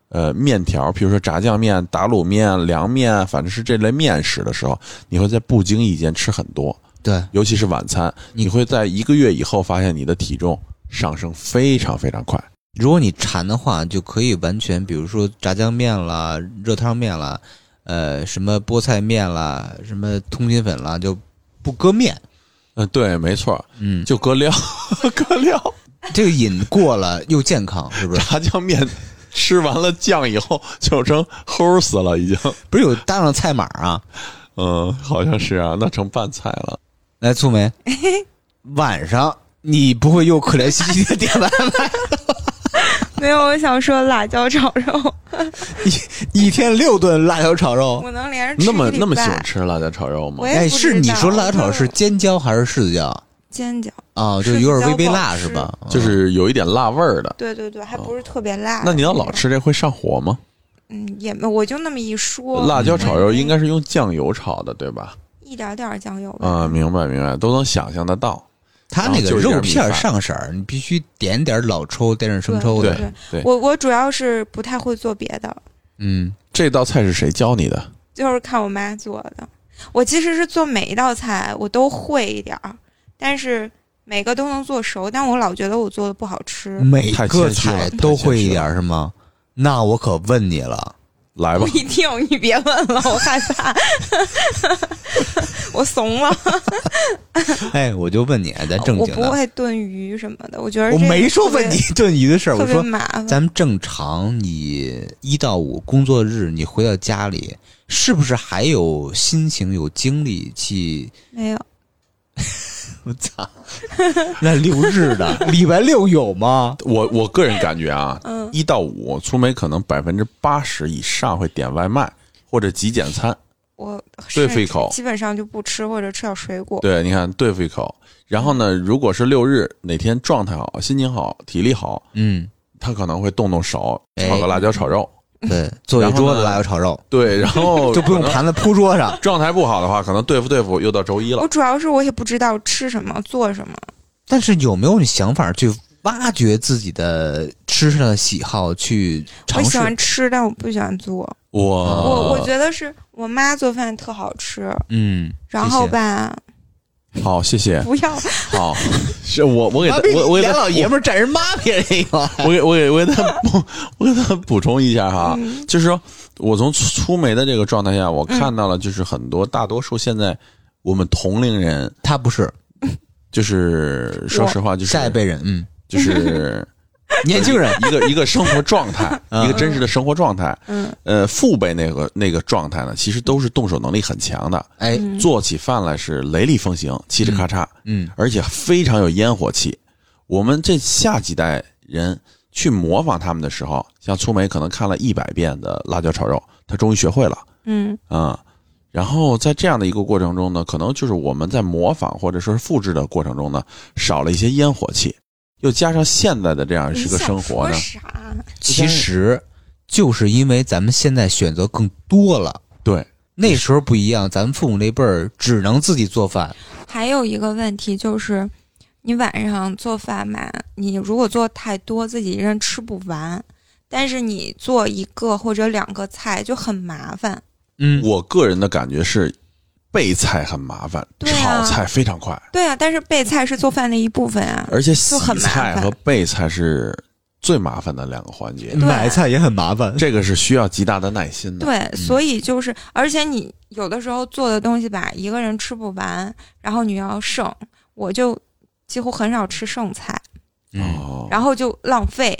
Speaker 1: 呃，面条，比如说炸酱面、打卤面、凉面，反正是这类面食的时候，你会在不经意间吃很多，
Speaker 2: 对，
Speaker 1: 尤其是晚餐，你会在一个月以后发现你的体重上升非常非常快。
Speaker 2: 如果你馋的话，就可以完全，比如说炸酱面啦、热汤面啦，呃，什么菠菜面啦、什么通心粉啦，就不搁 面。
Speaker 1: 嗯、对，没错，
Speaker 2: 嗯，
Speaker 1: 就搁料，搁料。
Speaker 2: 这个瘾过了又健康，是不 是？
Speaker 1: 炸酱面吃完了酱以后就成齁死了，已经。
Speaker 2: 不是有搭上菜码啊？
Speaker 1: 嗯，好像是啊，那成拌菜了。
Speaker 2: 来，醋 梅，晚上你不会又可怜兮兮的点外 卖，
Speaker 5: 没有，我想说辣椒炒肉，
Speaker 2: 一天六顿辣椒炒肉？
Speaker 5: 我能连着吃
Speaker 1: 那么
Speaker 5: 一礼
Speaker 1: 那么喜欢
Speaker 5: 拜
Speaker 1: 吃辣椒炒肉吗
Speaker 5: 我？也
Speaker 2: 哎，
Speaker 5: 不
Speaker 2: 是
Speaker 5: 知
Speaker 2: 你
Speaker 5: 道
Speaker 2: 说辣椒炒肉
Speaker 5: 就是
Speaker 2: 尖椒还是柿子椒
Speaker 5: 煎饺，
Speaker 2: 啊？就
Speaker 5: 柿子
Speaker 2: 有点
Speaker 5: 椒
Speaker 2: 微微
Speaker 5: 不好
Speaker 2: 辣是
Speaker 5: 吃
Speaker 2: 吧？嗯
Speaker 1: 就是有一点辣味儿的。
Speaker 5: 对对对，还不是特别辣。
Speaker 1: 哦那你要老，吃这会上火吗？
Speaker 5: 嗯，也没，我就那么一说，
Speaker 1: 辣椒炒肉应该是用酱油炒的，对吧？
Speaker 5: 一点点酱油吧。
Speaker 1: 啊，明白明白，都能想象得到。
Speaker 2: 它
Speaker 1: 然后
Speaker 2: 那个
Speaker 1: 就是
Speaker 2: 肉
Speaker 1: 点米
Speaker 2: 片儿
Speaker 1: 饭
Speaker 2: 上色儿，你必须点点儿老抽，点点儿生抽的。
Speaker 1: 对对，
Speaker 5: 我我主要是不太会做别的，
Speaker 2: 嗯，
Speaker 1: 这道菜是谁教你的？
Speaker 5: 就是看我妈做的。我其实是做每一道菜我都会一点儿，但是每个都能做熟，但我老觉得我做的不好吃。
Speaker 2: 每
Speaker 1: 太
Speaker 2: 个
Speaker 1: 谦虚
Speaker 2: 菜
Speaker 1: 了
Speaker 2: 都
Speaker 1: 太谦
Speaker 2: 会
Speaker 1: 虚
Speaker 2: 一点儿是吗？那我可问你了，
Speaker 1: 来吧
Speaker 5: 不，一定， 你别问了，我害怕，我怂了。
Speaker 2: 哎，我就问你，咱正
Speaker 5: 我
Speaker 2: 经
Speaker 5: 不
Speaker 2: 的，
Speaker 5: 会炖鱼什么的，我觉得
Speaker 2: 我
Speaker 5: 这
Speaker 2: 没说
Speaker 5: 特别
Speaker 2: 问你 炖鱼的事儿，
Speaker 5: 特
Speaker 2: 我
Speaker 5: 别
Speaker 2: 说
Speaker 5: 麻烦。
Speaker 2: 咱们正常，你一到五工作日你回到家里，是不是还有心情有精力去？
Speaker 5: 没有，
Speaker 2: 我操，那六日 的礼拜六有吗？
Speaker 1: 我我个人感觉啊，
Speaker 5: 嗯，
Speaker 1: 一到五，粗梅可能百分之八十以上会点外卖或者极简餐。
Speaker 5: 我
Speaker 1: 对
Speaker 5: 甚
Speaker 1: 付一
Speaker 5: 至
Speaker 1: 口
Speaker 5: 基本上就不吃或者吃点水果。
Speaker 1: 对，你看对付一口。然后呢，如果是六日哪天状态好、心情好、体力好，
Speaker 2: 嗯，
Speaker 1: 他可能会动动手
Speaker 2: 哎
Speaker 1: 炒个辣椒炒肉。
Speaker 2: 对，做一
Speaker 1: 然后
Speaker 2: 桌
Speaker 1: 呢
Speaker 2: 子辣椒炒肉，
Speaker 1: 对，然后
Speaker 2: 就不用
Speaker 1: 可能
Speaker 2: 盘子铺桌上。
Speaker 1: 状态不好的话，可能对付对付又到周一了
Speaker 5: 我。主要是我也不知道吃什么做什么。
Speaker 2: 但是有没有你想法去挖掘自己的吃上的喜好，去
Speaker 5: 我
Speaker 2: 尝
Speaker 5: 喜
Speaker 2: 试？啊
Speaker 5: 欢吃，但我不喜欢做。
Speaker 1: 我
Speaker 5: 我我觉得是我妈做饭特好吃，
Speaker 2: 嗯，
Speaker 5: 然后吧，
Speaker 1: 好，谢谢。
Speaker 5: 不 要
Speaker 1: 好，是我我给
Speaker 2: 妈
Speaker 1: 他
Speaker 2: 逼，
Speaker 1: 我我给
Speaker 2: 俩
Speaker 1: 他
Speaker 2: 老爷们儿占人妈别人一个。
Speaker 1: 我给我给我给他补我给他补充一下哈，
Speaker 5: 嗯
Speaker 1: 就是说我从粗粗眉的这个状态下，我看到了就是很多大多数现在我们同龄人，
Speaker 2: 他不是
Speaker 1: 就是说实话就是
Speaker 2: 下一辈人，嗯，
Speaker 1: 就是
Speaker 2: 年轻 人，
Speaker 1: 一个一个生活状态，
Speaker 2: 嗯
Speaker 1: 一个真实的生活状态。
Speaker 5: 嗯
Speaker 1: 呃，父辈那个那个状态呢，其实都是动手能力很强的，
Speaker 2: 哎，
Speaker 5: 嗯
Speaker 1: 做起饭来是雷厉风行，嘁哩咔嚓，
Speaker 2: 嗯，
Speaker 1: 而且非常有烟火气。我们这下几代人去模仿他们的时候，像粗梅可能看了一百遍的辣椒炒肉，她终于学会了
Speaker 5: 嗯
Speaker 1: 啊、然后在这样的一个过程中呢，可能就是我们在模仿或者说是复制的过程中呢，少了一些烟火气，又加上现在的这样
Speaker 5: 你
Speaker 1: 是个
Speaker 5: 想
Speaker 1: 生活呢
Speaker 5: 说，啥？
Speaker 2: 其实就是因为咱们现在选择更多了。
Speaker 1: 对，
Speaker 2: 那时候不一样，咱们父母那辈儿只能自己做饭。
Speaker 5: 还有一个问题就是，你晚上做饭吧，你如果做太多，自己一人吃不完，但是你做一个或者两个菜就很麻烦。
Speaker 2: 嗯，
Speaker 1: 我个人的感觉是，备菜很麻烦，
Speaker 5: 对啊
Speaker 1: 炒菜非常快，
Speaker 5: 对啊，但是备菜是做饭的一部分啊。
Speaker 1: 而且洗
Speaker 5: 就很麻
Speaker 1: 菜
Speaker 5: 烦
Speaker 1: 和备菜是最麻烦的两个环节，
Speaker 2: 买菜也很麻烦。
Speaker 1: 这个是需要极大的耐心的。
Speaker 5: 对，所以就是，而且你有的时候做的东西吧，一个人吃不完，然后你要剩，我就几乎很少吃剩菜，
Speaker 2: 嗯，
Speaker 1: 哦，
Speaker 5: 然后就浪费。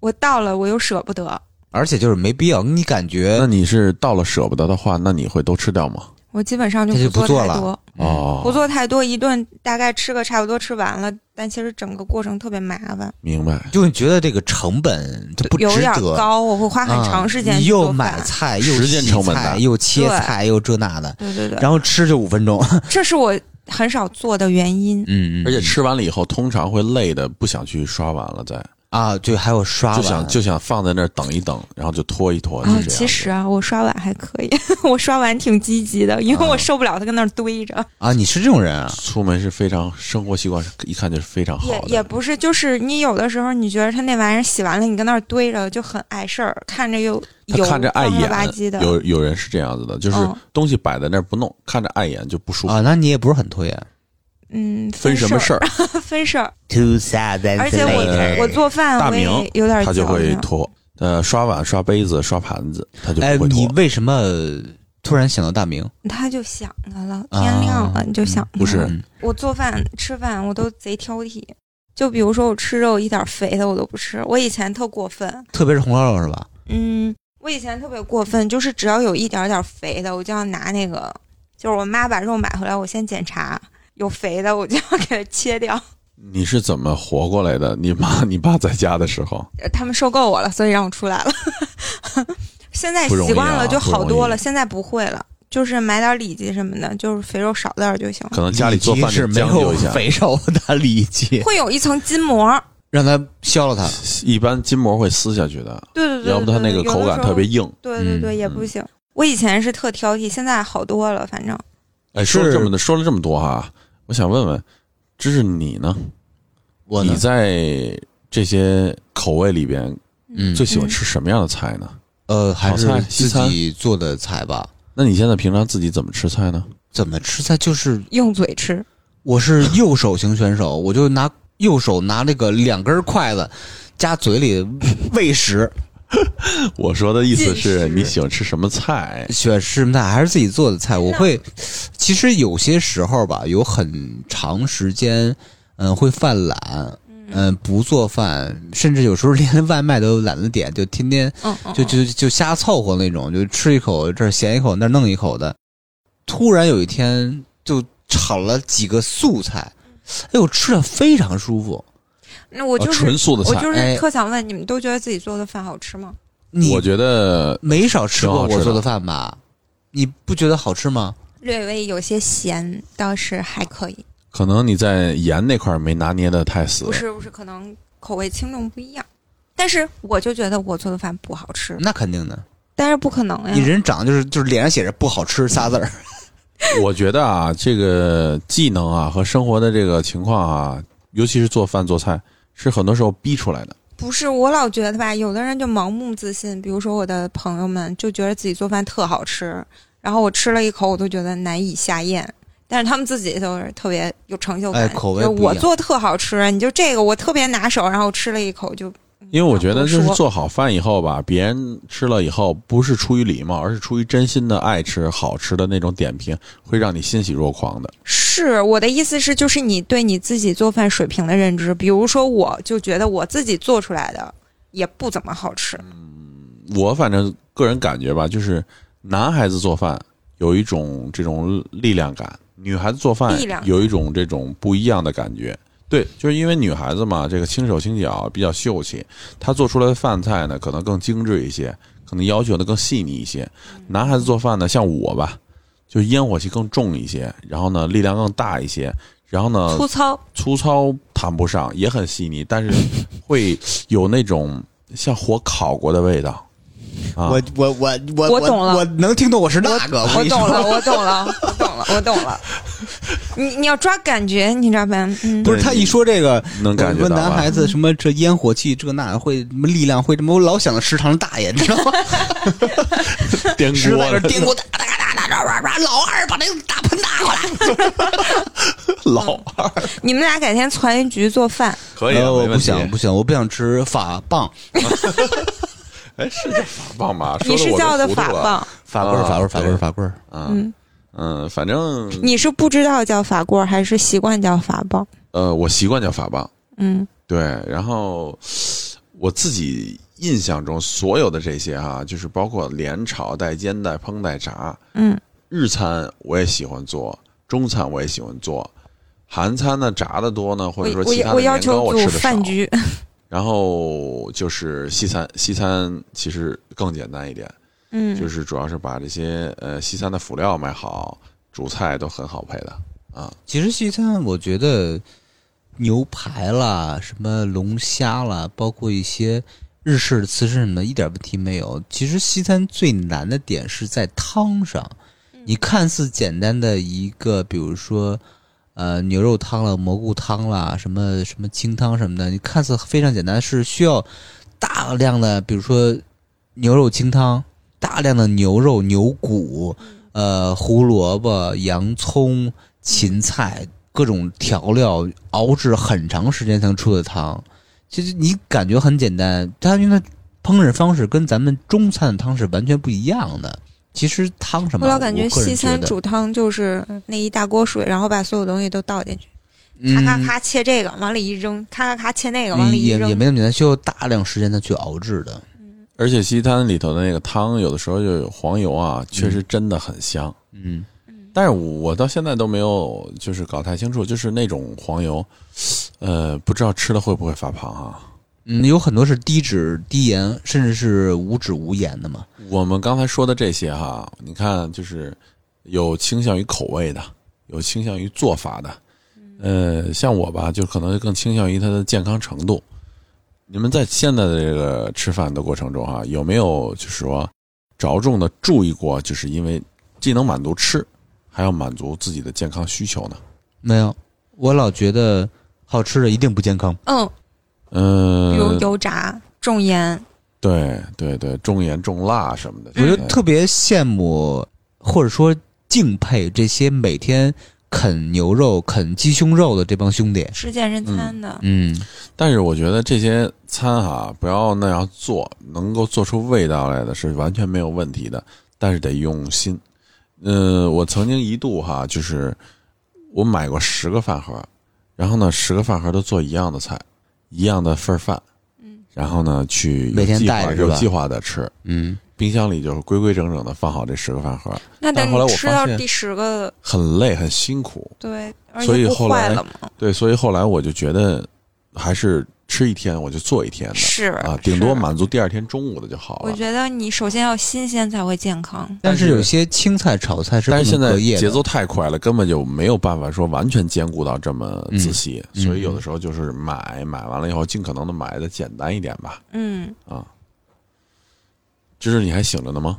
Speaker 5: 我到了我又舍不得，
Speaker 2: 而且就是没必要，你感
Speaker 1: 哎那
Speaker 2: 觉
Speaker 1: 你是到了舍不得的话，那你会都吃掉吗？
Speaker 5: 我基本上就
Speaker 2: 那就不
Speaker 5: 不
Speaker 2: 做
Speaker 5: 做太
Speaker 2: 了
Speaker 5: 多，
Speaker 1: 哦，
Speaker 5: 不做太多，一顿大概吃个差不多吃完了，但其实整个过程特别麻烦，
Speaker 1: 明白。
Speaker 2: 就你觉得这个成本就不值
Speaker 5: 有点
Speaker 2: 得。
Speaker 5: 高，我会花很
Speaker 2: 啊
Speaker 5: 长时间
Speaker 2: 你
Speaker 5: 去做
Speaker 2: 又
Speaker 5: 饭。
Speaker 2: 买菜，又
Speaker 1: 时间
Speaker 2: 洗
Speaker 1: 成本大
Speaker 2: 菜，又切
Speaker 5: 对
Speaker 2: 菜，又这那的，
Speaker 5: 对对对，
Speaker 2: 然后吃就五分钟。
Speaker 5: 这是我很少做的原因。啊
Speaker 2: 嗯，嗯
Speaker 1: 而且吃完了以后，通常会累的不想去刷碗了，再
Speaker 2: 啊，对，还有刷
Speaker 1: 就
Speaker 2: 碗，
Speaker 1: 想就想放在那儿等一等，然后就拖一拖，就
Speaker 5: 然
Speaker 1: 这样。
Speaker 5: 后其实啊，我刷碗还可以， 我刷碗挺积极的，因为我受不了它跟那儿堆着。
Speaker 2: 啊，你是这种人啊？
Speaker 1: 出门是非常生活习惯，一看就是非常好
Speaker 5: 也
Speaker 1: 的。
Speaker 5: 也不是，就是你有的时候你觉得它那玩意儿洗完了，你跟那儿堆着就很碍事儿，看着又
Speaker 1: 他
Speaker 5: 油
Speaker 1: 看着碍
Speaker 5: 脏了吧唧
Speaker 1: 眼，
Speaker 5: 的。
Speaker 1: 有有人是这样子的，就是
Speaker 5: 嗯
Speaker 1: 东西摆在那儿不弄，看着碍眼就不舒服。
Speaker 2: 啊，那你也不是很拖延。
Speaker 5: 嗯，
Speaker 1: 分什么
Speaker 5: 事
Speaker 1: 事儿，
Speaker 5: 儿？分事儿。
Speaker 2: Two thousand
Speaker 5: 而且
Speaker 1: 哎
Speaker 5: 我我做
Speaker 1: 大
Speaker 5: 饭我也
Speaker 1: 明
Speaker 5: 有点
Speaker 1: 他就
Speaker 5: 矫
Speaker 1: 会
Speaker 5: 情
Speaker 1: 拖。呃，刷碗、刷杯子、刷盘子，他就
Speaker 2: 哎，
Speaker 1: 不会
Speaker 2: 你
Speaker 1: 拖。
Speaker 2: 为什么突然想到大明？
Speaker 5: 他就想他了，
Speaker 2: 啊
Speaker 5: 天亮了你就想他了。
Speaker 1: 不是
Speaker 2: 嗯
Speaker 5: 我做饭吃饭我都贼挑剔，就比如说我吃肉一点肥的我都不吃，我以前特过分，
Speaker 2: 特别是红烧肉是吧？
Speaker 5: 嗯，我以前特别过分，就是只要有一点点肥的，我就要拿那个，就是我妈把肉买回来，我先检查有肥的，我就要给它切掉。
Speaker 1: 你是怎么活过来的？你妈、你爸在家的时候，
Speaker 5: 呃他们受够我了，所以让我出来了。 现在
Speaker 1: 不容易啊
Speaker 5: 习惯了就好多
Speaker 1: 不容
Speaker 5: 了，
Speaker 1: 易
Speaker 5: 现在不会了，就是买点里脊什么的，就是肥肉少点儿就行了。
Speaker 1: 可能嗯家里做饭
Speaker 2: 是
Speaker 1: 就
Speaker 2: 没
Speaker 1: 将就
Speaker 2: 有
Speaker 1: 一下。
Speaker 2: 肥肉的里 脊，
Speaker 5: 会有一层筋膜，
Speaker 2: 让他削了它。
Speaker 1: 一般筋膜会撕下去的，
Speaker 5: 对对对对，
Speaker 1: 要不它那个
Speaker 5: 对
Speaker 1: 口感特别，硬。
Speaker 5: 对有的时候对对
Speaker 2: 嗯
Speaker 5: 对，也不行。我以前是特挑剔，现在好多了，反正
Speaker 1: 哎，说了
Speaker 2: 是
Speaker 1: 这么的，说了这么多哈，我想问问，这是你呢？
Speaker 2: 我
Speaker 1: 你
Speaker 2: 呢？
Speaker 1: 在这些口味里边
Speaker 2: 嗯，
Speaker 1: 最喜欢吃什么样的菜呢？
Speaker 2: 呃还是
Speaker 1: 炒菜西
Speaker 2: 自
Speaker 1: 餐
Speaker 2: 己做的菜吧。
Speaker 1: 那你现在平常自己怎么吃菜呢？
Speaker 2: 怎么吃菜？就是
Speaker 5: 用嘴吃。
Speaker 2: 我是右手型选手， 我就拿右手拿那个两根筷子夹嘴里喂食，
Speaker 1: 我说的意思
Speaker 5: 进
Speaker 1: 是
Speaker 5: 食
Speaker 1: 你喜欢吃什么菜？
Speaker 2: 选什么菜还是自己做的菜？我会，其实有些时候吧，有很长时间，嗯，会犯懒。嗯，不做饭，甚至有时候连外卖都懒得点，就天天
Speaker 5: 嗯嗯，
Speaker 2: 就就就瞎凑合那种，就吃一口这儿咸一口那儿弄一口的。突然有一天就炒了几个素菜，哎呦，吃的非常舒服。
Speaker 5: 那我就
Speaker 1: 啊
Speaker 5: 是
Speaker 1: 纯素的
Speaker 5: 我
Speaker 1: 菜，
Speaker 5: 就
Speaker 2: 哎
Speaker 5: 是特想问，你们都觉得自己做的饭好吃吗？
Speaker 2: 你
Speaker 1: 我觉得
Speaker 2: 没少吃
Speaker 1: 挺
Speaker 2: 过
Speaker 1: 好吃的
Speaker 2: 我做的饭吧？你不觉得好吃吗？
Speaker 5: 略微有些咸，倒是还可以。
Speaker 1: 可能你在盐那块儿没拿捏的太死
Speaker 5: 不。是不是，可能口味轻重不一样。但是我就觉得我做的饭不好吃，
Speaker 2: 那肯定的，
Speaker 5: 但是不可能
Speaker 2: 你
Speaker 5: 呀。
Speaker 2: 人长得就是就是脸上写着不好吃仨字儿。
Speaker 1: 我觉得啊，这个技能啊和生活的这个情况啊，尤其是做饭做菜，是很多时候逼出来的。
Speaker 5: 不是，我老觉得吧，有的人就盲目自信，比如说我的朋友们就觉得自己做饭特好吃，然后我吃了一口，我都觉得难以下咽。但是他们自己都是特别有成就感，
Speaker 2: 哎口味
Speaker 5: 就是
Speaker 2: 不一
Speaker 5: 我
Speaker 2: 样
Speaker 5: 做特好吃，你就这个我特别拿手，然后我吃了一口就
Speaker 1: 因为我觉得就是
Speaker 5: 不说
Speaker 1: 做好饭以后吧，别人吃了以后，不是出于礼貌，而是出于真心的爱吃好吃的那种点评，会让你欣喜若狂的。
Speaker 5: 是我的意思是，就是你对你自己做饭水平的认知。比如说，我就觉得我自己做出来的也不怎么好吃。
Speaker 1: 我反正个人感觉吧，就是男孩子做饭有一种这种力量感，女孩子做饭
Speaker 5: 力量感
Speaker 1: 有一种这种不一样的感觉。对，就是因为女孩子嘛，这个轻手轻脚，啊比较秀气，她做出来的饭菜呢，可能更精致一些，可能要求的更细腻一些。男孩子做饭呢，像我吧，就烟火气更重一些，然后呢，力量更大一些，然后
Speaker 2: 嗯
Speaker 1: 呢，
Speaker 5: 粗糙，
Speaker 1: 粗糙谈不上，也很细腻， 但是会有那种像火烤过的味道。啊，
Speaker 2: 我我我我
Speaker 5: 我懂了
Speaker 2: 我能听懂我是那个，
Speaker 5: 我
Speaker 2: 跟你说
Speaker 5: 懂了，我懂了，我懂了，我懂了。你你要抓感觉，你知道吧？嗯，
Speaker 1: 对
Speaker 2: 不是他一说这个，
Speaker 1: 能感觉
Speaker 2: 问
Speaker 1: 到啊
Speaker 2: 男
Speaker 1: 吧？
Speaker 2: 孩子什么这烟火气这那会什么力量会什么，我老想到食堂大爷，你知道 吗？
Speaker 1: 颠
Speaker 2: 食堂
Speaker 1: 锅
Speaker 2: 那颠锅哒哒哒哒哒哒，老二把那个大盆拿过来，
Speaker 5: 嗯
Speaker 2: 老
Speaker 5: 你们俩改天攒一局做饭，
Speaker 1: 可以啊，
Speaker 2: 呃我
Speaker 1: 没
Speaker 2: 不
Speaker 1: 问题
Speaker 2: 想不想，我不想吃法棒，
Speaker 1: 哎，是叫法棒吧？
Speaker 5: 你是
Speaker 1: 说
Speaker 5: 叫
Speaker 1: 得我
Speaker 5: 的
Speaker 1: 都
Speaker 5: 法
Speaker 1: 糊涂了，
Speaker 5: 棒，
Speaker 2: 法棍儿
Speaker 1: 啊
Speaker 2: 法棍儿法棍儿
Speaker 1: 对
Speaker 2: 法棍儿，
Speaker 1: 嗯
Speaker 5: 嗯，
Speaker 1: 嗯，反正
Speaker 5: 你是不知道叫法棍儿，还是习惯叫法棒？
Speaker 1: 呃，我习惯叫法棒，
Speaker 5: 嗯，
Speaker 1: 对，然后我自己印象中所有的这些哈、就是包括连炒带煎带烹带炸，
Speaker 5: 嗯，
Speaker 1: 日餐我也喜欢做，中餐我也喜欢做，韩餐呢炸的多呢，或
Speaker 5: 我
Speaker 1: 者说其他
Speaker 5: 我
Speaker 1: 的
Speaker 5: 我要
Speaker 1: 年糕
Speaker 5: 求
Speaker 1: 我吃
Speaker 5: 组
Speaker 1: 的少
Speaker 5: 饭，局，
Speaker 1: 然后就是西餐，西餐其实更简单一点，
Speaker 5: 嗯，
Speaker 1: 就是主要是把这些呃西餐的辅料买好，主菜都很好配的啊，
Speaker 2: 其实西餐，我觉得牛排啦、什么龙虾啦，包括一些日式的词式什么的，一点问题没有。其实西餐最难的点是在汤上。你看似简单的一个，比如说，呃，牛肉汤了、蘑菇汤啦、什么什么清汤什么的，你看似非常简单，是需要大量的，比如说牛肉清汤，大量的牛肉、牛骨，呃，胡萝卜、洋葱、芹菜、各种调料熬制很长时间才能出的汤。其实你感觉很简单，它因为它烹饪方式跟咱们中餐的汤是完全不一样的。其实汤什么，
Speaker 5: 我老感
Speaker 2: 觉
Speaker 5: 觉西餐
Speaker 2: 得
Speaker 5: 煮汤就是那一大锅水，然后把所有东西都倒进去，咔咔
Speaker 2: 嗯
Speaker 5: 咔切这个，往里一扔，咔咔咔切那个，往里一
Speaker 2: 也也
Speaker 5: 扔
Speaker 2: 没。那么简单，需要大量时间的去熬制的。
Speaker 1: 而且西餐里头的那个汤，有的时候就有黄油啊，确实真的很香。
Speaker 2: 嗯，
Speaker 1: 但是我到现在都没有就是搞太清楚，就是那种黄油，呃，不知道吃了会不会发胖啊？
Speaker 2: 嗯，有很多是低脂、低盐，甚至是无脂无盐的嘛。
Speaker 1: 我们刚才说的这些哈，你看就是有倾向于口味的，有倾向于做法的，呃，像我吧，就可能更倾向于它的健康程度。你们在现在的这个吃饭的过程中哈，有没有就是说着重的注意过，就是因为既能满足吃，还要满足自己的健康需求呢？
Speaker 2: 没有，我老觉得好吃的一定不健康。
Speaker 5: 嗯，
Speaker 1: 嗯、
Speaker 5: 油油炸、重盐，
Speaker 1: 对对对，重盐重辣什么的，
Speaker 2: 我就
Speaker 5: 嗯
Speaker 1: 哎
Speaker 2: 特别羡慕，或者说敬佩这些每天啃牛肉、啃鸡胸肉的这帮兄弟。
Speaker 5: 吃健身餐的，
Speaker 2: 嗯，
Speaker 1: 但是我觉得这些餐哈、不要那样做，能够做出味道来的是完全没有问题的，但是得用心。嗯、我曾经一度哈、就是我买过十个饭盒，然后呢，十个饭盒都做一样的菜，一样的份儿饭，嗯，然后呢去有
Speaker 2: 每天
Speaker 1: 计
Speaker 2: 带
Speaker 1: 划
Speaker 2: 着是
Speaker 1: 有
Speaker 2: 吧
Speaker 1: 计划的吃，
Speaker 2: 嗯，
Speaker 1: 冰箱里就是规规整整的放好这十个饭盒，
Speaker 5: 那
Speaker 1: 但
Speaker 5: 等
Speaker 1: 后来我
Speaker 5: 你吃到
Speaker 1: 发现
Speaker 5: 第十个，
Speaker 1: 很累很辛苦，
Speaker 5: 对，而
Speaker 1: 所以
Speaker 5: 且不
Speaker 1: 后来
Speaker 5: 坏了嘛，
Speaker 1: 对，所以后来我就觉得，还是吃一天我就做一天的，
Speaker 5: 是
Speaker 1: 啊，顶多
Speaker 5: 是
Speaker 1: 满足第二天中午的就好
Speaker 5: 我
Speaker 1: 了。
Speaker 5: 觉得你首先要新鲜才会健康。
Speaker 2: 但是有些青菜、炒菜是不
Speaker 1: 但是现
Speaker 2: 能
Speaker 1: 在
Speaker 2: 隔夜的。
Speaker 1: 节奏太快了，根本就没有办法说完全兼顾到这么仔细，
Speaker 2: 嗯
Speaker 1: 所以有的时候就是买买完了以后，尽可能的买的简单一点吧。
Speaker 5: 嗯，
Speaker 1: 啊，芝芝，你还醒着呢吗？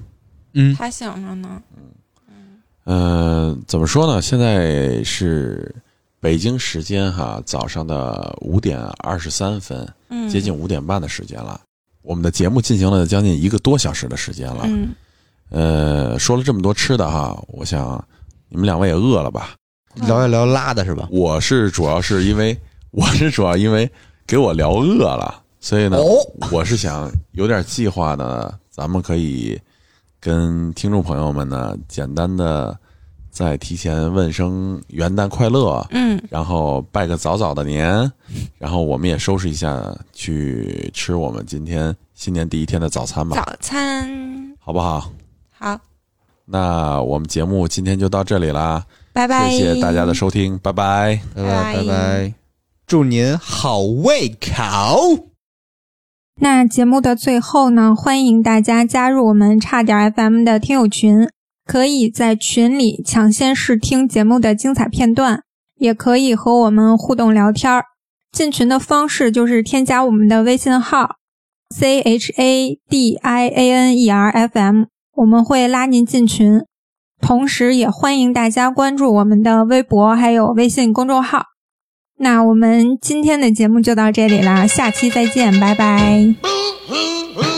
Speaker 2: 嗯，
Speaker 5: 他醒着呢，
Speaker 1: 嗯、怎么说呢？现在是北京时间哈，早上的五点二十三分，
Speaker 5: 嗯，
Speaker 1: 接近五点半的时间了。我们的节目进行了将近一个多小时的时间了，
Speaker 5: 嗯，
Speaker 1: 呃，说了这么多吃的哈，我想你们两位也饿了吧？
Speaker 5: 嗯
Speaker 2: 聊一聊拉的是吧？
Speaker 1: 我是主要是因为我是主要因为给我聊饿了，所以呢，
Speaker 2: 哦
Speaker 1: 我是想有点计划呢，咱们可以跟听众朋友们呢简单的再提前问声元旦快乐，
Speaker 5: 嗯，
Speaker 1: 然后拜个早早的年，然后我们也收拾一下去吃我们今天新年第一天的早餐吧，
Speaker 5: 早餐
Speaker 1: 好不好？
Speaker 5: 好，
Speaker 1: 那我们节目今天就到这里啦，
Speaker 5: 拜拜，
Speaker 1: 谢谢大家的收听，拜拜。
Speaker 2: 拜拜
Speaker 5: 拜
Speaker 2: 拜拜，祝您好胃口。
Speaker 5: 那节目的最后呢，欢迎大家加入我们差点 FM 的听友群，可以在群里抢先试听节目的精彩片段，也可以和我们互动聊天儿。进群的方式就是添加我们的微信号 c h a d i a n e r f m，我们会拉您进群。同时也欢迎大家关注我们的微博还有微信公众号。那我们今天的节目就到这里啦，下期再见，拜拜。
Speaker 4: Boo hoo hoo.